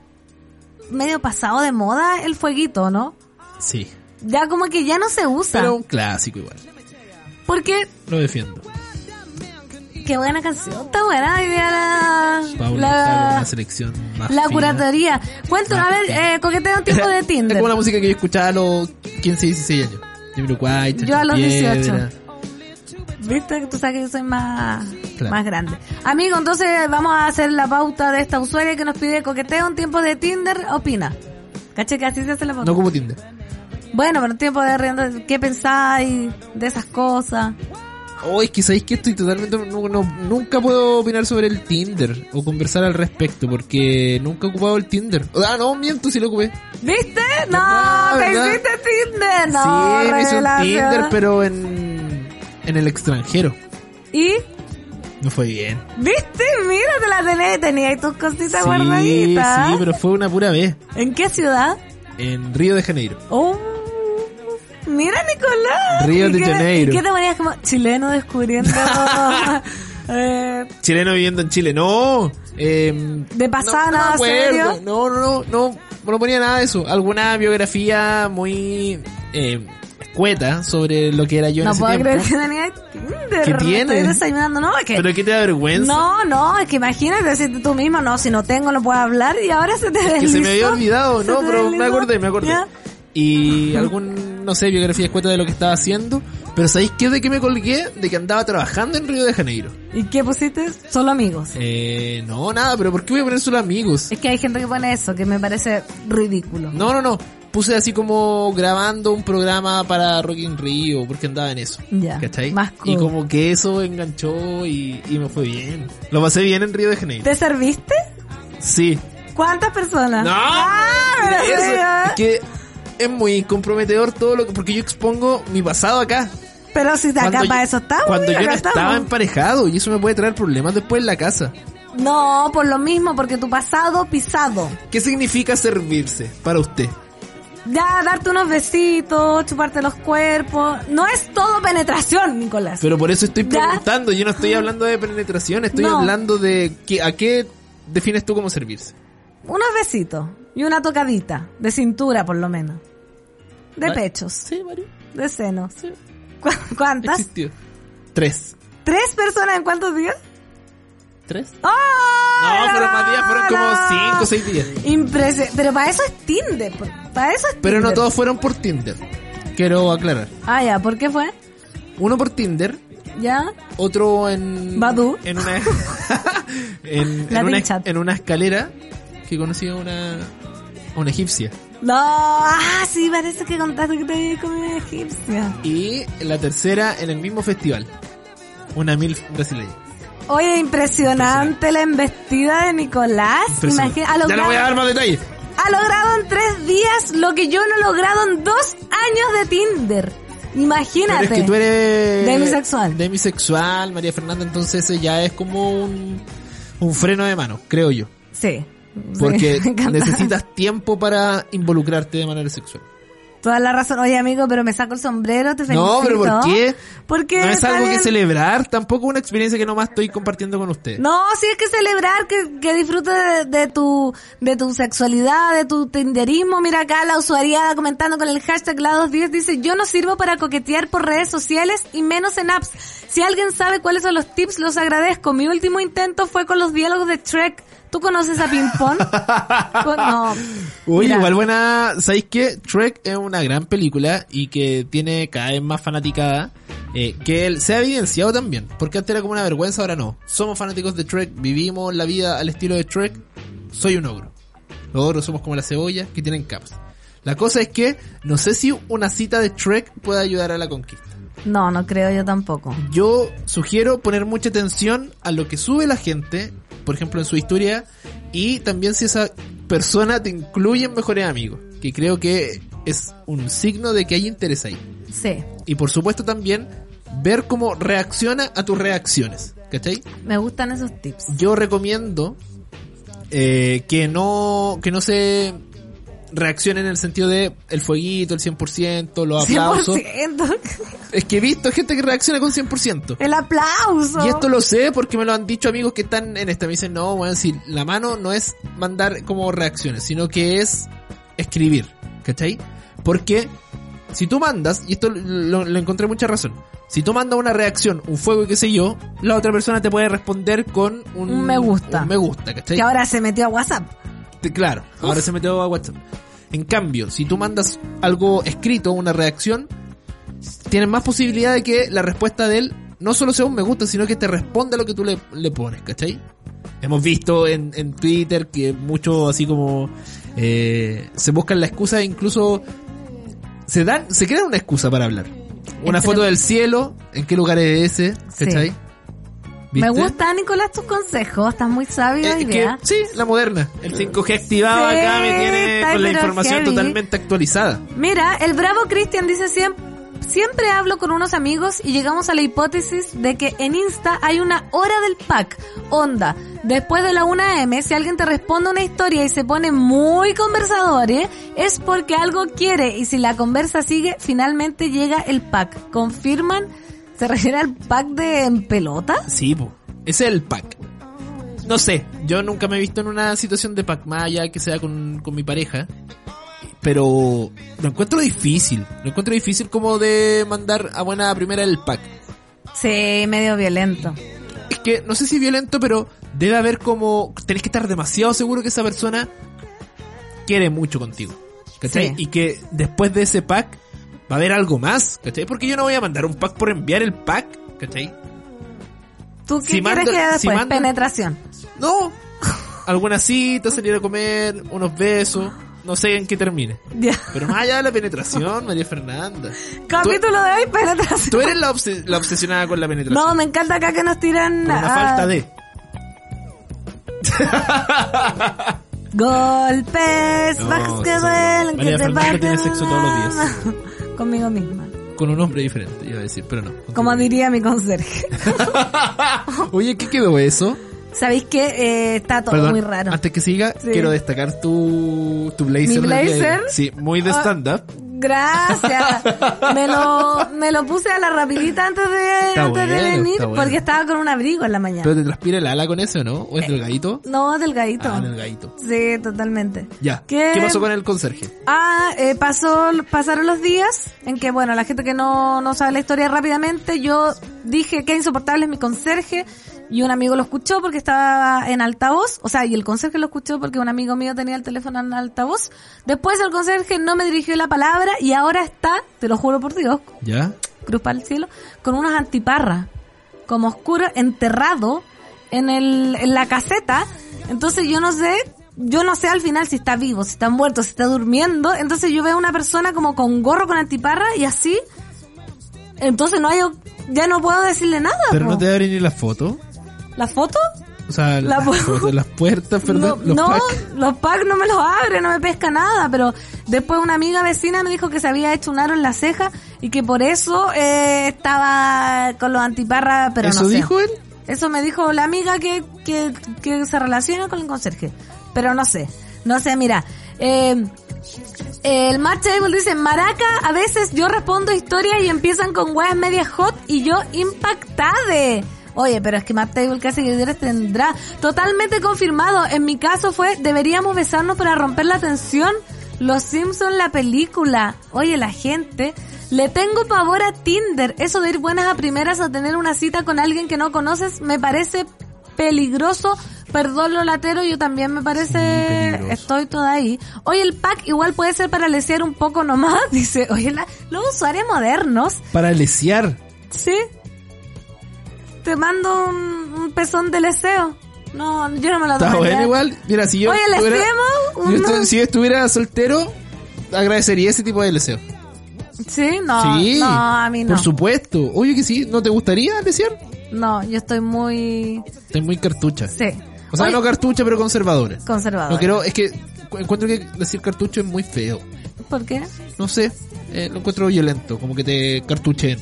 [SPEAKER 3] medio pasado de moda el fueguito, ¿no?
[SPEAKER 4] Sí.
[SPEAKER 3] Ya como que ya no se usa.
[SPEAKER 4] Pero un clásico igual.
[SPEAKER 3] porque,
[SPEAKER 4] Lo defiendo.
[SPEAKER 3] qué buena canción, está buena idea la...
[SPEAKER 4] Paula
[SPEAKER 3] la-
[SPEAKER 4] está con una selección más
[SPEAKER 3] la
[SPEAKER 4] fina.
[SPEAKER 3] curatoría. Cuéntanos, a
[SPEAKER 4] Más
[SPEAKER 3] ver,
[SPEAKER 4] fina.
[SPEAKER 3] eh, coqueteo en tiempos de
[SPEAKER 4] Es
[SPEAKER 3] Tinder.
[SPEAKER 4] como la música que yo escuchaba a los 15, 16 años. Jamiroquai,
[SPEAKER 3] Yo a los
[SPEAKER 4] Piedra.
[SPEAKER 3] 18. Viste que tú sabes que yo soy más,
[SPEAKER 4] Claro.
[SPEAKER 3] más grande. Amigo, entonces vamos a hacer la pauta de esta usuaria que nos pide coqueteo en tiempo de Tinder. Opina. Caché que así se hace la pauta.
[SPEAKER 4] No como Tinder.
[SPEAKER 3] Bueno, pero en tiempo de riendo, ¿qué pensáis de esas cosas?
[SPEAKER 4] Oh, es que sabéis que estoy totalmente. no- no- nunca puedo opinar sobre el Tinder o conversar al respecto porque nunca he ocupado el Tinder. Ah, no, miento, sí lo ocupé.
[SPEAKER 3] ¿Viste? No,
[SPEAKER 4] ¿Verdad?
[SPEAKER 3] te
[SPEAKER 4] ¿Verdad?
[SPEAKER 3] hiciste Tinder. No,
[SPEAKER 4] sí, me hice un
[SPEAKER 3] revelación.
[SPEAKER 4] Tinder, pero en, en el extranjero.
[SPEAKER 3] ¿Y?
[SPEAKER 4] No fue bien.
[SPEAKER 3] ¿Viste? Mira, te la tenés. Tenías tus cositas
[SPEAKER 4] sí,
[SPEAKER 3] guardaditas.
[SPEAKER 4] sí, pero fue una pura vez.
[SPEAKER 3] ¿En qué ciudad?
[SPEAKER 4] En Río de Janeiro.
[SPEAKER 3] Oh, mira Nicolás.
[SPEAKER 4] Río
[SPEAKER 3] ¿Y
[SPEAKER 4] de
[SPEAKER 3] qué-
[SPEAKER 4] Janeiro.
[SPEAKER 3] ¿y ¿Qué te ponías como chileno descubriendo eh,
[SPEAKER 4] Chileno viviendo en Chile, no. eh,
[SPEAKER 3] de pasada
[SPEAKER 4] no, no
[SPEAKER 3] nada
[SPEAKER 4] me acuerdo.
[SPEAKER 3] serio?
[SPEAKER 4] No, no, no, no, no ponía nada de eso. Alguna biografía muy eh, escueta sobre lo que era yo en
[SPEAKER 3] No
[SPEAKER 4] ese
[SPEAKER 3] puedo
[SPEAKER 4] tiempo.
[SPEAKER 3] creer que tenía Tinder.
[SPEAKER 4] ¿Qué
[SPEAKER 3] me
[SPEAKER 4] tiene?
[SPEAKER 3] Estoy desayunando. No, es que...
[SPEAKER 4] Pero que te da vergüenza.
[SPEAKER 3] no, no, es que imagínate decirte tú mismo, no, si no tengo no puedo hablar y ahora se te
[SPEAKER 4] que
[SPEAKER 3] deslizó.
[SPEAKER 4] se me había olvidado,
[SPEAKER 3] Se
[SPEAKER 4] no,
[SPEAKER 3] te
[SPEAKER 4] pero me
[SPEAKER 3] deslizó.
[SPEAKER 4] acordé, me acordé.
[SPEAKER 3] Ya.
[SPEAKER 4] Y algún, no sé, biografía escueta de lo que estaba haciendo. Pero ¿sabéis qué? De que me colgué, de que andaba trabajando en Río de Janeiro.
[SPEAKER 3] ¿Y qué pusiste? Solo amigos.
[SPEAKER 4] Eh, no, nada, pero ¿por qué voy a poner solo amigos?
[SPEAKER 3] Es que hay gente que pone eso, que me parece ridículo.
[SPEAKER 4] No, no, no. Puse así como grabando un programa para Rock in Rio, porque andaba en eso.
[SPEAKER 3] Ya,
[SPEAKER 4] ¿Cachai?
[SPEAKER 3] más cool.
[SPEAKER 4] Y como que eso enganchó y, y me fue bien. Lo pasé bien en Río de Janeiro.
[SPEAKER 3] ¿Te serviste?
[SPEAKER 4] Sí.
[SPEAKER 3] ¿Cuántas personas?
[SPEAKER 4] ¡No!
[SPEAKER 3] ¡Ah, pero
[SPEAKER 4] Eso,
[SPEAKER 3] sí, ¿eh?
[SPEAKER 4] es que es muy comprometedor todo lo que. Porque yo expongo mi pasado acá.
[SPEAKER 3] Pero si de acá
[SPEAKER 4] Cuando
[SPEAKER 3] para
[SPEAKER 4] yo-
[SPEAKER 3] eso estamos.
[SPEAKER 4] Cuando
[SPEAKER 3] mira,
[SPEAKER 4] yo no
[SPEAKER 3] acá
[SPEAKER 4] estaba
[SPEAKER 3] estamos.
[SPEAKER 4] emparejado y eso me puede traer problemas después en la casa.
[SPEAKER 3] No, por lo mismo, porque tu pasado pisado.
[SPEAKER 4] ¿Qué significa servirse para usted?
[SPEAKER 3] Ya, darte unos besitos, chuparte los cuerpos. No es todo penetración, Nicolás.
[SPEAKER 4] Pero por eso estoy
[SPEAKER 3] Ya.
[SPEAKER 4] preguntando. Yo no estoy hablando de penetración, estoy
[SPEAKER 3] No.
[SPEAKER 4] hablando de que, a qué defines tú como servirse.
[SPEAKER 3] Unos besitos y una tocadita. De cintura, por lo menos. De pechos. Sí, De senos. ¿Cu- ¿Cuántas?
[SPEAKER 4] Existió. Tres.
[SPEAKER 3] ¿Tres personas en cuántos días?
[SPEAKER 4] ¿Tres?
[SPEAKER 3] ¡Oh!
[SPEAKER 4] No, fueron más días, fueron como cinco o seis días.
[SPEAKER 3] Impresionante. Pero para eso es Tinder. por- Para eso es
[SPEAKER 4] Pero no
[SPEAKER 3] Tinder.
[SPEAKER 4] todos fueron por Tinder. Quiero aclarar.
[SPEAKER 3] Ah, ya, ¿por qué fue?
[SPEAKER 4] Uno por Tinder,
[SPEAKER 3] ¿Ya?
[SPEAKER 4] otro en.
[SPEAKER 3] Badu.
[SPEAKER 4] En una. en, en
[SPEAKER 3] Latin
[SPEAKER 4] una
[SPEAKER 3] chat.
[SPEAKER 4] en una escalera que conocí a una. a una egipcia.
[SPEAKER 3] No, ah, sí, parece que contaste que te habías comido egipcia.
[SPEAKER 4] Y la tercera en el mismo festival. Una mil brasileña.
[SPEAKER 3] Oye, impresionante la embestida de Nicolás.
[SPEAKER 4] Impresionante.
[SPEAKER 3] Imagina, ah, ha
[SPEAKER 4] Ya no voy a dar
[SPEAKER 3] logrado,
[SPEAKER 4] más detalles.
[SPEAKER 3] ha logrado en tres días lo que yo no he logrado en dos años de Tinder. Imagínate.
[SPEAKER 4] Pero es que tú eres...
[SPEAKER 3] Demisexual.
[SPEAKER 4] Demisexual, María Fernanda, entonces ese ya es como un, un freno de mano, creo yo.
[SPEAKER 3] Sí.
[SPEAKER 4] Porque
[SPEAKER 3] Sí, me encanta.
[SPEAKER 4] necesitas tiempo para involucrarte de manera sexual.
[SPEAKER 3] Toda la razón. Oye, amigo, pero me saco el sombrero, te felicito.
[SPEAKER 4] No, pero ¿por qué?
[SPEAKER 3] Porque
[SPEAKER 4] no es algo
[SPEAKER 3] también-
[SPEAKER 4] que celebrar, tampoco una experiencia que nomás estoy compartiendo con ustedes.
[SPEAKER 3] No, sí es que celebrar que, que disfrutes de, de tu de tu sexualidad, de tu tinderismo. Mira acá la usuaria comentando con el hashtag la210 dice, "Yo no sirvo para coquetear por redes sociales y menos en apps. Si alguien sabe cuáles son los tips, los agradezco. Mi último intento fue con los diálogos de Trek. ¿Tú conoces a Ping Pong? Con- no.
[SPEAKER 4] Uy,
[SPEAKER 3] Mira,
[SPEAKER 4] igual buena, ¿sabéis qué? Trek es una gran película y que tiene cada vez más fanaticada, eh, que él- se ha evidenciado también, porque antes era como una vergüenza, ahora no. Somos fanáticos de Trek, vivimos la vida al estilo de Trek, soy un ogro. Los ogros somos como la cebolla que tienen capas. La cosa es que no sé si una cita de Trek puede ayudar a la conquista.
[SPEAKER 3] No, no creo yo tampoco.
[SPEAKER 4] Yo sugiero poner mucha atención a lo que sube la gente, por ejemplo en su historia, y también si esa persona te incluye en mejores amigos, que creo que es un signo de que hay interés ahí.
[SPEAKER 3] Sí.
[SPEAKER 4] Y por supuesto también ver cómo reacciona a tus reacciones, ¿cachai?
[SPEAKER 3] Me gustan esos tips.
[SPEAKER 4] Yo recomiendo eh, que no que no se reaccione en el sentido de el fueguito, el 100%, los aplausos.
[SPEAKER 3] 100%.
[SPEAKER 4] Es que he visto gente que reacciona con 100%.
[SPEAKER 3] El aplauso.
[SPEAKER 4] Y esto lo sé porque me lo han dicho amigos que están en esta. Me dicen, no, bueno, si la mano no es mandar como reacciones, sino que es escribir. ¿Cachai? Porque si tú mandas, y esto lo, lo encontré mucha razón, si tú mandas una reacción, un fuego y qué sé yo, la otra persona te puede responder con un,
[SPEAKER 3] Un me gusta.
[SPEAKER 4] un me gusta, ¿cachai?
[SPEAKER 3] que ahora se metió a WhatsApp.
[SPEAKER 4] Te- Claro, ahora se metió a WhatsApp. En cambio, si tú mandas algo escrito, una reacción, tienes más posibilidad de que la respuesta de él no solo sea un me gusta, sino que te responda a lo que tú le, le pones, ¿cachai? Hemos visto en, en Twitter que muchos así como eh, se buscan la excusa e incluso se dan, se crean una excusa para hablar. Una
[SPEAKER 3] Entre-
[SPEAKER 4] foto del cielo, en qué lugar es ese,
[SPEAKER 3] Sí.
[SPEAKER 4] ¿cachai?
[SPEAKER 3] Me
[SPEAKER 4] ¿Viste?
[SPEAKER 3] gusta, Nicolás, tus consejos. Estás muy sabio
[SPEAKER 4] Eh,
[SPEAKER 3] hoy
[SPEAKER 4] que-
[SPEAKER 3] día.
[SPEAKER 4] sí, la moderna. El 5G activado
[SPEAKER 3] Sí,
[SPEAKER 4] acá me tiene
[SPEAKER 3] está
[SPEAKER 4] con la
[SPEAKER 3] pero
[SPEAKER 4] información
[SPEAKER 3] heavy.
[SPEAKER 4] totalmente actualizada.
[SPEAKER 3] Mira, el bravo Cristian dice siempre... Siempre hablo con unos amigos y llegamos a la hipótesis de que en Insta hay una hora del pack, onda. Después de la 1 AM, si alguien te responde una historia y se pone muy conversador, ¿eh? es porque algo quiere y si la conversa sigue, finalmente llega el pack. ¿Confirman? ¿Se refiere al pack de en pelota?
[SPEAKER 4] Sí, po. Ese es el pack. No sé, yo nunca me he visto en una situación de pack, más allá que sea con, con mi pareja. Pero lo encuentro difícil. Lo encuentro difícil como de mandar a buena primera el pack.
[SPEAKER 3] Sí, medio violento.
[SPEAKER 4] Es que no sé si violento, pero debe haber como. Tenés que estar demasiado seguro que esa persona quiere mucho contigo. ¿Cachai?
[SPEAKER 3] Sí.
[SPEAKER 4] Y que después de ese pack va a haber algo más. ¿Cachai? Porque yo no voy a mandar un pack por enviar el pack. ¿Cachai?
[SPEAKER 3] ¿Tú qué
[SPEAKER 4] Si
[SPEAKER 3] quieres
[SPEAKER 4] manda-
[SPEAKER 3] que haga
[SPEAKER 4] si
[SPEAKER 3] después?
[SPEAKER 4] manda-
[SPEAKER 3] Penetración.
[SPEAKER 4] No. Alguna cita, salir a comer, unos besos. No sé en qué termine.
[SPEAKER 3] Ya.
[SPEAKER 4] Pero más allá de la penetración, María Fernanda.
[SPEAKER 3] Capítulo de hoy, penetración.
[SPEAKER 4] Tú eres la, obse- la obsesionada con la penetración.
[SPEAKER 3] No, me encanta acá que nos tiran
[SPEAKER 4] Por
[SPEAKER 3] ah,
[SPEAKER 4] una falta de.
[SPEAKER 3] Golpes,
[SPEAKER 4] No,
[SPEAKER 3] bajas que
[SPEAKER 4] eso no.
[SPEAKER 3] duelen, que
[SPEAKER 4] María
[SPEAKER 3] te
[SPEAKER 4] Fernanda
[SPEAKER 3] parten
[SPEAKER 4] tiene sexo todos los días.
[SPEAKER 3] el alma. Conmigo misma.
[SPEAKER 4] Con un hombre diferente, iba a decir, pero no. continúa.
[SPEAKER 3] Como diría mi conserje.
[SPEAKER 4] Oye, ¿qué quedó eso?
[SPEAKER 3] ¿Sabéis que está todo
[SPEAKER 4] Perdón,
[SPEAKER 3] muy raro?
[SPEAKER 4] Antes que siga,
[SPEAKER 3] Sí.
[SPEAKER 4] quiero destacar tu, tu blazer.
[SPEAKER 3] ¿Mi
[SPEAKER 4] del día de
[SPEAKER 3] blazer?
[SPEAKER 4] hoy. Sí, muy de
[SPEAKER 3] Ah.
[SPEAKER 4] stand-up.
[SPEAKER 3] Gracias. Me lo, me lo puse a la rapidita antes de,
[SPEAKER 4] Está
[SPEAKER 3] antes de
[SPEAKER 4] bueno,
[SPEAKER 3] venir
[SPEAKER 4] está bueno.
[SPEAKER 3] porque estaba con un abrigo en la mañana.
[SPEAKER 4] Pero te transpira el ala con eso, ¿no? ¿O es delgadito?
[SPEAKER 3] Eh, no, delgadito.
[SPEAKER 4] Ah, delgadito.
[SPEAKER 3] Sí, totalmente.
[SPEAKER 4] Ya.
[SPEAKER 3] ¿Qué-
[SPEAKER 4] ¿Qué pasó con el conserje?
[SPEAKER 3] Ah, eh, pasó, pasaron los días en que, bueno, la gente que no, no sabe la historia rápidamente, yo dije que insoportable es mi conserje y un amigo lo escuchó porque estaba en altavoz, o sea, y el conserje lo escuchó porque un amigo mío tenía el teléfono en altavoz. Después el conserje no me dirigió la palabra y ahora está, te lo juro por Dios,
[SPEAKER 4] ¿Ya?
[SPEAKER 3] cruz para el cielo, con unas antiparras, como oscuro, enterrado en, el, en la caseta. Entonces yo no sé, yo no sé al final si está vivo, si está muerto, si está durmiendo. Entonces yo veo a una persona como con gorro, con antiparra y así. Entonces no hay, ya no puedo decirle nada.
[SPEAKER 4] Pero
[SPEAKER 3] Ah, po.
[SPEAKER 4] no te abre ni la foto.
[SPEAKER 3] ¿La foto?
[SPEAKER 4] O sea,
[SPEAKER 3] La
[SPEAKER 4] las
[SPEAKER 3] pu-
[SPEAKER 4] fotos, las puertas, perdón.
[SPEAKER 3] no,
[SPEAKER 4] los
[SPEAKER 3] no,
[SPEAKER 4] packs.
[SPEAKER 3] los packs no me los abre, no me pesca nada, pero después una amiga vecina me dijo que se había hecho un aro en la ceja y que por eso eh, estaba con los antiparras, pero
[SPEAKER 4] ¿Eso
[SPEAKER 3] no sé.
[SPEAKER 4] dijo él?
[SPEAKER 3] Eso me dijo la amiga que, que, que se relaciona con el conserje, pero no sé, no sé, mira, eh, el Marchable dice, Maraca, a veces yo respondo historias y empiezan con weas media hot y yo impactade. Oye, pero es que Martable casi que seguidores tendrá. Totalmente confirmado. En mi caso fue, deberíamos besarnos para romper la tensión. Los Simpson la película. Oye, la gente. Le tengo pavor a Tinder. Eso de ir buenas a primeras a tener una cita con alguien que no conoces me parece peligroso. Perdón lo latero, yo también me parece... estoy toda ahí. Oye, el pack igual puede ser para lesear un poco nomás, dice. Oye, la- los usuarios modernos,
[SPEAKER 4] Para lesear.
[SPEAKER 3] ¿sí? Te mando un, un pezón de leseo. No, yo no me lo
[SPEAKER 4] Está
[SPEAKER 3] tomaría.
[SPEAKER 4] bueno igual. Mira, si yo
[SPEAKER 3] Ah, Oye, ¿les
[SPEAKER 4] estuviera,
[SPEAKER 3] demos
[SPEAKER 4] si yo
[SPEAKER 3] uno?
[SPEAKER 4] estu- si yo estuviera soltero, agradecería ese tipo de deseo.
[SPEAKER 3] Sí, no,
[SPEAKER 4] sí.
[SPEAKER 3] Ah, no, a mí no.
[SPEAKER 4] Por supuesto. Oye que sí. ¿No te gustaría desear?
[SPEAKER 3] No, yo estoy muy...
[SPEAKER 4] Estoy muy cartucha.
[SPEAKER 3] Sí.
[SPEAKER 4] O sea,
[SPEAKER 3] Oye,
[SPEAKER 4] no cartucha, pero conservadora.
[SPEAKER 3] conservador.
[SPEAKER 4] No quiero... Es que cu- encuentro que decir cartucho es muy feo.
[SPEAKER 3] ¿Por qué?
[SPEAKER 4] No sé. eh, lo encuentro violento. Como que te cartuchen.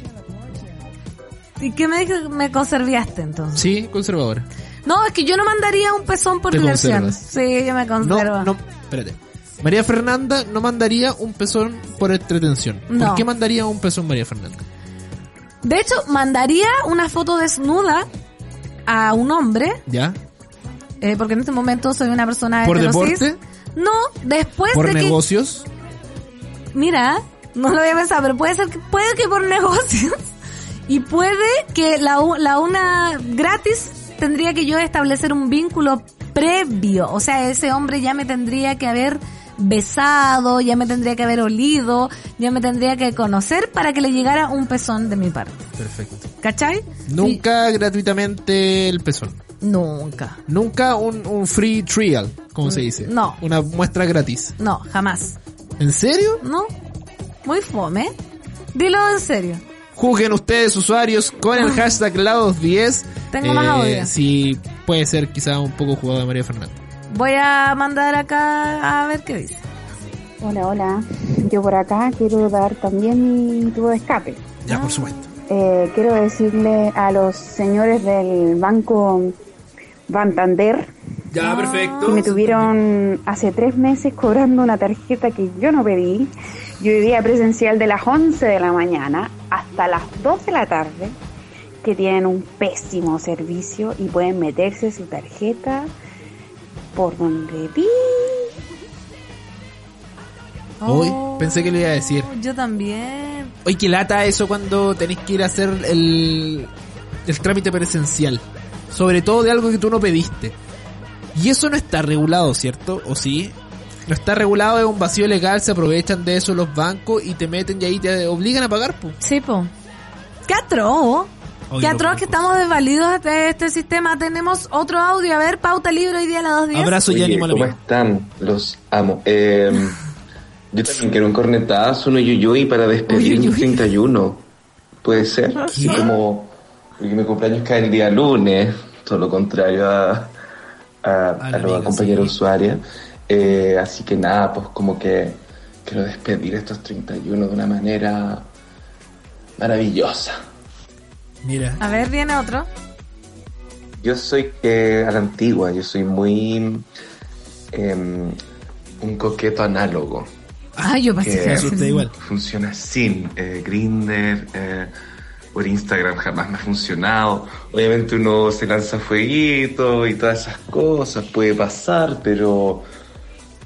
[SPEAKER 3] ¿Y qué me, dij- me conserviaste entonces?
[SPEAKER 4] Sí, conservadora.
[SPEAKER 3] No, es que yo no mandaría un pezón por
[SPEAKER 4] Te
[SPEAKER 3] diversión.
[SPEAKER 4] conservas.
[SPEAKER 3] Sí, yo me conservo.
[SPEAKER 4] No, no, espérate. María Fernanda no mandaría un pezón por entretención.
[SPEAKER 3] No.
[SPEAKER 4] ¿Por qué mandaría un pezón María Fernanda?
[SPEAKER 3] De hecho, mandaría una foto desnuda a un hombre,
[SPEAKER 4] ¿Ya?
[SPEAKER 3] eh, porque en este momento soy una persona
[SPEAKER 4] ¿Por
[SPEAKER 3] heterosis.
[SPEAKER 4] deporte?
[SPEAKER 3] No, después
[SPEAKER 4] ¿Por
[SPEAKER 3] de
[SPEAKER 4] negocios?
[SPEAKER 3] que... Mira, no lo había pensado, pero puede ser que, puede que por negocios. Y puede que la, u- la una gratis tendría que yo establecer un vínculo previo. O sea, ese hombre ya me tendría que haber besado, ya me tendría que haber olido, ya me tendría que conocer para que le llegara un pezón de mi parte.
[SPEAKER 4] Perfecto.
[SPEAKER 3] ¿Cachai?
[SPEAKER 4] Nunca gratuitamente el pezón.
[SPEAKER 3] Y- Nunca.
[SPEAKER 4] Nunca un, un free trial, como se dice.
[SPEAKER 3] no.
[SPEAKER 4] Una muestra gratis.
[SPEAKER 3] No, jamás.
[SPEAKER 4] ¿En serio?
[SPEAKER 3] ¿No? Muy fome. Dilo en serio.
[SPEAKER 4] Juzguen ustedes, usuarios, con el hashtag lados10.
[SPEAKER 3] Tengo más audio.
[SPEAKER 4] Si puede ser quizá un poco jugado de María Fernanda.
[SPEAKER 3] Voy a mandar acá a ver qué dice.
[SPEAKER 9] Hola, hola. Yo por acá quiero dar también mi tubo de escape.
[SPEAKER 4] Ya, por supuesto.
[SPEAKER 9] Eh, quiero decirle a los señores del banco Bantander
[SPEAKER 3] Ah.
[SPEAKER 4] Ya,
[SPEAKER 9] que
[SPEAKER 4] perfecto.
[SPEAKER 9] me tuvieron hace tres meses cobrando una tarjeta que yo no pedí. Yo vivía presencial de las 11 de la mañana hasta las 2 de la tarde, que tienen un pésimo servicio y pueden meterse su tarjeta por donde vi.
[SPEAKER 4] Uy, pensé que le iba a decir.
[SPEAKER 3] Oh, Yo también.
[SPEAKER 4] Oye, que lata eso cuando tenés que ir a hacer el, el trámite presencial. Sobre todo de algo que tú no pediste. Y eso no está regulado, ¿cierto? ¿O sí? No está regulado, es un vacío legal, se aprovechan de eso los bancos y te meten y ahí te obligan a pagar, pues.
[SPEAKER 3] Sí, po. ¡Qué atroz!
[SPEAKER 4] Odio
[SPEAKER 3] ¡Qué
[SPEAKER 4] los
[SPEAKER 3] atroz que
[SPEAKER 4] bancos.
[SPEAKER 3] estamos desvalidos de este sistema! Tenemos otro audio. A ver, pauta libre hoy día a las 2.10.
[SPEAKER 4] Abrazo y
[SPEAKER 10] Oye,
[SPEAKER 4] ánimo a la
[SPEAKER 10] ¿Cómo
[SPEAKER 4] mía.
[SPEAKER 10] están? Los amo. Eh, yo también quiero un cornetazo, uno yuyuy para despedir
[SPEAKER 4] Uy,
[SPEAKER 10] mi
[SPEAKER 4] uy, uy.
[SPEAKER 10] 31. Puede ser. Así como porque mi cumpleaños cae el día lunes, todo lo contrario a, a, a
[SPEAKER 4] la
[SPEAKER 10] los
[SPEAKER 4] amiga,
[SPEAKER 10] compañeros
[SPEAKER 4] sí.
[SPEAKER 10] usuarios. Eh, así que nada, pues como que quiero despedir estos 31 de una manera maravillosa.
[SPEAKER 4] Mira.
[SPEAKER 3] A ver, viene otro.
[SPEAKER 10] Yo soy eh, a la antigua, yo soy muy em, un coqueto análogo.
[SPEAKER 3] Ay, Ah, yo pensé
[SPEAKER 10] Que-
[SPEAKER 3] que
[SPEAKER 4] Me
[SPEAKER 3] era
[SPEAKER 4] asusté
[SPEAKER 3] así.
[SPEAKER 4] igual.
[SPEAKER 10] funciona sin eh, Grinder eh, por Instagram jamás me ha funcionado obviamente uno se lanza fueguito y todas esas cosas puede pasar pero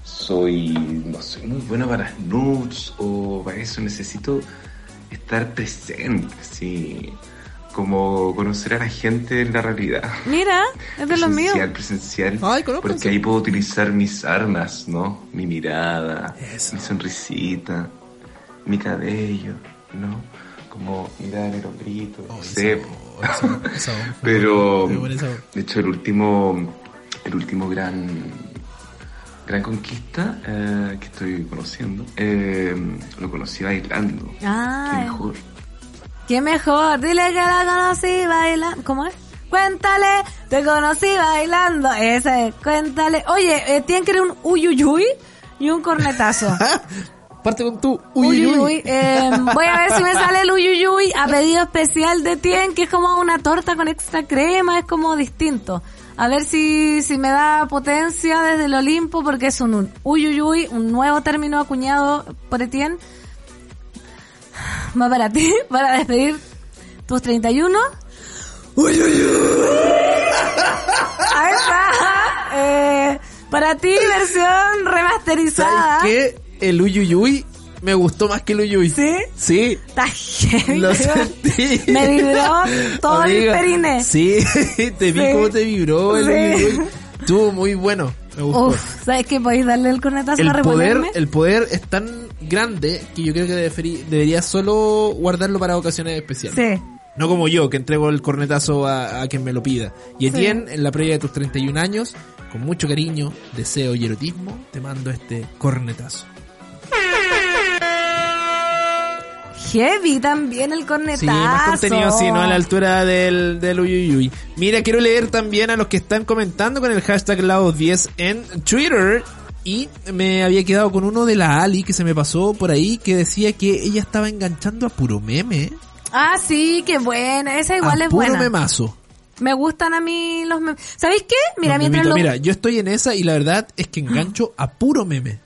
[SPEAKER 10] soy no soy muy bueno para las nudes o para eso necesito estar presente así como conocer a la gente en la realidad
[SPEAKER 3] Mira, es de los míos.
[SPEAKER 10] presencial presencial
[SPEAKER 4] Ay, conozco.
[SPEAKER 10] porque ahí puedo utilizar mis armas, ¿no? Mi mirada,
[SPEAKER 4] Eso.
[SPEAKER 10] mi sonrisita, mi cabello, ¿no? Como mirar el hombrito,
[SPEAKER 4] Oh,
[SPEAKER 10] no
[SPEAKER 4] esa
[SPEAKER 10] sé,
[SPEAKER 4] voz,
[SPEAKER 10] po.
[SPEAKER 4] esa voz, esa voz.
[SPEAKER 10] Pero,
[SPEAKER 4] Muy buena esa voz.
[SPEAKER 10] de hecho, el último, el último gran, gran conquista eh, que estoy conociendo, eh, lo conocí bailando. Qué
[SPEAKER 3] Ah,
[SPEAKER 10] mejor.
[SPEAKER 3] qué mejor. Dile que la conocí bailando. ¿Cómo es? Cuéntale, te conocí bailando. Ese es, cuéntale. Oye, eh, tienen que ir un uyuyuy y un cornetazo.
[SPEAKER 4] Parte con tu
[SPEAKER 3] Uy,
[SPEAKER 4] uy, uy, uy.
[SPEAKER 3] Eh, voy a ver si me sale el uyuyuy a pedido especial de Tien, que es como una torta con extra crema, es como distinto. A ver si, si me da potencia desde el Olimpo, porque es un un uyuyuy, un nuevo término acuñado por Etienne. Más para ti, para despedir tus 31. Ahí está. Eh, para ti, versión remasterizada.
[SPEAKER 4] ¿Sabes qué? El uyuyuy me gustó más que el uyuy.
[SPEAKER 3] ¿Sí?
[SPEAKER 4] Sí.
[SPEAKER 3] Está heavy,
[SPEAKER 4] Lo
[SPEAKER 3] weón.
[SPEAKER 4] sentí.
[SPEAKER 3] Me vibró todo
[SPEAKER 4] Amiga,
[SPEAKER 3] el perine.
[SPEAKER 4] Sí, te vi
[SPEAKER 3] Sí.
[SPEAKER 4] cómo te vibró el
[SPEAKER 3] Sí.
[SPEAKER 4] uyuyuy. Estuvo muy bueno. Me gustó.
[SPEAKER 3] Uf, ¿sabes qué? ¿Podéis darle el cornetazo
[SPEAKER 4] el
[SPEAKER 3] para
[SPEAKER 4] poder,
[SPEAKER 3] reponerme?
[SPEAKER 4] el poder es tan grande que yo creo que deferi- debería solo guardarlo para ocasiones especiales.
[SPEAKER 3] Sí.
[SPEAKER 4] No como yo, que entrego el cornetazo a, a quien me lo pida. Y Etienne, en la previa de tus 31 años, con mucho cariño, deseo y erotismo, te mando este cornetazo.
[SPEAKER 3] Heavy también el cornetazo.
[SPEAKER 4] Sí, más contenido, sí, no a la altura del, del uyuyuy. Mira, quiero leer también a los que están comentando con el hashtag Laos10 en Twitter. Y me había quedado con uno de la Ali que se me pasó por ahí que decía que ella estaba enganchando a puro meme.
[SPEAKER 3] Ah, sí, qué buena. Esa Ah, igual
[SPEAKER 4] a
[SPEAKER 3] es
[SPEAKER 4] Ah, puro
[SPEAKER 3] buena.
[SPEAKER 4] memazo.
[SPEAKER 3] Me gustan a mí los memes. ¿Sabéis qué? Mira,
[SPEAKER 4] Los
[SPEAKER 3] mientras
[SPEAKER 4] memitos.
[SPEAKER 3] lo...
[SPEAKER 4] Mira, yo estoy en esa y la verdad es que engancho a puro meme.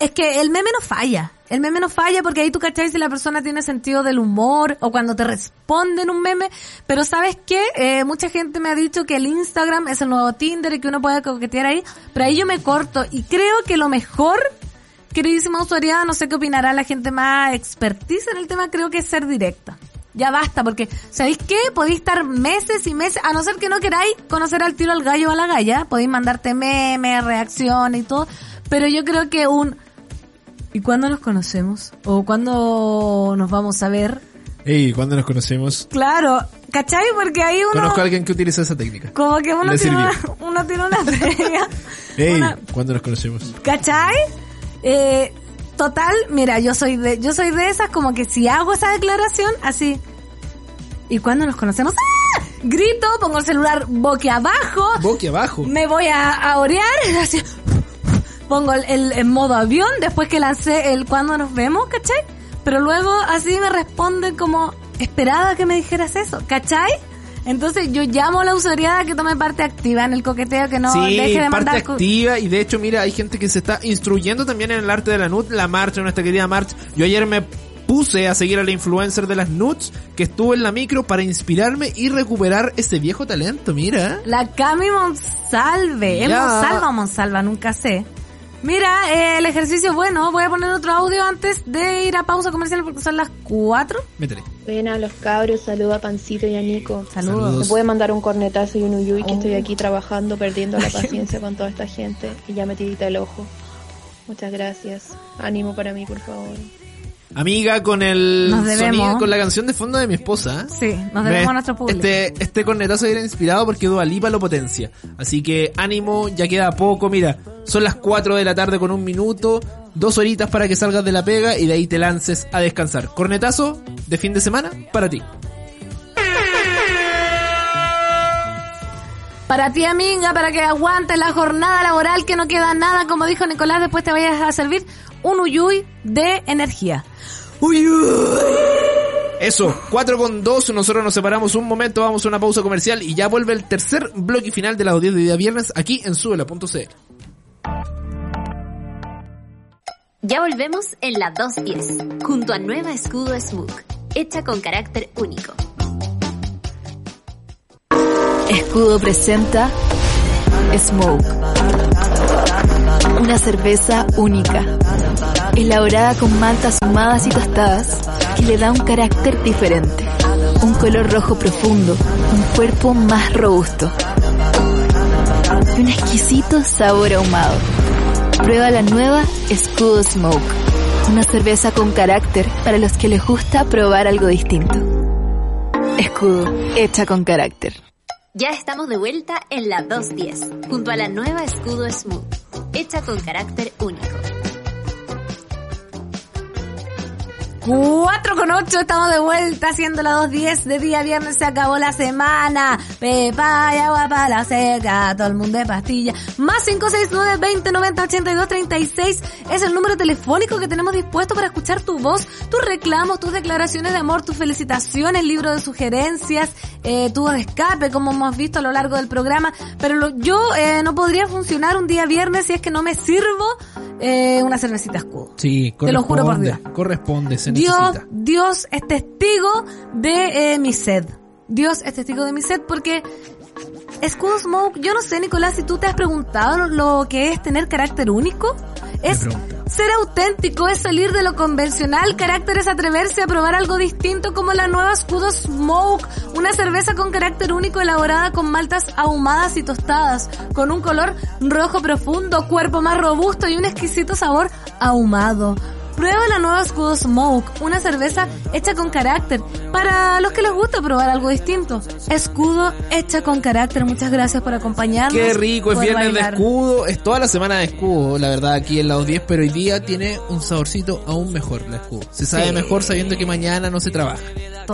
[SPEAKER 3] Es que el meme no falla. El meme no falla porque ahí tú cacháis si la persona tiene sentido del humor o cuando te responden un meme. Pero ¿sabes qué? Eh, mucha gente me ha dicho que el Instagram es el nuevo Tinder y que uno puede coquetear ahí. Pero ahí yo me corto y creo que lo mejor, queridísima autoridad, no sé qué opinará la gente más expertise en el tema, creo que es ser directa. Ya basta, porque ¿sabéis qué? Podéis estar meses y meses, a no ser que no queráis conocer al tiro al gallo o a la galla, podéis mandarte memes, reacciones y todo, pero yo creo que un ¿Y cuándo nos conocemos? ¿O cuándo nos vamos a ver?
[SPEAKER 4] Ey, ¿cuándo nos conocemos?
[SPEAKER 3] Claro, ¿cachai? Porque ahí uno...
[SPEAKER 4] Conozco a alguien que utiliza esa técnica.
[SPEAKER 3] Como que uno
[SPEAKER 4] Le
[SPEAKER 3] tiene, una,
[SPEAKER 4] sirvió.
[SPEAKER 3] uno tiene una previa.
[SPEAKER 4] Ey,
[SPEAKER 3] una-
[SPEAKER 4] ¿cuándo nos conocemos?
[SPEAKER 3] ¿Cachai? Eh, total, mira, yo soy de yo soy de esas como que si hago esa declaración, así. ¿Y cuándo nos conocemos? ¡Ah! Grito, pongo el celular boque abajo,
[SPEAKER 4] Boque abajo.
[SPEAKER 3] me voy a, a orear, así. Pongo el, el- en modo avión después que lancé el cuando nos vemos, ¿cachai? Pero luego así me responden como, esperaba que me dijeras eso, ¿cachai? Entonces yo llamo a la autoridad a que tome parte activa en el coqueteo, que no
[SPEAKER 4] sí,
[SPEAKER 3] deje de
[SPEAKER 4] parte
[SPEAKER 3] mandar... co-
[SPEAKER 4] activa y de hecho mira hay gente que se está instruyendo también en el arte de la nud la marcha nuestra querida marcha yo ayer me puse a seguir a la influencer de las nudes que estuvo en la micro para inspirarme y recuperar ese viejo talento mira
[SPEAKER 3] La Cami Monsalve. ¿Es
[SPEAKER 4] Ya.
[SPEAKER 3] Monsalva o Monsalva? Nunca sé. Mira, eh, el ejercicio es bueno. Voy a poner otro audio antes de ir a pausa comercial porque son las 4.
[SPEAKER 4] métele
[SPEAKER 11] Ven a los cabros, saludo a Pancito y a Nico.
[SPEAKER 3] Saludos.
[SPEAKER 11] Me puede mandar un cornetazo y un uyuy que
[SPEAKER 3] Oh.
[SPEAKER 11] estoy aquí trabajando, perdiendo la paciencia con toda esta gente y ya me tirita el ojo. Muchas gracias. Ánimo para mí, por favor.
[SPEAKER 4] amiga con el
[SPEAKER 3] Nos debemos.
[SPEAKER 4] sonido con la canción de fondo de mi esposa
[SPEAKER 3] Sí, nos debemos
[SPEAKER 4] Me-
[SPEAKER 3] a nuestro público.
[SPEAKER 4] Este, este cornetazo era inspirado porque Dua Lipa lo potencia. Así que ánimo, ya queda poco. Mira, son las 4 de la tarde con un minuto, dos horitas para que salgas de la pega y de ahí te lances a descansar. Cornetazo de fin de semana para ti.
[SPEAKER 3] Para ti, Minga, para que aguantes la jornada laboral, que no queda nada, como dijo Nicolás, después te vayas a servir un uyuy de energía.
[SPEAKER 4] Eso, 4 con 2, nosotros nos separamos un momento, vamos a una pausa comercial y ya vuelve el tercer bloque final de la audiencia de día viernes aquí en subela.cl.
[SPEAKER 2] Ya volvemos en la 210, junto a nueva escudo Smook, hecha con carácter único.
[SPEAKER 12] Escudo presenta Smoke. Una cerveza única, elaborada con maltas sumadas y tostadas que le da un carácter diferente, un color rojo profundo, un cuerpo más robusto y un exquisito sabor ahumado. Prueba la nueva Escudo Smoke, una cerveza con carácter para los que les gusta probar algo distinto. Escudo, hecha con carácter.
[SPEAKER 2] Ya estamos de vuelta en la 210, junto a la nueva escudo Smooth, hecha con carácter único.
[SPEAKER 3] 4 con 8, estamos de vuelta haciendo la 2.10 de día viernes, se acabó la semana. Pepa y agua para la seca, todo el mundo de pastilla. Más 569 20 90 82 36 es el número telefónico que tenemos dispuesto para escuchar tu voz, tus reclamos, tus declaraciones de amor, tus felicitaciones, el libro de sugerencias, eh, tu escape, como hemos visto a lo largo del programa. Pero lo- yo eh, no podría funcionar un día viernes si es que no me sirvo eh, una cervecita escudo.
[SPEAKER 4] Sí,
[SPEAKER 3] Te lo juro por Dios.
[SPEAKER 4] Corresponde, se
[SPEAKER 3] Dios,
[SPEAKER 4] necesita.
[SPEAKER 3] Dios es testigo de eh, mi sed. Dios es testigo de mi sed porque Escudo Smoke, yo no sé, Nicolás, si tú te has preguntado lo- lo que es tener carácter único. Es ser auténtico, es salir de lo convencional. Carácter es atreverse a probar algo distinto como la nueva Escudo Smoke, una cerveza con carácter único elaborada con maltas ahumadas y tostadas, con un color rojo profundo, cuerpo más robusto y un exquisito sabor ahumado. Prueba la nueva Escudo Smoke, una cerveza hecha con carácter, para los que les gusta probar algo distinto. Escudo hecha con carácter, muchas gracias por acompañarnos.
[SPEAKER 4] Qué rico, es
[SPEAKER 3] por
[SPEAKER 4] viernes
[SPEAKER 3] bailar.
[SPEAKER 4] de escudo, es toda la semana de escudo, la verdad, aquí en la 10, pero hoy día tiene un saborcito aún mejor la escudo. Se sabe
[SPEAKER 3] Sí.
[SPEAKER 4] mejor sabiendo que mañana no se trabaja.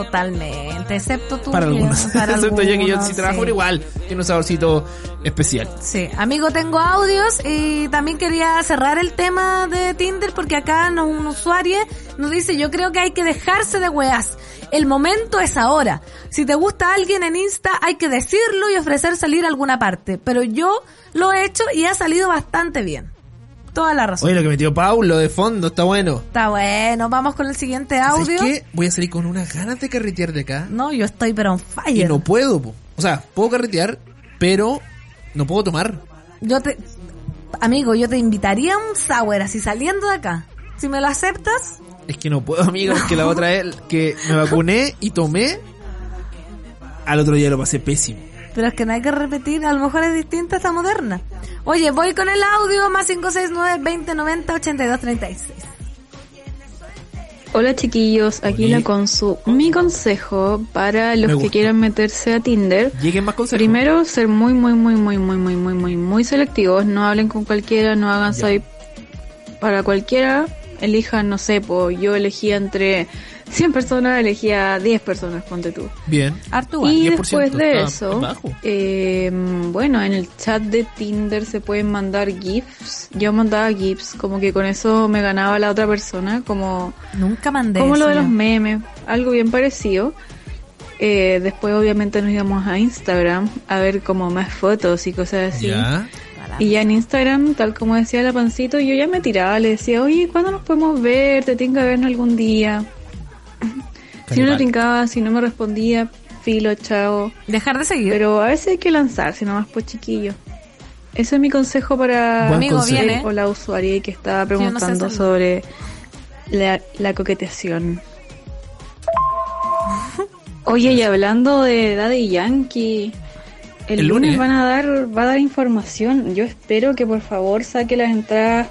[SPEAKER 3] Totalmente, excepto tú.
[SPEAKER 4] Para
[SPEAKER 3] que-
[SPEAKER 4] algunos.
[SPEAKER 3] para
[SPEAKER 4] Excepto yo que yo
[SPEAKER 3] algunos,
[SPEAKER 4] sí trabajo,
[SPEAKER 3] sí.
[SPEAKER 4] pero igual tiene un saborcito especial.
[SPEAKER 3] Sí, amigo, tengo audios y también quería cerrar el tema de Tinder porque acá nos, un usuario nos dice, yo creo que hay que dejarse de weas. El momento es ahora. Si te gusta alguien en Insta, hay que decirlo y ofrecer salir a alguna parte. Pero yo lo he hecho y ha salido bastante bien. Toda la razón.
[SPEAKER 4] Oye, lo que metió Paulo de fondo, está bueno.
[SPEAKER 3] Está bueno, vamos con el siguiente
[SPEAKER 4] ¿Sabes
[SPEAKER 3] audio.
[SPEAKER 4] qué? Voy a salir con unas ganas de carretear de acá.
[SPEAKER 3] No, yo estoy pero on
[SPEAKER 4] Y
[SPEAKER 3] fire.
[SPEAKER 4] no puedo, po. o sea, puedo carretear, pero no puedo tomar.
[SPEAKER 3] Yo te... Amigo, yo te invitaría a un sour así saliendo de acá. Si me lo aceptas,
[SPEAKER 4] Es que no puedo, amigo, es que la otra vez que me vacuné y tomé, al otro día lo pasé pésimo.
[SPEAKER 3] Pero es que no hay que repetir, a lo mejor es distinta esta moderna. Oye, voy con el audio más 569 2090 8236.
[SPEAKER 13] Hola chiquillos, aquí la Consu. Mi consejo para
[SPEAKER 4] Me
[SPEAKER 13] los
[SPEAKER 4] gusta.
[SPEAKER 13] que quieran meterse a Tinder.
[SPEAKER 4] Lleguen más consejos.
[SPEAKER 13] Primero, ser muy, muy, muy, muy, muy, muy, muy, muy, muy selectivos. No hablen con cualquiera, no hagan swipe para cualquiera. Elijan, no sé, po, yo elegía entre 100 personas, elegía 10 personas, ponte tú.
[SPEAKER 4] Bien.
[SPEAKER 13] Y
[SPEAKER 4] 10%,
[SPEAKER 13] después de
[SPEAKER 4] está
[SPEAKER 13] eso,
[SPEAKER 4] Ah, bajo.
[SPEAKER 13] eh, bueno, en el chat de Tinder se pueden mandar GIFs. Yo mandaba GIFs, como que con eso me ganaba la otra persona, como,
[SPEAKER 3] Nunca mandé.
[SPEAKER 13] como lo
[SPEAKER 3] eso,
[SPEAKER 13] de los
[SPEAKER 3] yo.
[SPEAKER 13] memes, algo bien parecido. Eh, después obviamente nos íbamos a Instagram a ver como más fotos y cosas así.
[SPEAKER 4] Ya.
[SPEAKER 13] Y ya en Instagram, tal como decía la pancito, yo ya me tiraba, le decía, oye, ¿cuándo nos podemos ver? Te tengo que vernos algún día. Si no lo
[SPEAKER 3] Canibal.
[SPEAKER 13] tincaba, si no me respondía, filo, chao.
[SPEAKER 3] Dejar de seguir.
[SPEAKER 13] Pero a veces hay que lanzarse nomás, pues chiquillo. Ese es mi consejo para
[SPEAKER 3] Buen Amigo, consejo.
[SPEAKER 13] el
[SPEAKER 3] viene.
[SPEAKER 13] o la usuaria que
[SPEAKER 3] Yo
[SPEAKER 13] estaba
[SPEAKER 3] no sé
[SPEAKER 13] preguntando
[SPEAKER 3] hacerlo.
[SPEAKER 13] sobre la, la coqueteación. Oye, y hablando de Daddy Yankee, el,
[SPEAKER 4] El
[SPEAKER 13] lunes, ¿eh?
[SPEAKER 4] lunes.
[SPEAKER 13] van a dar, va a dar información. Yo espero que por favor saque las entradas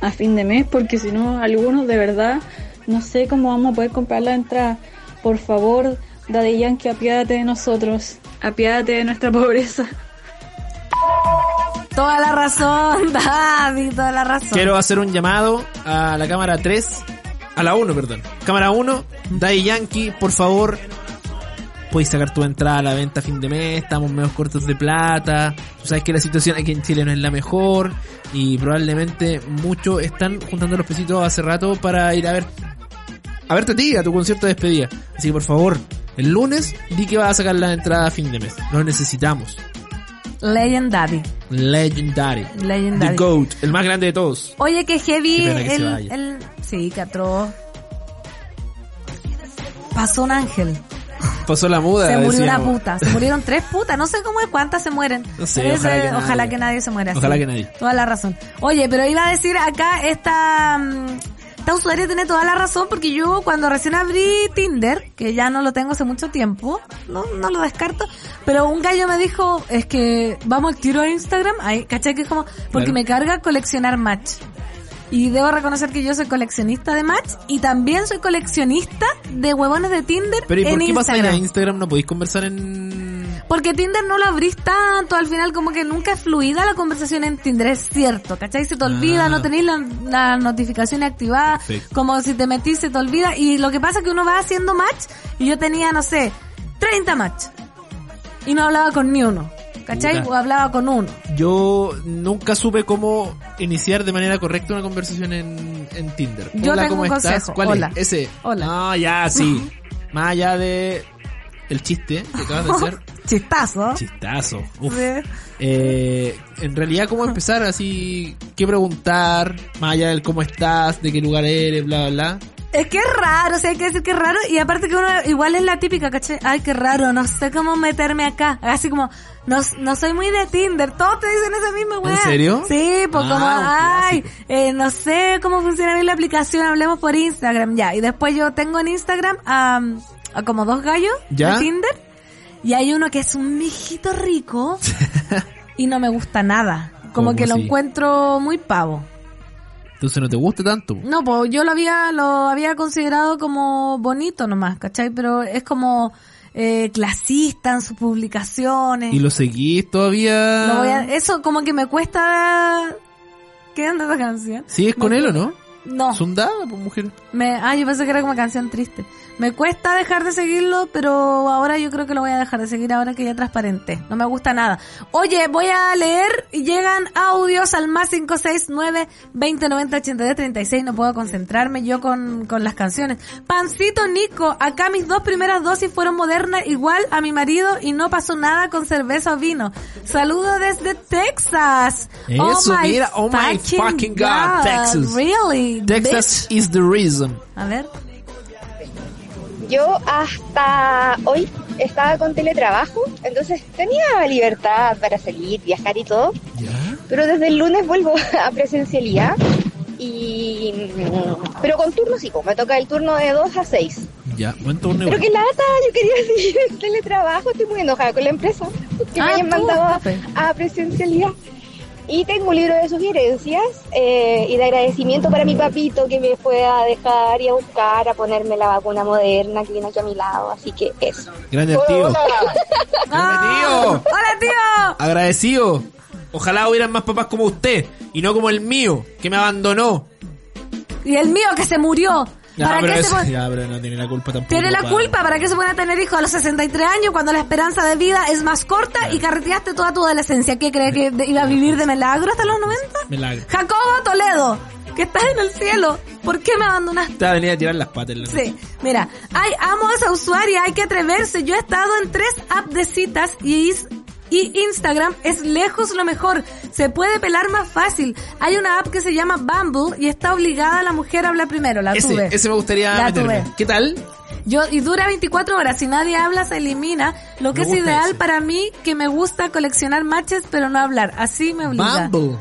[SPEAKER 13] a fin de mes, porque si no, algunos de verdad no sé cómo vamos a poder comprar las entradas. Por favor, Daddy Yankee, apiádate de nosotros, apiádate de nuestra pobreza.
[SPEAKER 3] Toda la razón, David, toda la razón.
[SPEAKER 4] Quiero hacer un llamado a la cámara 3, a la 1, perdón. Cámara 1, Dai Yankee, por favor, puedes sacar tu entrada a la venta a fin de mes, estamos menos cortos de plata, tú sabes que la situación aquí en Chile no es la mejor y probablemente muchos están juntando los pesitos hace rato para ir a ver a verte a ti, a tu concierto de despedida. Así que por favor, el lunes di que vas a sacar la entrada a fin de mes, los necesitamos.
[SPEAKER 3] Legendary.
[SPEAKER 4] Legendary.
[SPEAKER 3] Legendary.
[SPEAKER 4] The GOAT, el más grande de todos.
[SPEAKER 3] Oye, que heavy
[SPEAKER 4] Qué pena que se
[SPEAKER 3] el,
[SPEAKER 4] vaya.
[SPEAKER 3] el- Sí, que atroz. Pasó un ángel.
[SPEAKER 4] Pasó la muda.
[SPEAKER 3] se murió una
[SPEAKER 4] decíamos.
[SPEAKER 3] puta. Se murieron tres putas. No sé cómo es cuántas se mueren.
[SPEAKER 4] No sé,
[SPEAKER 3] Pero
[SPEAKER 4] ojalá
[SPEAKER 3] ese-
[SPEAKER 4] que nadie.
[SPEAKER 3] se muera.
[SPEAKER 4] Ojalá
[SPEAKER 3] sí.
[SPEAKER 4] que nadie.
[SPEAKER 3] Toda la razón. Oye, pero iba a decir acá esta... mm, Esta usuaria tiene toda la razón porque yo cuando recién abrí Tinder, que ya no lo tengo hace mucho tiempo, no, no lo descarto, pero un gallo me dijo, es que vamos al tiro a Instagram, ahí, ¿cachai? Que es como, porque
[SPEAKER 13] Claro.
[SPEAKER 3] me carga coleccionar match. Y debo reconocer que yo soy coleccionista de match y también soy coleccionista de huevones de Tinder
[SPEAKER 4] Pero ¿y por
[SPEAKER 3] en
[SPEAKER 4] qué pasáis a
[SPEAKER 3] Instagram.
[SPEAKER 4] Instagram? ¿No podéis conversar en...?
[SPEAKER 3] Porque Tinder no lo abrís tanto, al final como que nunca es fluida la conversación en Tinder, es cierto, ¿cachai? Se te olvida,
[SPEAKER 4] Ah.
[SPEAKER 3] no tenéis la, la notificación activada,
[SPEAKER 4] Perfecto.
[SPEAKER 3] como si te metís se te olvida, y lo que pasa es que uno va haciendo match, y yo tenía, no sé, 30 match, y no hablaba con ni uno, ¿cachai?
[SPEAKER 4] Puta.
[SPEAKER 3] O hablaba con uno.
[SPEAKER 4] Yo nunca supe cómo iniciar de manera correcta una conversación en, en Tinder.
[SPEAKER 3] Yo
[SPEAKER 4] hola,
[SPEAKER 3] tengo
[SPEAKER 4] ¿cómo
[SPEAKER 3] un
[SPEAKER 4] estás?
[SPEAKER 3] consejo.
[SPEAKER 4] ¿Cuál
[SPEAKER 3] Hola.
[SPEAKER 4] es? Ese.
[SPEAKER 3] Hola.
[SPEAKER 4] Ah, ya, sí. Más allá de el chiste que acabas de hacer.
[SPEAKER 3] Chistazo.
[SPEAKER 4] Chistazo. Uf.
[SPEAKER 3] Sí.
[SPEAKER 4] Eh, en realidad, ¿cómo empezar? Así, ¿qué preguntar? Más allá del cómo estás, de qué lugar eres, bla, bla, bla.
[SPEAKER 3] Es que es raro, o sea, hay que decir que es raro. Y aparte que uno igual es la típica, ¿cachai? Ay, qué raro, no sé cómo meterme acá. Así como, no, no soy muy de Tinder. Todos te dicen esa misma weá.
[SPEAKER 4] serio?
[SPEAKER 3] Sí, pues
[SPEAKER 4] Ah,
[SPEAKER 3] como,
[SPEAKER 4] un
[SPEAKER 3] ay, eh, no sé cómo funciona bien la aplicación, hablemos por Instagram, ya. Y después yo tengo en Instagram a, a como dos gallos
[SPEAKER 4] ¿Ya?
[SPEAKER 3] de Tinder. Y hay uno que es un mijito rico y no me gusta nada. Como
[SPEAKER 4] ¿Cómo
[SPEAKER 3] que lo
[SPEAKER 4] así?
[SPEAKER 3] encuentro muy pavo.
[SPEAKER 4] Entonces no te gusta tanto.
[SPEAKER 3] No, pues yo lo había, lo había considerado como bonito nomás, ¿cachai? Pero es como eh, clasista en sus publicaciones.
[SPEAKER 4] ¿Y lo seguís todavía?
[SPEAKER 3] Lo voy a- eso como que me cuesta... ¿Qué onda esa canción?
[SPEAKER 4] ¿Sigues con él o no?
[SPEAKER 3] No.
[SPEAKER 4] ¿Sundada? Pues mujer.
[SPEAKER 3] Me, ah, yo pensé que era como una canción triste. Me cuesta dejar de seguirlo, pero ahora yo creo que lo voy a dejar de seguir ahora que ya transparente. No me gusta nada. Oye, voy a leer. Llegan audios al más 569 2090 82 36. No puedo concentrarme yo con, con las canciones. Pancito Nico, acá mis dos primeras dosis fueron modernas igual a mi marido y no pasó nada con cerveza o vino. Saludo desde Texas.
[SPEAKER 4] Eso, mira, oh my fucking God, Texas.
[SPEAKER 3] Really?
[SPEAKER 4] Texas is the reason.
[SPEAKER 3] A ver.
[SPEAKER 6] Yo hasta hoy estaba con teletrabajo, entonces tenía libertad para salir, viajar y todo. Pero desde el lunes vuelvo a presencialidad. Y, mm, pero con turnos y como me toca el turno de 2 a 6.
[SPEAKER 4] Ya, buen torneo.
[SPEAKER 6] Pero que lata, yo quería seguir el teletrabajo, estoy muy enojada con la empresa, que me
[SPEAKER 3] Ah,
[SPEAKER 6] hayan
[SPEAKER 3] tú,
[SPEAKER 6] mandado a-
[SPEAKER 3] profe.
[SPEAKER 6] a presencialidad. Y tengo un libro de sugerencias eh, y de agradecimiento para mi papito que me fue a dejar y a buscar, a ponerme la vacuna moderna que viene aquí a mi lado, así que eso.
[SPEAKER 4] Grande el tío.
[SPEAKER 3] ¡Hola,
[SPEAKER 4] Tío,
[SPEAKER 3] tío!
[SPEAKER 4] agradecido. Ojalá hubieran más papás como usted y no como el mío, que me abandonó.
[SPEAKER 3] Y el mío que se murió.
[SPEAKER 4] Ya,
[SPEAKER 3] ¿Para
[SPEAKER 4] pero
[SPEAKER 3] qué
[SPEAKER 4] eso-
[SPEAKER 3] se pone-
[SPEAKER 4] ya, pero no tiene la culpa tampoco.
[SPEAKER 3] Tiene la
[SPEAKER 4] pa-
[SPEAKER 3] culpa, ¿para qué se pone a tener hijos a los 63 años cuando la esperanza de vida es más corta y carreteaste toda tu adolescencia? ¿Qué crees que de- iba a vivir de milagro hasta los 90?
[SPEAKER 4] Milagro.
[SPEAKER 3] Jacobo Toledo, que estás en el cielo, ¿por qué me abandonaste?
[SPEAKER 4] Te va a venir a tirar las patas. en la noche.
[SPEAKER 3] Sí, mira, ay, amo a esa usuaria, hay que atreverse. Yo he estado en tres apps de citas y, is- y Instagram es lejos lo mejor. Se puede pelar más fácil. Hay una app que se llama Bumble y está obligada a la mujer a hablar primero. La
[SPEAKER 4] Ese,
[SPEAKER 3] tuve.
[SPEAKER 4] ese me gustaría
[SPEAKER 3] La
[SPEAKER 4] meterme.
[SPEAKER 3] tuve.
[SPEAKER 4] ¿Qué tal?
[SPEAKER 3] Yo, y dura 24 horas, si nadie habla se elimina, lo que
[SPEAKER 4] Me
[SPEAKER 3] es
[SPEAKER 4] gusta
[SPEAKER 3] ideal
[SPEAKER 4] ese.
[SPEAKER 3] para mí, que me gusta coleccionar matches pero no hablar, así me obliga.
[SPEAKER 4] Bumble.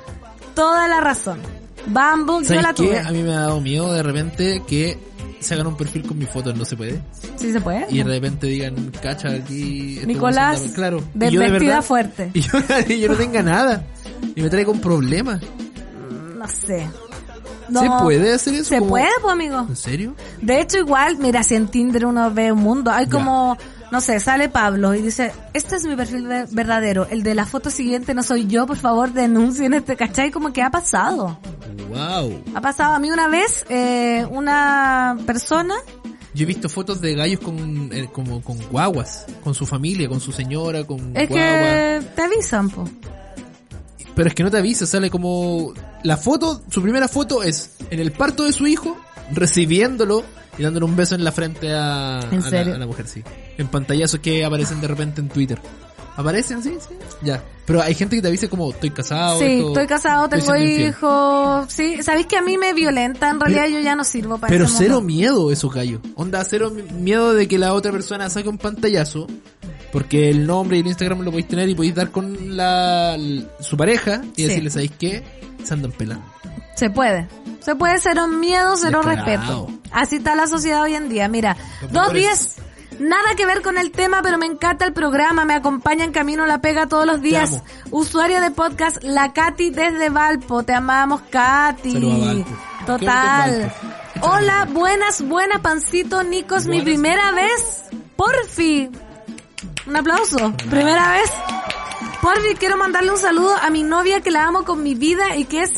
[SPEAKER 3] Toda la razón. Bumble, yo
[SPEAKER 4] ¿Sabes
[SPEAKER 3] la
[SPEAKER 4] qué?
[SPEAKER 3] tuve.
[SPEAKER 4] A mí me ha dado miedo de repente que se hagan un perfil con mi foto, no se puede.
[SPEAKER 3] ¿Sí se puede?
[SPEAKER 4] Y de repente digan, cacha, aquí... esto
[SPEAKER 3] Nicolás,
[SPEAKER 4] pasa- claro.
[SPEAKER 3] de
[SPEAKER 4] Y yo de
[SPEAKER 3] vestida
[SPEAKER 4] verdad-
[SPEAKER 3] fuerte.
[SPEAKER 4] Y yo, y yo no tenga nada. Y me traigo un problema.
[SPEAKER 3] No sé.
[SPEAKER 4] ¿Se puede hacer eso?
[SPEAKER 3] Se
[SPEAKER 4] Como-
[SPEAKER 3] puede, pues, amigo.
[SPEAKER 4] ¿En serio?
[SPEAKER 3] De hecho, igual, mira, si en Tinder uno ve un mundo, hay
[SPEAKER 4] Ya.
[SPEAKER 3] como, no sé, sale Pablo y dice, este es mi perfil ve- verdadero, el de la foto siguiente no soy yo, por favor, denuncien este, ¿cachai? Como que ha pasado.
[SPEAKER 4] Wow.
[SPEAKER 3] Ha pasado a mí una vez eh, una persona
[SPEAKER 4] Yo he visto fotos de gallos con, eh, como, con guaguas, con su familia, con su señora, con
[SPEAKER 3] Es
[SPEAKER 4] guagua.
[SPEAKER 3] que te avisan, po.
[SPEAKER 4] Pero es que no te avisa, sale como la foto, su primera foto es en el parto de su hijo, recibiéndolo y dándole un beso en la frente a,
[SPEAKER 3] ¿En
[SPEAKER 4] a
[SPEAKER 3] serio?
[SPEAKER 4] La, a la mujer, sí. En pantallazos que aparecen de repente en Twitter. ¿Aparecen? Sí, sí. Ya. Pero hay gente que te avisa como, estoy casado.
[SPEAKER 3] Sí,
[SPEAKER 4] Ah, esto-
[SPEAKER 3] estoy casado,
[SPEAKER 4] estoy
[SPEAKER 3] tengo
[SPEAKER 4] siendo infiel".
[SPEAKER 3] hijos. Sí, sabéis que a mí me violenta, en realidad yo ya no sirvo para
[SPEAKER 4] Pero
[SPEAKER 3] ese
[SPEAKER 4] cero
[SPEAKER 3] mundo.
[SPEAKER 4] miedo esos gallos. Onda, cero mi- miedo de que la otra persona saque un pantallazo. Porque el nombre y el Instagram lo podéis tener y podéis dar con la, l- su pareja y
[SPEAKER 3] Sí.
[SPEAKER 4] decirle, ¿sabéis qué? Se andan pelando.
[SPEAKER 3] Se puede. Se puede cero miedo, cero
[SPEAKER 4] Descarado.
[SPEAKER 3] respeto. Así está la sociedad hoy en día. Mira,
[SPEAKER 4] Los
[SPEAKER 3] dos
[SPEAKER 4] mejores-
[SPEAKER 3] días, nada que ver con el tema, pero me encanta el programa, me acompaña en Camino a La Pega todos los días.
[SPEAKER 4] amo.
[SPEAKER 3] Usuaria de podcast, la Katy desde Valpo. Te amamos, Katy.
[SPEAKER 4] Saludos a Valpo. Qué
[SPEAKER 3] Total.
[SPEAKER 4] bonito
[SPEAKER 3] Hola, buenas, buenas, pancito, Nicos, mi
[SPEAKER 4] Buenas.
[SPEAKER 3] primera vez. Porfi. Un aplauso. Primera vez. Porfi, quiero mandarle un saludo a mi novia que la amo con mi vida y que es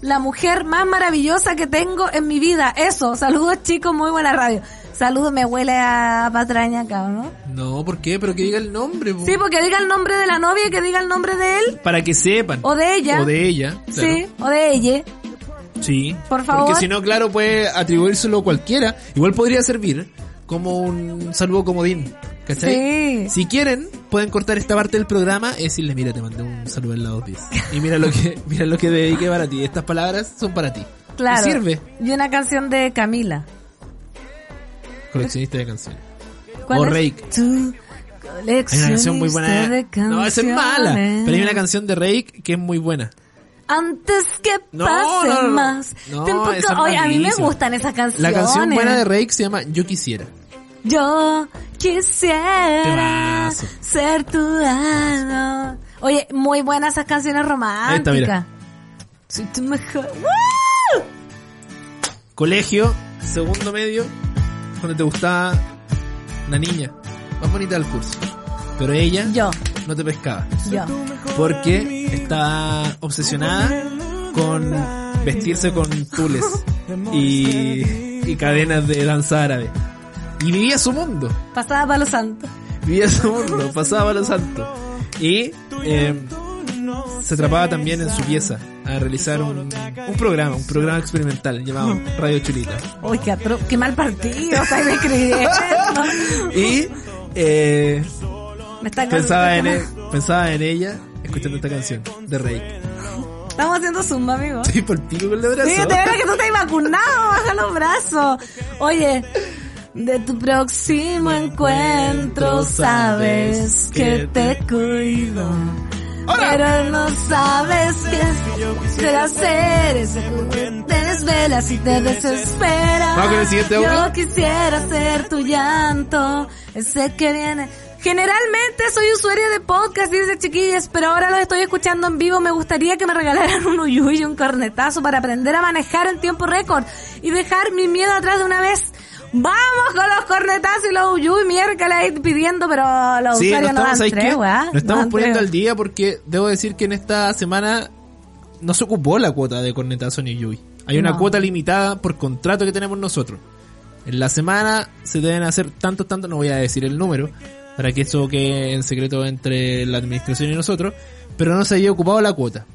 [SPEAKER 3] la mujer más maravillosa que tengo en mi vida. Eso, saludos chicos, muy buena radio. Saludos, me huele a patraña acá, ¿no?
[SPEAKER 4] No, ¿por qué? Pero que diga el nombre. po.
[SPEAKER 3] Sí, porque diga el nombre de la novia y que diga el nombre de él
[SPEAKER 4] Para que sepan.
[SPEAKER 3] o de ella.
[SPEAKER 4] O de ella. claro.
[SPEAKER 3] Sí, o de ella.
[SPEAKER 4] Sí.
[SPEAKER 3] Por favor.
[SPEAKER 4] Porque si no, claro, puede atribuírselo a cualquiera. Igual podría servir como un saludo comodín. ¿Cachai?
[SPEAKER 3] Sí.
[SPEAKER 4] Si quieren, pueden cortar esta parte del programa y decirle, mira, te mandé un saludo en la dosis. Y mira lo que, mira lo que dediqué para ti. Estas palabras son para ti.
[SPEAKER 3] Claro.
[SPEAKER 4] Y sirve.
[SPEAKER 3] Y una canción de Camila.
[SPEAKER 4] Coleccionista de canciones.
[SPEAKER 3] ¿Cuál
[SPEAKER 4] O
[SPEAKER 3] es?
[SPEAKER 4] Reik.
[SPEAKER 3] Tú,
[SPEAKER 4] Hay una canción muy buena. ¿eh?
[SPEAKER 3] coleccionista de
[SPEAKER 4] No, esa es mala.
[SPEAKER 3] canciones.
[SPEAKER 4] Pero hay una canción de Reik que es muy buena.
[SPEAKER 3] Antes que
[SPEAKER 4] No,
[SPEAKER 3] pase
[SPEAKER 4] no, no, no.
[SPEAKER 3] más.
[SPEAKER 4] No,
[SPEAKER 3] Tampoco-
[SPEAKER 4] esa es
[SPEAKER 3] Oye, a mí me
[SPEAKER 4] malísima.
[SPEAKER 3] gustan esas canciones.
[SPEAKER 4] La canción buena de Reik se llama Yo Quisiera.
[SPEAKER 3] Yo quisiera
[SPEAKER 4] Temazo.
[SPEAKER 3] ser tu alma. Oye, muy buenas esas canciones románticas.
[SPEAKER 4] Ahí está, mira.
[SPEAKER 3] Soy tu mejor. ¡Woo!
[SPEAKER 4] Colegio, segundo medio, donde te gustaba la niña más bonita del curso. Pero ella
[SPEAKER 3] Yo,
[SPEAKER 4] no te pescaba.
[SPEAKER 3] yo.
[SPEAKER 4] Porque estaba obsesionada con vestirse con tules y, y cadenas de danza árabe. Y vivía su mundo.
[SPEAKER 3] Pasaba para los santos.
[SPEAKER 4] Vivía su mundo. Pasaba lo santo. Y eh, se atrapaba también en su pieza a realizar un, un programa, un programa experimental llamado Radio Chulita.
[SPEAKER 3] Uy, qué, atro- qué mal partido, estás describiendo.
[SPEAKER 4] Y eh,
[SPEAKER 3] Me está
[SPEAKER 4] pensaba, en, e- pensaba en ella escuchando esta canción de Rey.
[SPEAKER 3] Estamos haciendo zumba, amigo.
[SPEAKER 4] Estoy por el pico con el
[SPEAKER 3] Sí, de
[SPEAKER 4] brazo.
[SPEAKER 3] verdad que tú estás vacunado, baja los brazos. Oye, de tu próximo encuentro sabes que te cuido. Pero no sabes que serás seres te desvelas y te desesperas.
[SPEAKER 4] Vamos con el siguiente audio.
[SPEAKER 3] Yo quisiera ser tu llanto, ese que viene. Generalmente soy usuaria de podcast, dice chiquillas, pero ahora los estoy escuchando en vivo. Me gustaría que me regalaran un uyuy y un cornetazo para aprender a manejar en tiempo récord y dejar mi miedo atrás de una vez. Vamos con los cornetazos y los uyuy, miércoles ahí pidiendo, pero los
[SPEAKER 4] Sí, no
[SPEAKER 3] usuarios no,
[SPEAKER 4] estamos,
[SPEAKER 3] dan
[SPEAKER 4] ¿sabes
[SPEAKER 3] tres,
[SPEAKER 4] qué?
[SPEAKER 3] weá.
[SPEAKER 4] Nos estamos
[SPEAKER 3] dan
[SPEAKER 4] poniendo
[SPEAKER 3] tres.
[SPEAKER 4] al día porque debo decir que en esta semana no se ocupó la cuota de cornetazo ni Yui. Hay una
[SPEAKER 3] No.
[SPEAKER 4] cuota limitada por contrato que tenemos nosotros. En la semana se deben hacer tantos, tantos, no voy a decir el número, para que eso quede en secreto entre la administración y nosotros, pero no se había ocupado la cuota.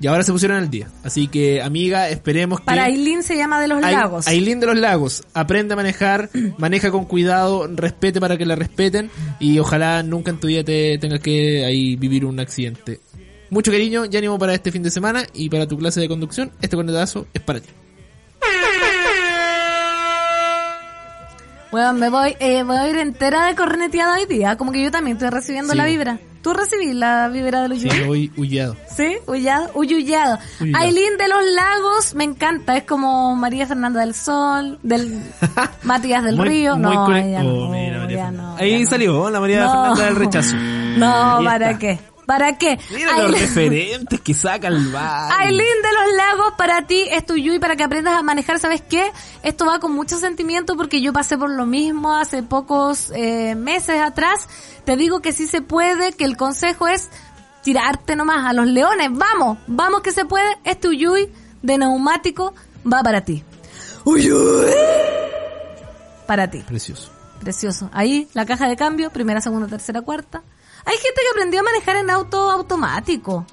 [SPEAKER 4] Y ahora se pusieron al día. Así que, amiga, esperemos que...
[SPEAKER 3] Para Aileen se llama de los
[SPEAKER 4] Ay-
[SPEAKER 3] lagos.
[SPEAKER 4] Ailín de los Lagos, aprende a manejar, maneja con cuidado, respete para que la respeten y ojalá nunca en tu vida te tengas que ahí vivir un accidente. Mucho cariño y ánimo para este fin de semana y para tu clase de conducción. Este conetazo es para ti.
[SPEAKER 3] Bueno, me voy, eh, voy a ir entera de corneteada hoy día, como que yo también estoy recibiendo
[SPEAKER 4] Sí.
[SPEAKER 3] la vibra. ¿Tú recibís la vibra de los
[SPEAKER 4] Sí,
[SPEAKER 3] Yuyuy?
[SPEAKER 4] voy huyado.
[SPEAKER 3] Sí, huyado, uyullado.
[SPEAKER 4] Uyullado.
[SPEAKER 3] Aileen de los Lagos, me encanta, es como María Fernanda del Sol, del Matías del
[SPEAKER 4] Muy-
[SPEAKER 3] Río.
[SPEAKER 4] muy
[SPEAKER 3] no, eh,
[SPEAKER 4] conect-
[SPEAKER 3] ella no,
[SPEAKER 4] Oh, mira, María
[SPEAKER 3] ya
[SPEAKER 4] Fernanda.
[SPEAKER 3] no, ya
[SPEAKER 4] Ahí
[SPEAKER 3] no.
[SPEAKER 4] salió la María
[SPEAKER 3] No.
[SPEAKER 4] Fernanda del rechazo.
[SPEAKER 3] No,
[SPEAKER 4] Ahí
[SPEAKER 3] ¿para
[SPEAKER 4] está.
[SPEAKER 3] qué? ¿Para qué?
[SPEAKER 4] Mira los
[SPEAKER 3] Aileen-
[SPEAKER 4] referentes que saca el bar.
[SPEAKER 3] Ailín de los Lagos, para ti es tu Yui, para que aprendas a manejar, ¿sabes qué? Esto va con mucho sentimiento porque yo pasé por lo mismo hace pocos eh, meses atrás. Te digo que sí se puede, que el consejo es tirarte nomás a los leones. Vamos, vamos que se puede. Es tu Yui de neumático, va para ti. ¡Uyuy! para ti.
[SPEAKER 4] Precioso.
[SPEAKER 3] Precioso. Ahí la caja de cambio, primera, segunda, tercera, cuarta. Hay gente que aprendió a manejar en auto automático.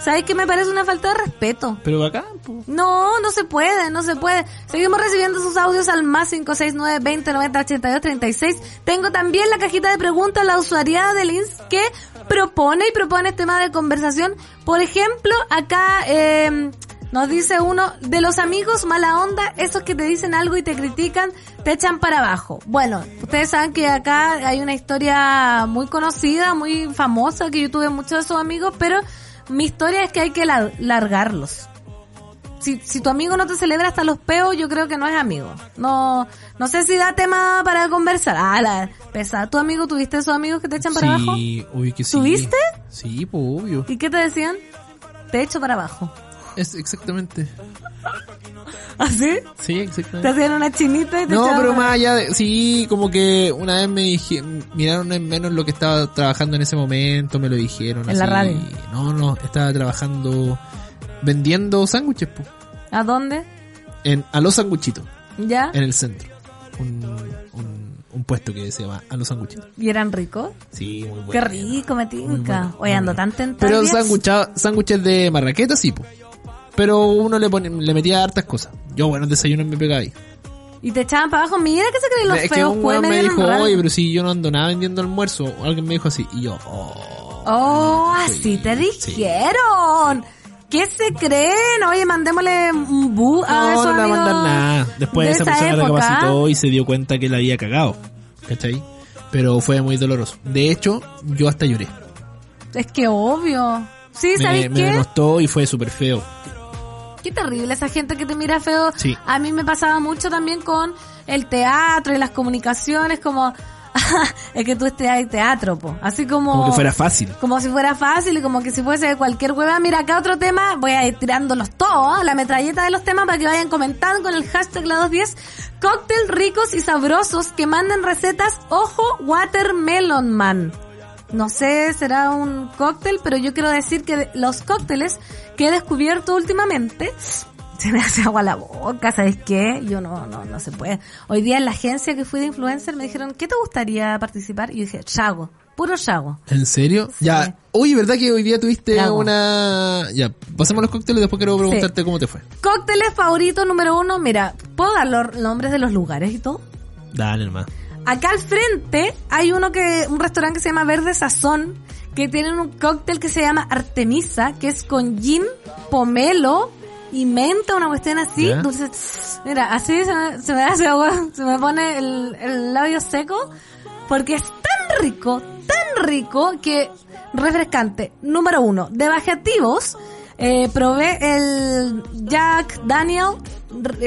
[SPEAKER 3] ¿Sabes qué? Me parece una falta de respeto.
[SPEAKER 4] Pero acá,
[SPEAKER 3] No, no se puede, no se puede. Seguimos recibiendo sus audios al más 569 20 90 82 36. Tengo también la cajita de preguntas, la usuaria del INS que propone y propone este tema de conversación. Por ejemplo, acá eh, nos dice uno, de los amigos mala onda, esos que te dicen algo y te critican, te echan para abajo. Bueno, ustedes saben que acá hay una historia muy conocida, muy famosa, que yo tuve muchos de esos amigos, pero mi historia es que hay que la- largarlos si, si tu amigo no te celebra hasta los peos, yo creo que no es amigo. No, no sé si da tema para conversar. Ah, la pesada. ¿Tu amigo tuviste esos amigos que te echan para abajo?
[SPEAKER 4] Sí, obvio que sí.
[SPEAKER 3] ¿Tuviste?
[SPEAKER 4] Sí, pues obvio.
[SPEAKER 3] ¿Y qué te decían? Te echo para abajo.
[SPEAKER 4] Es exactamente.
[SPEAKER 3] ¿Así?
[SPEAKER 4] Sí,
[SPEAKER 3] ¿Ah, Te
[SPEAKER 4] exactamente.
[SPEAKER 3] hacían una chinita y te
[SPEAKER 4] No,
[SPEAKER 3] echaban
[SPEAKER 4] pero
[SPEAKER 3] para-
[SPEAKER 4] más allá de, sí, como que una vez me dije, miraron en menos lo que estaba trabajando en ese momento, me lo dijeron.
[SPEAKER 3] En la radio.
[SPEAKER 4] No, no, estaba trabajando vendiendo sándwiches, po,
[SPEAKER 3] ¿A dónde?
[SPEAKER 4] en a los sanguchitos,
[SPEAKER 3] ¿Ya?
[SPEAKER 4] en el centro. Un, un, un puesto que se llama a los sanguchitos.
[SPEAKER 3] ¿Y eran ricos?
[SPEAKER 4] Sí, muy bueno.
[SPEAKER 3] Qué rico, me tinca. Oye, ando tan tentada.
[SPEAKER 4] Pero
[SPEAKER 3] Dios.
[SPEAKER 4] sangucha- sándwiches de marraqueta, sí, po. Pero uno le, pone, le metía hartas cosas. Yo, bueno, desayuno me pegaba ahí.
[SPEAKER 3] Y te echaban para abajo. Mira que se creen los
[SPEAKER 4] es que
[SPEAKER 3] feos.
[SPEAKER 4] un
[SPEAKER 3] pues,
[SPEAKER 4] weón me
[SPEAKER 3] dieron
[SPEAKER 4] dijo,
[SPEAKER 3] rabia.
[SPEAKER 4] oye, pero si yo no ando nada vendiendo almuerzo, alguien me dijo así, y yo, oh,
[SPEAKER 3] Oh, así te dijeron. ¿Qué se creen? Oye, mandémosle un bu a
[SPEAKER 4] no,
[SPEAKER 3] esos
[SPEAKER 4] no le va a
[SPEAKER 3] amigos
[SPEAKER 4] mandar nada.
[SPEAKER 3] Ah,
[SPEAKER 4] Después
[SPEAKER 3] de
[SPEAKER 4] esa,
[SPEAKER 3] esa
[SPEAKER 4] persona
[SPEAKER 3] época.
[SPEAKER 4] recapacitó y se dio cuenta que la había cagado, ¿cachai? Pero fue muy doloroso. De hecho, yo hasta lloré.
[SPEAKER 3] Es que obvio. Sí,
[SPEAKER 4] me,
[SPEAKER 3] ¿sabéis
[SPEAKER 4] me
[SPEAKER 3] qué?
[SPEAKER 4] denostó y fue súper feo.
[SPEAKER 3] Qué terrible esa gente que te mira feo.
[SPEAKER 4] Sí.
[SPEAKER 3] A mí me pasaba mucho también con el teatro y las comunicaciones, como es que tú estudias teatro, po. Así como
[SPEAKER 4] Como que fuera fácil.
[SPEAKER 3] como si fuera fácil y como que si fuese cualquier hueva. Mira, acá otro tema, voy a ir tirándolos todos, ¿ah? la metralleta de los temas para que vayan comentando con el hashtag la 210. Cóctel ricos y sabrosos que mandan recetas, ojo, Watermelon Man. No sé, será un cóctel, pero yo quiero decir que los cócteles que he descubierto últimamente se me hace agua la boca, ¿sabes qué? Yo no, no, no se puede. Hoy día en la agencia que fui de influencer me dijeron, ¿qué te gustaría participar? Y yo dije, Chago, puro Chago.
[SPEAKER 4] ¿En serio? Ya. Oye, ¿verdad que hoy día tuviste
[SPEAKER 3] Claro.
[SPEAKER 4] una... Ya, pasemos los cócteles después quiero preguntarte cómo te fue.
[SPEAKER 3] Cócteles favoritos número uno, mira, puedo dar los nombres de los lugares y todo.
[SPEAKER 4] Dale, hermano.
[SPEAKER 3] Acá al frente hay uno que, un restaurante que se llama Verde Sazón, que tienen un cóctel que se llama Artemisa, que es con gin, pomelo y menta, una cuestión así.
[SPEAKER 13] ¿Ya?
[SPEAKER 3] Dulce. Mira, así se me, se me hace agua, se me pone el, el labio seco, porque es tan rico, tan rico, que refrescante. Número uno, de bajativos, eh, probé el Jack Daniel, r-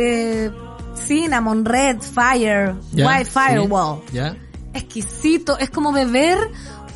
[SPEAKER 3] eh, Cinnamon, Red, Fire,
[SPEAKER 4] Ya,
[SPEAKER 3] White
[SPEAKER 4] sí.
[SPEAKER 3] Firewall
[SPEAKER 4] Ya.
[SPEAKER 3] exquisito. Es como beber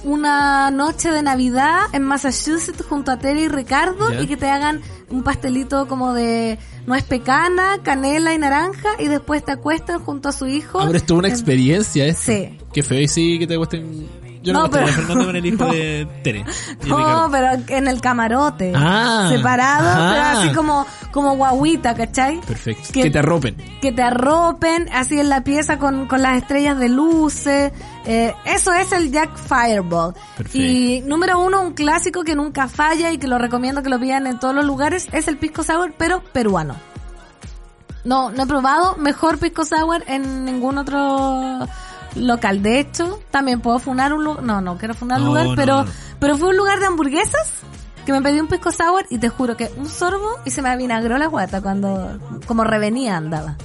[SPEAKER 3] una noche de Navidad en Massachusetts junto a Terry y Ricardo
[SPEAKER 13] Ya.
[SPEAKER 3] y que te hagan un pastelito como de nuez pecana, canela y naranja y después te acuestan junto a su hijo.
[SPEAKER 4] Ah, pero es toda una
[SPEAKER 3] En-
[SPEAKER 4] experiencia, ¿eh?
[SPEAKER 3] Em, Sí.
[SPEAKER 4] Qué feo y sí que te cuesten... Yo
[SPEAKER 3] No,
[SPEAKER 4] no, pero...
[SPEAKER 3] pero-
[SPEAKER 4] Fernando con el hijo
[SPEAKER 3] no.
[SPEAKER 4] de Tere. y Ricardo.
[SPEAKER 3] No, Oh, pero en el camarote.
[SPEAKER 4] Ah.
[SPEAKER 3] separado,
[SPEAKER 4] Ajá.
[SPEAKER 3] pero así como, como guaguita, ¿cachai?
[SPEAKER 4] Perfecto.
[SPEAKER 3] Que-
[SPEAKER 4] Que, te arropen.
[SPEAKER 3] que te arropen así en la pieza con, con las estrellas de luces. Eh, eso es el Jack Fireball.
[SPEAKER 4] Perfecto.
[SPEAKER 3] Y número uno, un clásico que nunca falla y que lo recomiendo que lo pidan en todos los lugares, es el pisco sour, pero peruano. No, no he probado mejor pisco sour en ningún otro local. De hecho, también puedo funar un lugar, no, no quiero funar un
[SPEAKER 13] No,
[SPEAKER 3] lugar,
[SPEAKER 13] no,
[SPEAKER 3] pero,
[SPEAKER 13] no, no.
[SPEAKER 3] pero fue un lugar de hamburguesas que me pedí un pisco sour y te juro que un sorbo y se me avinagró la guata cuando, como revenía andaba.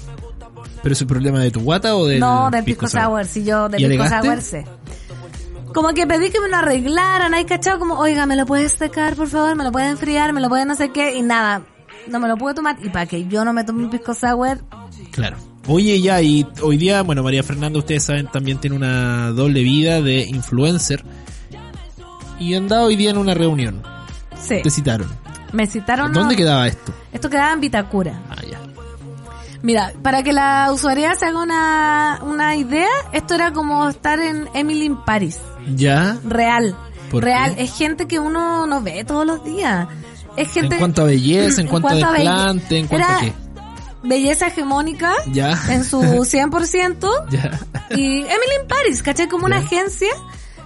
[SPEAKER 4] ¿Pero es el problema de tu guata o del
[SPEAKER 3] no, del pisco sour, si yo del
[SPEAKER 4] ¿Y
[SPEAKER 3] pisco
[SPEAKER 4] alegaste?
[SPEAKER 3] sour sé. Como que pedí que me lo arreglaran, ahí cachado, como, oiga, ¿me lo puedes secar, por favor? ¿Me lo pueden enfriar? ¿Me lo pueden no sé qué? Y nada, no me lo pude tomar. Y para que yo no me tome un pisco sour,
[SPEAKER 4] Claro. Oye, ya, y hoy día, bueno, María Fernanda, ustedes saben, también tiene una doble vida de influencer. Y andaba hoy día en una reunión.
[SPEAKER 3] sí.
[SPEAKER 4] Te citaron.
[SPEAKER 3] Me citaron...
[SPEAKER 4] ¿Dónde
[SPEAKER 3] a-
[SPEAKER 4] quedaba esto?
[SPEAKER 3] Esto quedaba en Vitacura.
[SPEAKER 4] Ah, ya.
[SPEAKER 3] Mira, para que la usuaria se haga una, una idea, esto era como estar en Emily in Paris.
[SPEAKER 4] Ya.
[SPEAKER 3] Real.
[SPEAKER 4] ¿Por
[SPEAKER 3] Real.
[SPEAKER 4] qué?
[SPEAKER 3] Es gente que uno no ve todos los días. Es gente...
[SPEAKER 4] En cuanto a belleza, en cuanto a
[SPEAKER 3] cuanto a belle-
[SPEAKER 4] desplante, en cuanto
[SPEAKER 3] Era-
[SPEAKER 4] a qué.
[SPEAKER 3] belleza hegemónica
[SPEAKER 4] Ya.
[SPEAKER 3] en su 100%.
[SPEAKER 4] Ya.
[SPEAKER 3] Y Emily in Paris, ¿cachai? Como una agencia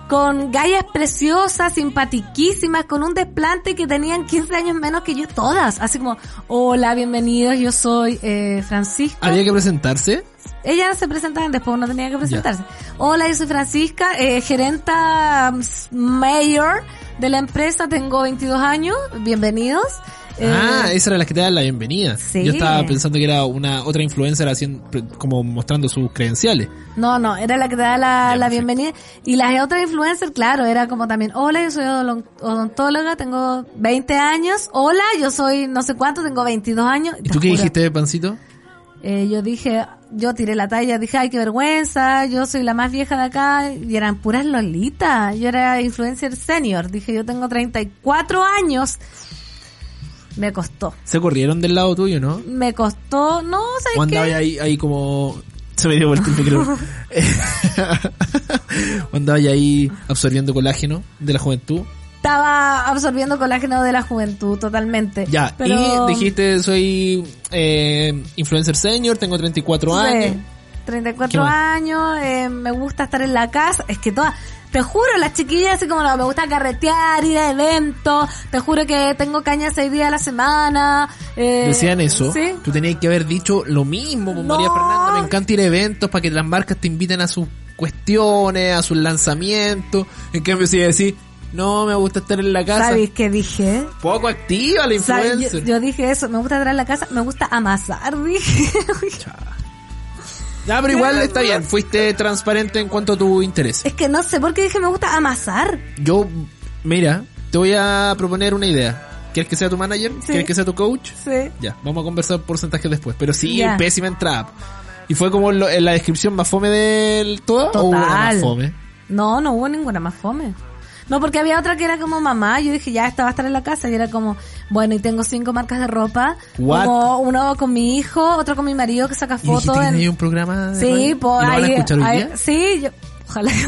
[SPEAKER 3] con gallas preciosas, simpatiquísimas, con un desplante que tenían 15 años menos que yo todas. Así como, hola, bienvenidos, yo soy eh, Francisco.
[SPEAKER 4] Había que presentarse.
[SPEAKER 3] Ellas se presentaban después, uno tenía que presentarse. Hola, yo soy Francisca, eh, gerenta mm, s- mayor de la empresa, tengo 22 años, bienvenidos. Eh,
[SPEAKER 4] Ah, esa era la que te da la bienvenida.
[SPEAKER 3] Sí.
[SPEAKER 4] Yo estaba pensando que era una otra influencer haciendo, como mostrando sus credenciales.
[SPEAKER 3] No, no, era la que te da la, la bienvenida. Y las otras influencers, claro, era como también, hola, yo soy odon- odontóloga, tengo 20 años, hola, yo soy no sé cuánto, tengo 22 años.
[SPEAKER 4] ¿Y tú qué dijiste, Pancito?
[SPEAKER 3] Eh, yo dije, yo tiré la talla, dije, ay, qué vergüenza, yo soy la más vieja de acá, y eran puras lolitas, yo era influencer senior, dije, yo tengo 34 años, me costó,
[SPEAKER 4] Se corrieron del lado tuyo, ¿no?
[SPEAKER 3] me costó, no,
[SPEAKER 4] O
[SPEAKER 3] ¿sabes
[SPEAKER 4] andaba
[SPEAKER 3] qué?
[SPEAKER 4] ahí, ahí como... Se me dio vuelta el micrófono. o andaba ahí absorbiendo colágeno de la juventud.
[SPEAKER 3] Estaba absorbiendo colágeno de la juventud totalmente.
[SPEAKER 4] Ya,
[SPEAKER 3] Pero-
[SPEAKER 4] y dijiste, soy eh, influencer senior, tengo 34
[SPEAKER 3] Sí,
[SPEAKER 4] años.
[SPEAKER 3] 34
[SPEAKER 4] ¿Qué más?
[SPEAKER 3] años, eh, me gusta estar en la casa. Es que todas, te juro, las chiquillas, así como no, me gusta carretear, ir a eventos. Te juro que tengo caña seis días a la semana. eh,
[SPEAKER 4] Decían eso.
[SPEAKER 3] Sí.
[SPEAKER 4] Tú tenías que haber dicho lo mismo, pues, María Fernanda. Me encanta ir a eventos para que las marcas te inviten a sus cuestiones, a sus lanzamientos. En cambio, si decís, no, me gusta estar en la casa.
[SPEAKER 3] ¿Sabéis qué dije?
[SPEAKER 4] Poco activa la
[SPEAKER 3] ¿Sabes?
[SPEAKER 4] influencer.
[SPEAKER 3] Yo, yo dije eso, me gusta estar en la casa, me gusta amasar, dije.
[SPEAKER 4] Ya, pero igual está bien. Fuiste transparente en cuanto a tu interés.
[SPEAKER 3] Es que no sé por qué dije me gusta amasar.
[SPEAKER 4] Yo, mira, te voy a proponer una idea. ¿Quieres que sea tu manager?
[SPEAKER 3] Sí.
[SPEAKER 4] ¿Quieres que sea tu coach?
[SPEAKER 3] Sí.
[SPEAKER 4] Ya, vamos a conversar porcentajes después. Pero sí,
[SPEAKER 3] Ya.
[SPEAKER 4] pésima entrada. ¿Y fue como lo- en la descripción más fome del todo? ¿O hubo una más
[SPEAKER 3] Total.
[SPEAKER 4] fome?
[SPEAKER 3] No, no hubo ninguna más fome. No, porque había otra que era como mamá, yo dije, ya, esta va a estar en la casa, y era como, bueno, y tengo cinco marcas de ropa,
[SPEAKER 4] What?
[SPEAKER 3] como uno con mi hijo, otro con mi marido que saca
[SPEAKER 4] Y dijiste
[SPEAKER 3] fotos
[SPEAKER 4] que
[SPEAKER 3] en...
[SPEAKER 4] tenía un programa de
[SPEAKER 3] Sí,
[SPEAKER 4] radio.
[SPEAKER 3] pues
[SPEAKER 4] ¿Lo van a
[SPEAKER 3] ahí-
[SPEAKER 4] escuchar hoy
[SPEAKER 3] ahí-
[SPEAKER 4] día?
[SPEAKER 3] Sí, yo, ojalá que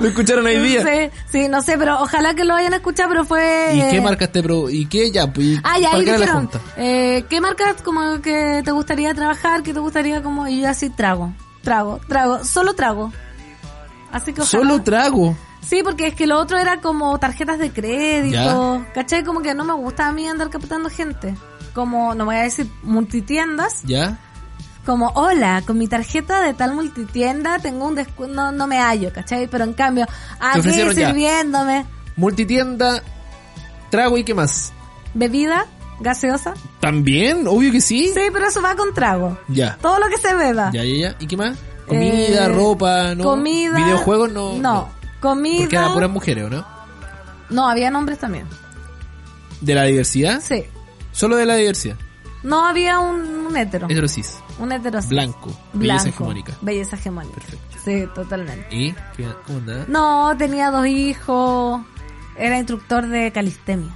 [SPEAKER 4] Lo escucharon hoy día.
[SPEAKER 3] sí, sí, no sé, pero ojalá que lo vayan a escuchar, pero fue...
[SPEAKER 4] ¿Y qué
[SPEAKER 3] eh,
[SPEAKER 4] marcas te pro ¿Y qué ya? pues, ¿Y
[SPEAKER 3] Ah, ya,
[SPEAKER 4] para
[SPEAKER 3] ahí
[SPEAKER 4] qué era la
[SPEAKER 3] dijeron,
[SPEAKER 4] junta?
[SPEAKER 3] eh, ¿qué marcas como que te gustaría trabajar? ¿Qué te gustaría como...? Y yo así, trago, trago, trago, solo trago. Así que ojalá...
[SPEAKER 4] Solo trago.
[SPEAKER 3] Sí, porque es que lo otro era como tarjetas de crédito, ¿cachai? Como que no me gusta a mí andar captando gente. Como, no voy a decir multitiendas,
[SPEAKER 4] ¿Ya?
[SPEAKER 3] como, hola, con mi tarjeta de tal multitienda tengo un descuento, no, no me hallo, ¿cachai? Pero en cambio, aquí
[SPEAKER 4] ofrecieron ya.
[SPEAKER 3] sirviéndome
[SPEAKER 4] Multitienda, trago y qué más.
[SPEAKER 3] bebida gaseosa.
[SPEAKER 4] ¿También? Obvio que sí.
[SPEAKER 3] Sí, pero eso va con trago.
[SPEAKER 4] Ya.
[SPEAKER 3] Todo lo que se beba.
[SPEAKER 4] Ya, ya, ya. ¿Y qué más? Comida,
[SPEAKER 3] Ah. Eh,
[SPEAKER 4] ropa, ¿no?
[SPEAKER 3] Comida.
[SPEAKER 4] Videojuegos, no.
[SPEAKER 3] No,
[SPEAKER 4] Porque
[SPEAKER 3] comida.
[SPEAKER 4] eran puras mujeres, ¿o no?
[SPEAKER 3] No, había hombres también.
[SPEAKER 4] ¿De la diversidad?
[SPEAKER 3] Sí.
[SPEAKER 4] Solo de la diversidad.
[SPEAKER 3] No había un, un hetero.
[SPEAKER 4] Heterosis.
[SPEAKER 3] Un hetero. sí.
[SPEAKER 4] Blanco. Belleza
[SPEAKER 3] Blanco.
[SPEAKER 4] hegemónica.
[SPEAKER 3] Belleza hegemónica. Sí, totalmente.
[SPEAKER 4] ¿Y? ¿Qué- ¿Cómo andaba?
[SPEAKER 3] No, tenía dos hijos. Era instructor de calistemia.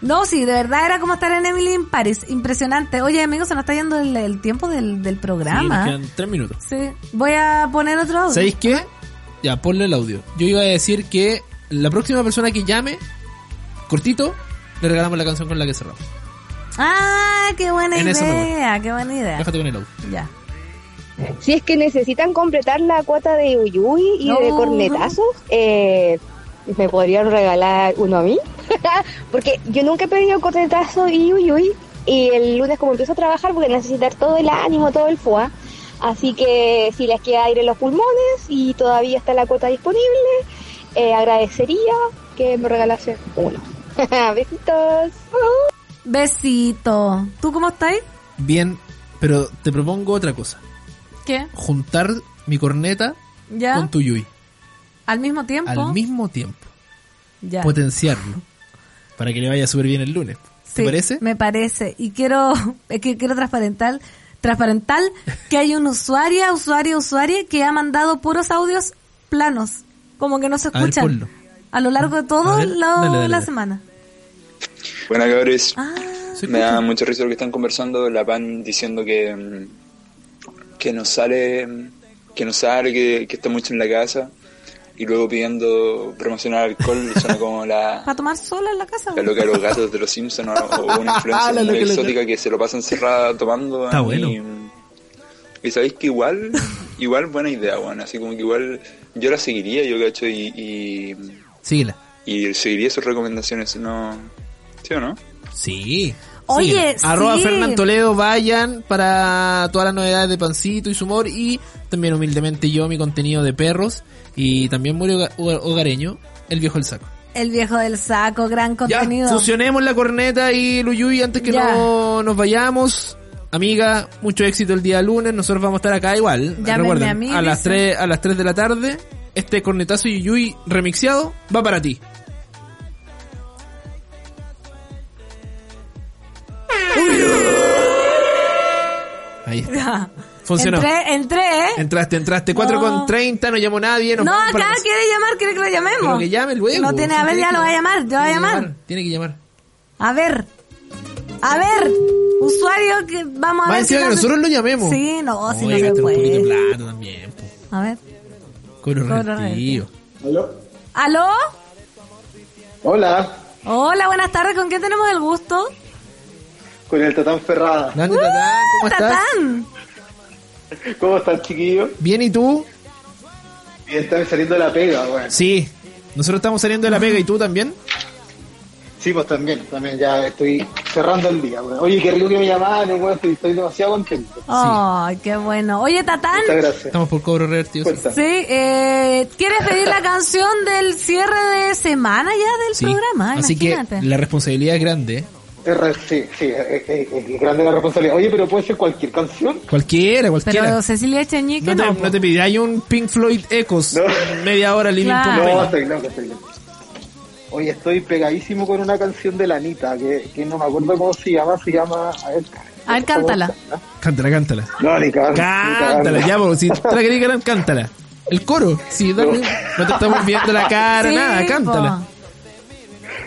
[SPEAKER 3] No, sí, de verdad era como estar en Emily in Paris. Impresionante. Oye, amigos, se nos está yendo el, el tiempo del, del
[SPEAKER 4] Sí, nos
[SPEAKER 3] programa. Oh.
[SPEAKER 4] quedan tres minutos.
[SPEAKER 3] Sí. Voy a poner otro audio.
[SPEAKER 4] ¿Sabéis qué? Ya, ponle el audio. Yo iba a decir que la próxima persona que llame, cortito, le regalamos la canción con la que cerramos.
[SPEAKER 3] Ah, qué buena
[SPEAKER 4] En eso me voy.
[SPEAKER 3] idea. Qué buena idea.
[SPEAKER 4] Déjate con el audio.
[SPEAKER 3] Ya.
[SPEAKER 6] Si es que necesitan completar la cuota de Uyuy y de
[SPEAKER 3] No.
[SPEAKER 6] cornetazos, eh, ¿me podrían regalar uno a mí? porque yo nunca he pedido cornetazo y Uyuy. Y el lunes, como empiezo a trabajar, voy a necesitar todo el ánimo, todo el FUA. Así que si les queda aire en los pulmones y todavía está la cuota disponible, eh, agradecería que me regalasen uno. Besitos.
[SPEAKER 3] Besito. ¿Tú cómo estás?
[SPEAKER 4] Bien, pero te propongo otra cosa.
[SPEAKER 3] ¿Qué?
[SPEAKER 4] Juntar mi corneta
[SPEAKER 3] ¿Ya?
[SPEAKER 4] con tu Yui
[SPEAKER 3] ¿Al mismo tiempo?
[SPEAKER 4] al mismo tiempo.
[SPEAKER 3] Ya.
[SPEAKER 4] Potenciarlo. Para que le vaya súper bien el lunes.
[SPEAKER 3] Sí,
[SPEAKER 4] ¿Te parece?
[SPEAKER 3] Me parece. Y quiero, es que quiero transparentar, transparentar que hay un usuaria, usuario, usuaria que ha mandado puros audios planos, como que no se
[SPEAKER 14] A ver,
[SPEAKER 3] escuchan.
[SPEAKER 14] ponlo.
[SPEAKER 3] A, lo largo de todo
[SPEAKER 14] A ver,
[SPEAKER 3] lo-
[SPEAKER 14] dale, dale,
[SPEAKER 3] la
[SPEAKER 14] dale.
[SPEAKER 3] semana.
[SPEAKER 14] Buenas, cabres. Me da mucha risa lo que están conversando. La pan diciendo que, mm, que no sale, mm, que no sale, que, que está mucho en la casa. y luego pidiendo promocionar alcohol suena como la,
[SPEAKER 3] ¿Para tomar sola en la casa?
[SPEAKER 14] la loca de los gatos de los Simpsons o, o una
[SPEAKER 3] Ah,
[SPEAKER 14] influencia
[SPEAKER 3] la loca,
[SPEAKER 14] muy
[SPEAKER 3] loca.
[SPEAKER 14] exótica que se lo pasa encerrada tomando.
[SPEAKER 4] Está
[SPEAKER 14] y-
[SPEAKER 4] bueno.
[SPEAKER 14] Y sabéis que igual, igual buena idea, bueno, así como que igual yo la seguiría, yo cacho, y, y,
[SPEAKER 4] Síguela.
[SPEAKER 14] y seguiría sus recomendaciones, ¿no? ¿Sí o no?
[SPEAKER 4] Sí.
[SPEAKER 3] Oye,
[SPEAKER 4] Síguela. Arroba
[SPEAKER 3] sí.
[SPEAKER 4] Fernán Toledo, vayan para todas las novedades de Pancito y su humor y también humildemente yo mi contenido de perros y también Murió Hoga- Hoga- Hogareño, el viejo del saco.
[SPEAKER 3] El viejo del saco, gran contenido.
[SPEAKER 4] Fusionemos la corneta y Luyuy antes que
[SPEAKER 3] Ya.
[SPEAKER 4] no nos vayamos. Amiga, mucho éxito el día lunes. Nosotros vamos a estar acá igual.
[SPEAKER 3] Llámenme
[SPEAKER 4] Recuerden,
[SPEAKER 3] a mí,
[SPEAKER 4] a las
[SPEAKER 3] dice.
[SPEAKER 4] 3 a las 3 de la tarde este cornetazo Yuyuy remixeado va para ti. Ahí está.
[SPEAKER 3] Ya.
[SPEAKER 4] Funcionó.
[SPEAKER 3] Ah. Entré, entré, ¿eh?
[SPEAKER 4] Entraste, entraste. 4 con 30, no llamó nadie. nos
[SPEAKER 3] no,
[SPEAKER 4] vamos para
[SPEAKER 3] acá
[SPEAKER 4] la-
[SPEAKER 3] quiere llamar, quiere que lo llamemos.
[SPEAKER 4] Pero que llame luego.
[SPEAKER 3] No tiene,
[SPEAKER 4] si
[SPEAKER 3] a ver,
[SPEAKER 4] tiene
[SPEAKER 3] ya
[SPEAKER 4] que-
[SPEAKER 3] lo va a llamar, ya va a llamar.
[SPEAKER 4] Tiene que llamar.
[SPEAKER 3] A ver, a ver, usuario que vamos a
[SPEAKER 4] Más
[SPEAKER 3] ver.
[SPEAKER 4] encima
[SPEAKER 3] si
[SPEAKER 4] que
[SPEAKER 3] nos-
[SPEAKER 4] nosotros lo llamemos.
[SPEAKER 3] Sí, no, si no
[SPEAKER 4] Oye,
[SPEAKER 3] se
[SPEAKER 4] gastar un poquito de
[SPEAKER 3] puede.
[SPEAKER 4] plata también. po.
[SPEAKER 3] A ver,
[SPEAKER 4] Cobro
[SPEAKER 3] Cobro
[SPEAKER 4] reactivo.
[SPEAKER 3] ¿aló?
[SPEAKER 15] Hola,
[SPEAKER 3] Hola, buenas tardes, ¿con quién tenemos el gusto?
[SPEAKER 15] con el Tatán Ferrada.
[SPEAKER 4] Grande Tatán, Ah, ¿cómo estás?
[SPEAKER 3] Uh, Tatán.
[SPEAKER 15] ¿Cómo estás, chiquillo?
[SPEAKER 4] Bien, ¿y tú?
[SPEAKER 15] Bien, están saliendo de la pega, weón.
[SPEAKER 4] Sí. Nosotros estamos saliendo de la pega y tú también.
[SPEAKER 15] Sí, pues también, también ya estoy cerrando el día, weón. Oye, qué rico que me llamaban, weón, estoy, estoy demasiado contento.
[SPEAKER 3] Oh. Ay, qué bueno. Oye, Tatán.
[SPEAKER 15] Muchas gracias.
[SPEAKER 4] Estamos por cobro reactivo. sí.
[SPEAKER 3] Sí, eh, ¿quieres pedir la canción del cierre de semana ya del
[SPEAKER 4] Sí.
[SPEAKER 3] programa?
[SPEAKER 4] Así que
[SPEAKER 3] Imagínate.
[SPEAKER 4] la responsabilidad es grande. ¿eh?
[SPEAKER 15] Es re- Sí, sí, es, es- es grande la responsabilidad. Oye, pero puede ser cualquier canción.
[SPEAKER 4] Cualquiera, cualquiera.
[SPEAKER 3] Pero Cecilia Cheñique
[SPEAKER 4] no,
[SPEAKER 3] no.
[SPEAKER 4] te, no te pidáis un Pink Floyd Echos. Media hora living
[SPEAKER 3] Claro.
[SPEAKER 4] Pump.
[SPEAKER 15] No, estoy loco, estoy loco. Oye, estoy pegadísimo con una canción de la Anita, que, que no me acuerdo cómo se llama, se llama... A ver,
[SPEAKER 3] A ver, cántala.
[SPEAKER 4] Cántala, cántala.
[SPEAKER 15] No, ni cagando, ni
[SPEAKER 4] Cántala,
[SPEAKER 15] cagando.
[SPEAKER 4] ya, vos. Si te la querés ganar, cántala. El coro. Sí, dale. No te estamos viendo la cara,
[SPEAKER 3] Sí,
[SPEAKER 4] nada.
[SPEAKER 3] po.
[SPEAKER 4] Cántala.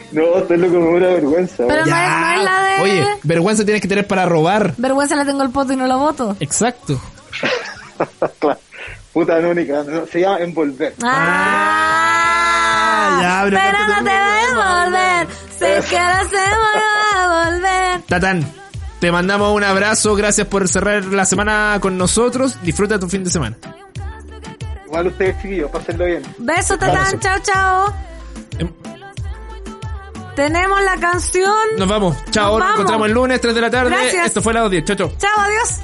[SPEAKER 15] no, estoy loco, me da una vergüenza.
[SPEAKER 3] Pero no es, no es la de...
[SPEAKER 4] Oye, vergüenza tienes que tener para robar.
[SPEAKER 3] Vergüenza la tengo el poto y no la voto.
[SPEAKER 4] Exacto.
[SPEAKER 15] Claro. Puta, no, ni cagando. No, se llama Envolver.
[SPEAKER 4] Ah, ya, pero
[SPEAKER 3] Ah, pero
[SPEAKER 4] cántala.
[SPEAKER 3] no te va a volver. Sé que ahora se va a volver.
[SPEAKER 4] Tatán, te mandamos un abrazo. Gracias por cerrar la semana con nosotros. Disfruta tu fin de semana.
[SPEAKER 15] Igual ustedes, chiquillos, pásenlo bien.
[SPEAKER 3] Beso, Tatán.
[SPEAKER 4] Abrazo.
[SPEAKER 3] Chao, chao.
[SPEAKER 4] Em-
[SPEAKER 3] Tenemos la canción.
[SPEAKER 4] Nos vamos. Chao. Nos,
[SPEAKER 3] vamos.
[SPEAKER 4] encontramos el lunes, 3 de la tarde.
[SPEAKER 3] Gracias.
[SPEAKER 4] Esto fue la 10. Chao, chao.
[SPEAKER 3] Chao, adiós.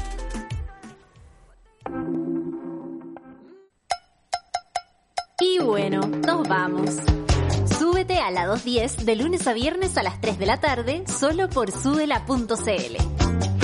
[SPEAKER 2] Y bueno, nos vamos. Súbete a la 210 de lunes a viernes a las 3 de la tarde solo por subela.cl.